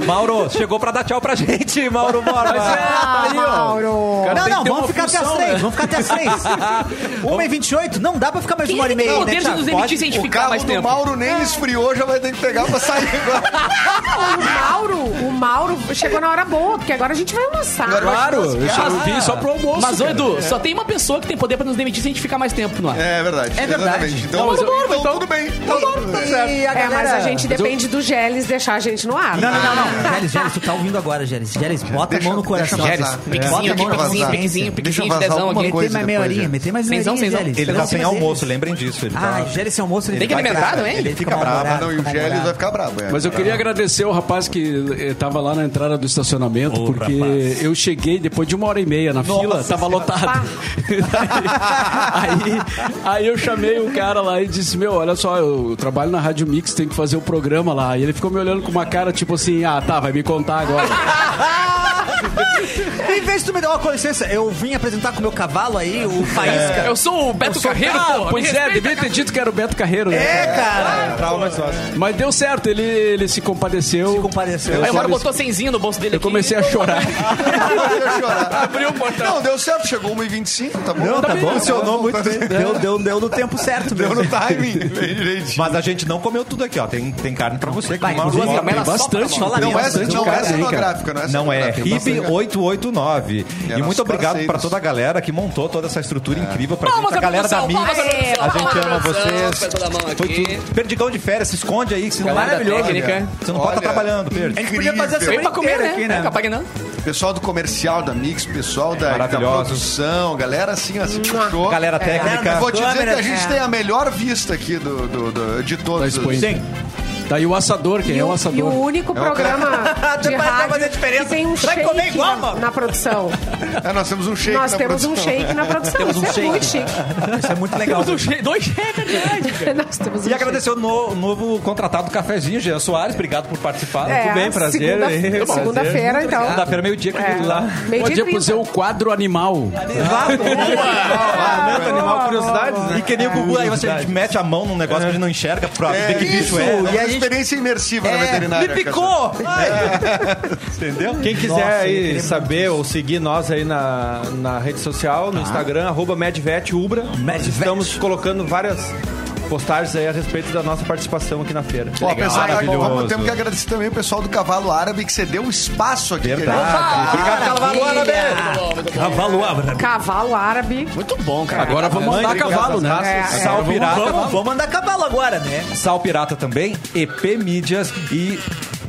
Speaker 1: bom. Mauro, chegou pra dar tchau pra gente, Mauro Borba.
Speaker 11: é,
Speaker 4: Tá
Speaker 3: Ah, Mauro.
Speaker 11: Cara,
Speaker 5: Não,
Speaker 11: tem que
Speaker 5: não,
Speaker 11: ter
Speaker 5: vamos
Speaker 11: uma
Speaker 5: ficar até as
Speaker 11: função,
Speaker 5: três.
Speaker 11: né?
Speaker 5: Vamos ficar até as três. Uma e vinte e oito? Não dá pra ficar mais uma hora e
Speaker 2: Quem tem
Speaker 5: meia,
Speaker 2: o
Speaker 5: né,
Speaker 2: poder de
Speaker 5: Thiago?
Speaker 2: nos emitir sem a gente
Speaker 6: O
Speaker 2: ficar
Speaker 6: carro
Speaker 2: mais
Speaker 6: do
Speaker 2: tempo?
Speaker 6: Mauro nem esfriou, já vai ter que pegar pra sair agora.
Speaker 3: O Mauro, o Mauro chegou na hora boa, porque agora a gente vai almoçar.
Speaker 11: Claro, eu só eu vim só pro almoço.
Speaker 2: Ah. Mas, ô
Speaker 11: cara. É.
Speaker 2: Edu, só tem uma pessoa que tem poder pra nos demitir se a gente ficar mais tempo no ar.
Speaker 6: É verdade.
Speaker 5: É verdade.
Speaker 6: exatamente. Então,
Speaker 2: Não, mas eu-
Speaker 6: então,
Speaker 2: então-
Speaker 6: tudo bem. Então, tá certo.
Speaker 5: E a
Speaker 3: É,
Speaker 5: galera...
Speaker 3: mas a gente depende do Geles deixar a gente no ar.
Speaker 5: Não, não, não, não. Gélis, Gélis, tu tá ouvindo agora, Gélis. Gélis, bota a
Speaker 6: Deixa-
Speaker 5: mão no
Speaker 6: deixa eu
Speaker 5: coração.
Speaker 6: Gélis,
Speaker 5: Bota
Speaker 2: piquezinho
Speaker 5: a mão
Speaker 2: aqui,
Speaker 5: no
Speaker 2: piquezinho,
Speaker 5: coração.
Speaker 2: piquezinho,
Speaker 6: Deixa eu
Speaker 2: piquezinho de
Speaker 6: vazar
Speaker 2: dezão
Speaker 6: alguma
Speaker 2: aqui.
Speaker 5: Meter
Speaker 6: coisa
Speaker 5: mais meia
Speaker 6: depois,
Speaker 5: horinha,
Speaker 6: Gélis.
Speaker 5: meter mais meia
Speaker 2: Cenzão,
Speaker 5: horinha,
Speaker 2: cenzão.
Speaker 5: Gélis.
Speaker 1: Ele
Speaker 5: Pelo
Speaker 1: tá
Speaker 5: amor
Speaker 1: sem
Speaker 5: de Deus.
Speaker 1: almoço, lembrem disso. Ele
Speaker 5: Ah,
Speaker 1: tá...
Speaker 5: Gélis sem almoço, ele
Speaker 2: Tem que
Speaker 5: vai-
Speaker 2: alimentar, não é?
Speaker 5: Ele
Speaker 6: Fica bravo. Ah, Não, e o Gélis vai ficar bravo. é.
Speaker 11: Mas eu queria agradecer o rapaz que eh, tava lá na entrada do estacionamento,
Speaker 1: Ô,
Speaker 11: porque
Speaker 1: rapaz.
Speaker 11: eu cheguei depois de uma hora e meia na fila, tava lotado.
Speaker 5: Ah.
Speaker 11: aí, aí eu chamei o cara lá e disse: Meu, olha só, eu trabalho na Rádio Mix, tem que fazer o programa lá. E ele ficou me olhando com uma cara tipo assim: Ah, tá, vai me contar agora.
Speaker 5: Em vez de tu me dar uma com licença, eu vim apresentar com o meu cavalo aí, o Faísca.
Speaker 2: Eu sou o Beto Carreiro,
Speaker 11: ah,
Speaker 2: pô.
Speaker 11: pois
Speaker 2: me
Speaker 11: é,
Speaker 2: respeita,
Speaker 11: devia ter dito que era o Beto Carreiro, né?
Speaker 5: É, cara.
Speaker 4: Traumas nossas.
Speaker 11: Mas deu certo, ele, ele se compadeceu.
Speaker 5: Se compareceu.
Speaker 2: Aí o Mauro
Speaker 11: sabe-
Speaker 2: botou cenzinho no bolso dele
Speaker 11: Eu
Speaker 2: aqui.
Speaker 11: comecei a chorar.
Speaker 6: Deixa eu chorar.
Speaker 2: Abriu o portão.
Speaker 6: Não, deu certo, chegou 1h25, tá bom?
Speaker 1: Não, tá bom.
Speaker 5: Funcionou muito bem. Deu, deu, deu no tempo certo
Speaker 6: Deu
Speaker 5: mesmo.
Speaker 6: no timing. Bem direitinho.
Speaker 1: Mas a gente não comeu tudo aqui, ó. Tem, tem carne pra você. que
Speaker 5: Vai,
Speaker 1: o Mauro gosta.
Speaker 5: inclusive,
Speaker 2: Mas ela
Speaker 11: Tem bastante,
Speaker 5: só pra
Speaker 11: tem
Speaker 5: nós.
Speaker 6: Não é,
Speaker 11: bastante
Speaker 6: não é
Speaker 11: carne, hein, cara.
Speaker 6: cenográfica, não é
Speaker 1: Não é,
Speaker 6: cenográfica,
Speaker 1: RIB
Speaker 6: bastante-
Speaker 1: 889.
Speaker 6: E é
Speaker 1: E
Speaker 6: nossos
Speaker 1: muito obrigado
Speaker 6: parceiros.
Speaker 1: pra toda a galera que montou toda essa estrutura incrível pra
Speaker 2: Palmas
Speaker 1: gente.
Speaker 2: pra
Speaker 1: A galera da
Speaker 2: produção,
Speaker 1: Mix,
Speaker 2: palmas pra produção,
Speaker 1: a
Speaker 2: palmas
Speaker 1: gente
Speaker 2: pra
Speaker 1: ama
Speaker 2: produção,
Speaker 1: vocês.
Speaker 2: foi toda a mão
Speaker 1: Foi
Speaker 2: aqui.
Speaker 1: tudo. Perdigão de férias, se esconde aí, que você não,
Speaker 2: Galera
Speaker 1: vai-
Speaker 2: da técnica.
Speaker 1: você não pode estar
Speaker 6: Olha. é
Speaker 1: trabalhando, Perdi.
Speaker 5: A gente podia fazer essa
Speaker 2: Vem pra
Speaker 5: manhã
Speaker 2: comer,
Speaker 5: inteira
Speaker 2: né?
Speaker 5: aqui, né?
Speaker 2: É, capaz que não.
Speaker 6: Pessoal do comercial da Mix, pessoal da, da
Speaker 1: Maravilhosos.
Speaker 6: produção, galera assim, ó, se puxou.
Speaker 1: Galera
Speaker 5: É.
Speaker 1: técnica.
Speaker 6: Né, Eu vou te dizer que
Speaker 5: câmera,
Speaker 6: a gente
Speaker 5: é.
Speaker 6: tem a melhor vista aqui do, do- do- de
Speaker 11: Tá
Speaker 6: todos.
Speaker 11: expoente.
Speaker 5: Sim.
Speaker 11: Tá aí o assador, quem
Speaker 3: E
Speaker 11: é o
Speaker 3: o, e o
Speaker 11: assador?
Speaker 3: único programa
Speaker 5: Já
Speaker 3: de
Speaker 5: vai fazer
Speaker 3: rádio
Speaker 5: diferença.
Speaker 3: que tem um
Speaker 5: Vai
Speaker 3: shake
Speaker 5: comer igual,
Speaker 3: na,
Speaker 5: mano.
Speaker 3: na produção.
Speaker 6: É, nós temos um shake
Speaker 3: Nós
Speaker 6: na
Speaker 3: temos
Speaker 6: produção.
Speaker 3: um shake na produção.
Speaker 5: Temos um
Speaker 3: Isso é
Speaker 5: shake.
Speaker 3: muito chique.
Speaker 5: Isso é muito legal.
Speaker 2: Dois che- Dois chefes,
Speaker 3: Nós temos um
Speaker 1: E agradecer o no- novo contratado do cafezinho, Jean Soares. Obrigado por participar.
Speaker 3: shake.
Speaker 1: Tudo
Speaker 3: É,
Speaker 1: bem, prazer.
Speaker 3: segunda-
Speaker 1: Prazer.
Speaker 3: Segunda-feira, então.
Speaker 1: Segunda-feira, meio-dia, que eu vou lá.
Speaker 3: Meio-dia e
Speaker 11: Podia
Speaker 3: trinta.
Speaker 11: fazer o quadro animal.
Speaker 4: Ah, animal curiosidades, né?
Speaker 1: E que nem o Gugu, aí você
Speaker 4: Verdade.
Speaker 1: mete a mão num negócio que a gente não enxerga pra ver que bicho
Speaker 6: Isso,
Speaker 1: é.
Speaker 6: é
Speaker 1: né?
Speaker 6: uma experiência imersiva na veterinária.
Speaker 1: Me picou! Entendeu?
Speaker 4: Quem quiser
Speaker 5: Nossa, eu
Speaker 4: aí
Speaker 5: queria
Speaker 4: saber ou seguir nós aí na, na rede social, no Instagram, arroba MadVetUbra.
Speaker 5: Madvet.
Speaker 4: Estamos colocando várias postagens aí a respeito da nossa participação aqui na feira.
Speaker 6: Ó, pessoal,
Speaker 1: Maravilhoso.
Speaker 6: vamos- temos que agradecer também o pessoal do Cavalo Árabe que cedeu um espaço aqui.
Speaker 1: Verdade. Obrigado, Cavalo Árabe! Cavalo Árabe.
Speaker 3: Cavalo árabe.
Speaker 2: Muito bom, cara.
Speaker 11: Agora vamos andar a cavalo, né?
Speaker 3: É, é.
Speaker 1: Sal Pirata,
Speaker 5: Vamos, vamos andar cavalo agora, né?
Speaker 1: Sal Pirata também, EP Mídias e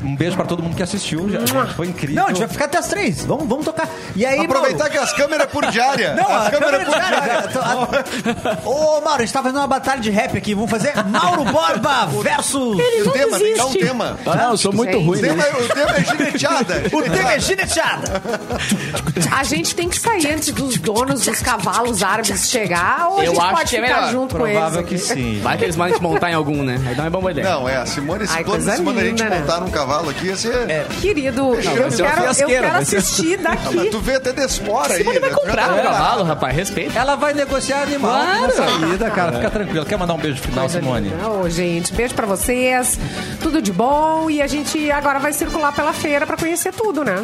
Speaker 1: um beijo pra todo mundo que assistiu. já- Foi incrível.
Speaker 5: Não, a gente vai ficar até as três. Vamos, vamos tocar. E aí,
Speaker 6: Aproveitar
Speaker 5: Mauro-
Speaker 6: que as câmeras é por diária.
Speaker 5: Não,
Speaker 6: as
Speaker 5: a
Speaker 6: câmeras
Speaker 5: câmera, é cara, a- a- Ô, Mauro, a gente tá fazendo uma batalha de rap aqui. Vamos fazer Mauro Borba versus...
Speaker 6: o tema, tem que dar um tema.
Speaker 11: Ah, não, eu sou muito
Speaker 3: Gente.
Speaker 11: ruim,
Speaker 6: O
Speaker 11: né?
Speaker 6: tema, é- o tema é gineteada.
Speaker 5: O tema é gineteada.
Speaker 3: A gente tem que sair antes dos donos dos cavalos árabes chegar ou a
Speaker 2: Eu
Speaker 3: gente
Speaker 2: acho
Speaker 3: pode
Speaker 2: que é
Speaker 3: ficar
Speaker 2: melhor.
Speaker 3: junto com eles?
Speaker 1: Provável
Speaker 3: aqui?
Speaker 1: que sim.
Speaker 2: Vai que eles mandam a gente montar em algum, né? Aí dá uma boa ideia.
Speaker 6: Não, é, a Simone, esse
Speaker 3: Ai,
Speaker 6: plano
Speaker 3: coisa
Speaker 6: de Simone a gente
Speaker 3: linda, né? É.
Speaker 6: montar num cavalo aqui, ia ser...
Speaker 3: Querido, eu
Speaker 11: ser uma
Speaker 3: quero, eu
Speaker 11: fiasqueira,
Speaker 3: quero
Speaker 11: vai ser-
Speaker 3: assistir daqui.
Speaker 6: Ah, Tu vê até despora aí.
Speaker 2: Ele vai
Speaker 6: né?
Speaker 2: comprar
Speaker 6: Já
Speaker 2: um
Speaker 6: tá-
Speaker 2: cavalo, rapaz. Respeita.
Speaker 1: Ela vai negociar animal na saída, cara. Fica tranquilo. Quer mandar um beijo final, Simone?
Speaker 3: Ô, gente, beijo pra vocês. Tudo de bom. E a gente agora vai circular pela feira pra conhecer tudo, né?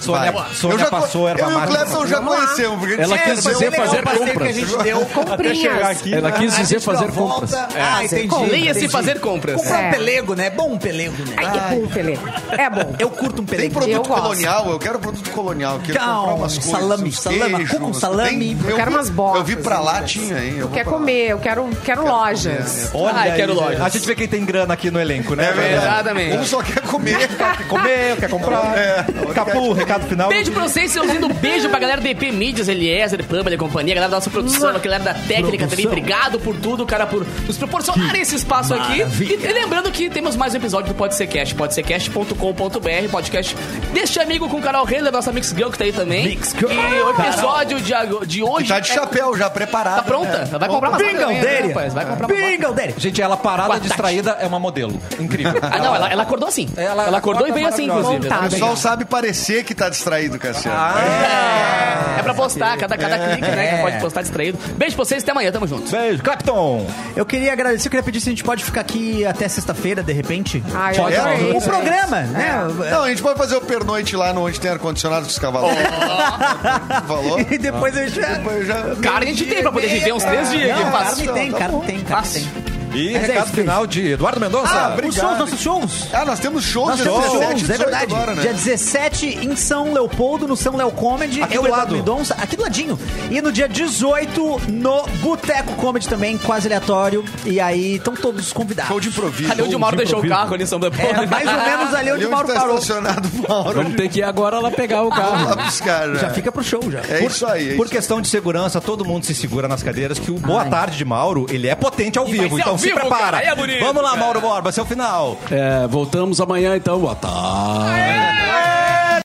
Speaker 1: Sônia,
Speaker 6: Eu,
Speaker 1: Sônia
Speaker 6: já,
Speaker 1: passou,
Speaker 6: passou,
Speaker 1: erva
Speaker 6: eu e o
Speaker 1: mágica.
Speaker 6: Clepton já
Speaker 3: Vamos lá.
Speaker 6: conhecemos. porque a gente
Speaker 11: Ela
Speaker 6: disse,
Speaker 11: quis dizer
Speaker 6: "Mas eu
Speaker 11: fazer
Speaker 6: legal,
Speaker 5: que a
Speaker 11: compras.
Speaker 5: gente deu.
Speaker 3: Comprinhas.
Speaker 11: Ela quis
Speaker 5: A gente
Speaker 11: dizer
Speaker 5: deu a
Speaker 11: fazer
Speaker 5: volta.
Speaker 11: compras.
Speaker 1: É.
Speaker 5: Ah, entendi.
Speaker 2: Leia-se
Speaker 5: entendi.
Speaker 2: fazer compras.
Speaker 5: Comprar
Speaker 3: É.
Speaker 5: um pelego, né? É bom um pelego, né?
Speaker 3: Ai, é bom, Pelé. É bom.
Speaker 5: Eu curto um
Speaker 6: Tem
Speaker 5: pelego.
Speaker 6: produto
Speaker 3: Eu gosto.
Speaker 6: colonial, eu quero produto colonial. eu Quero
Speaker 5: Calma,
Speaker 6: comprar umas coisas.
Speaker 5: salame,
Speaker 6: uns
Speaker 5: salame,
Speaker 6: queijos,
Speaker 5: cu com salame,
Speaker 6: tem-
Speaker 3: eu quero
Speaker 6: vi-
Speaker 3: umas botas,
Speaker 6: Eu vi pra lá,
Speaker 3: assim.
Speaker 6: tinha, hein? Eu vou
Speaker 3: Quer
Speaker 6: pra lá.
Speaker 3: comer, eu quero, quero, né? lojas.
Speaker 1: Olha
Speaker 2: Ai,
Speaker 1: aí,
Speaker 2: quero lojas.
Speaker 1: A gente vê quem tem grana aqui no elenco, né?
Speaker 6: É verdade.
Speaker 2: Exatamente.
Speaker 6: Um só quer comer.
Speaker 1: Quer comer, quer comprar. Capu, recado final.
Speaker 2: Beijo pra vocês, seus lindos. Beijo pra galera do EP Mídias, Eliezer, Pamela e companhia, galera da nossa produção, a galera da técnica também. Obrigado por tudo, cara, por nos proporcionar esse espaço aqui. E, e lembrando que temos mais um episódio do Pode Ser Cast, podcast.com.br, podcast Deixa Amigo com o Carol Reis, nossa Mix Girl que tá aí também. Mix Girl. E o episódio de, ag- de hoje.
Speaker 6: Tá de
Speaker 2: é-
Speaker 6: chapéu já, preparado.
Speaker 2: Tá pronta? Vai comprar uma né,
Speaker 5: Bingaldeira.
Speaker 2: rapaz. Vai comprar uma
Speaker 5: Bingaldeira.
Speaker 9: Gente, ela parada,
Speaker 2: Quatarte.
Speaker 9: distraída, é uma modelo. Incrível.
Speaker 2: Ah, não, ela, ela acordou assim. Ela,
Speaker 9: Ela
Speaker 2: acordou e
Speaker 9: acorda
Speaker 2: veio assim,
Speaker 9: maravilhosa.
Speaker 2: inclusive.
Speaker 6: O
Speaker 3: Tá,
Speaker 6: pessoal sabe parecer que tá distraído, Cassiano.
Speaker 2: É pra postar, cada, cada clique, né? Que pode postar distraído. Beijo pra vocês, até amanhã, tamo junto.
Speaker 9: Beijo, Clapton!
Speaker 5: Eu queria agradecer, eu queria pedir se a gente pode ficar aqui até sexta-feira, de repente.
Speaker 3: Ai, Ah, eu
Speaker 6: Pode-
Speaker 3: é adorei,
Speaker 5: o
Speaker 3: gente.
Speaker 5: programa, né?
Speaker 6: Não, a gente pode fazer o pernoite lá no onde tem ar-condicionado dos cavalos. Falou?
Speaker 5: E depois eu já.
Speaker 6: Eu já...
Speaker 2: Cara, a gente tem pra poder viver uns três dias.
Speaker 5: Não,
Speaker 2: que passa.
Speaker 5: carne tem, carne tem, carne tem.
Speaker 9: E
Speaker 5: Mas é
Speaker 9: recado
Speaker 5: isso,
Speaker 9: final de Eduardo
Speaker 5: Ah,
Speaker 9: Mendonça.
Speaker 5: os shows, nossos shows.
Speaker 6: Ah, nós temos shows
Speaker 5: Nós
Speaker 6: dia
Speaker 5: temos
Speaker 6: 17,
Speaker 5: shows, é
Speaker 6: 18
Speaker 5: verdade.
Speaker 6: agora, né?
Speaker 5: Dia 17 em São Leopoldo, no São Léo Comedy.
Speaker 9: Aqui
Speaker 5: Eu,
Speaker 9: do lado.
Speaker 5: Eduardo Mendonça, aqui do ladinho. E no dia 18, no Boteco Comedy também, quase aleatório. E aí estão todos convidados.
Speaker 6: Show de improviso.
Speaker 2: Ali onde o Mauro deixou o carro ali em São Leopoldo.
Speaker 5: É, mais ou menos ali onde
Speaker 6: Ali
Speaker 5: o Mauro
Speaker 6: tá
Speaker 5: parou.
Speaker 6: estacionado o Mauro.
Speaker 10: Vamos ter que ir agora lá pegar o carro.
Speaker 6: Lá buscar, né?
Speaker 5: Já fica pro show, já.
Speaker 6: É isso aí. é
Speaker 9: Por
Speaker 6: isso.
Speaker 9: questão de segurança, todo mundo se segura nas cadeiras, que o Boa Tarde de Mauro, ele é potente ao
Speaker 2: vai
Speaker 9: vivo,
Speaker 2: ser
Speaker 9: então
Speaker 2: ao
Speaker 9: se
Speaker 2: vivo,
Speaker 9: prepara.
Speaker 2: cara, é bonito,
Speaker 9: Vamos lá,
Speaker 2: cara.
Speaker 9: Mauro Borba, seu final.
Speaker 10: É, voltamos amanhã então, boa tarde.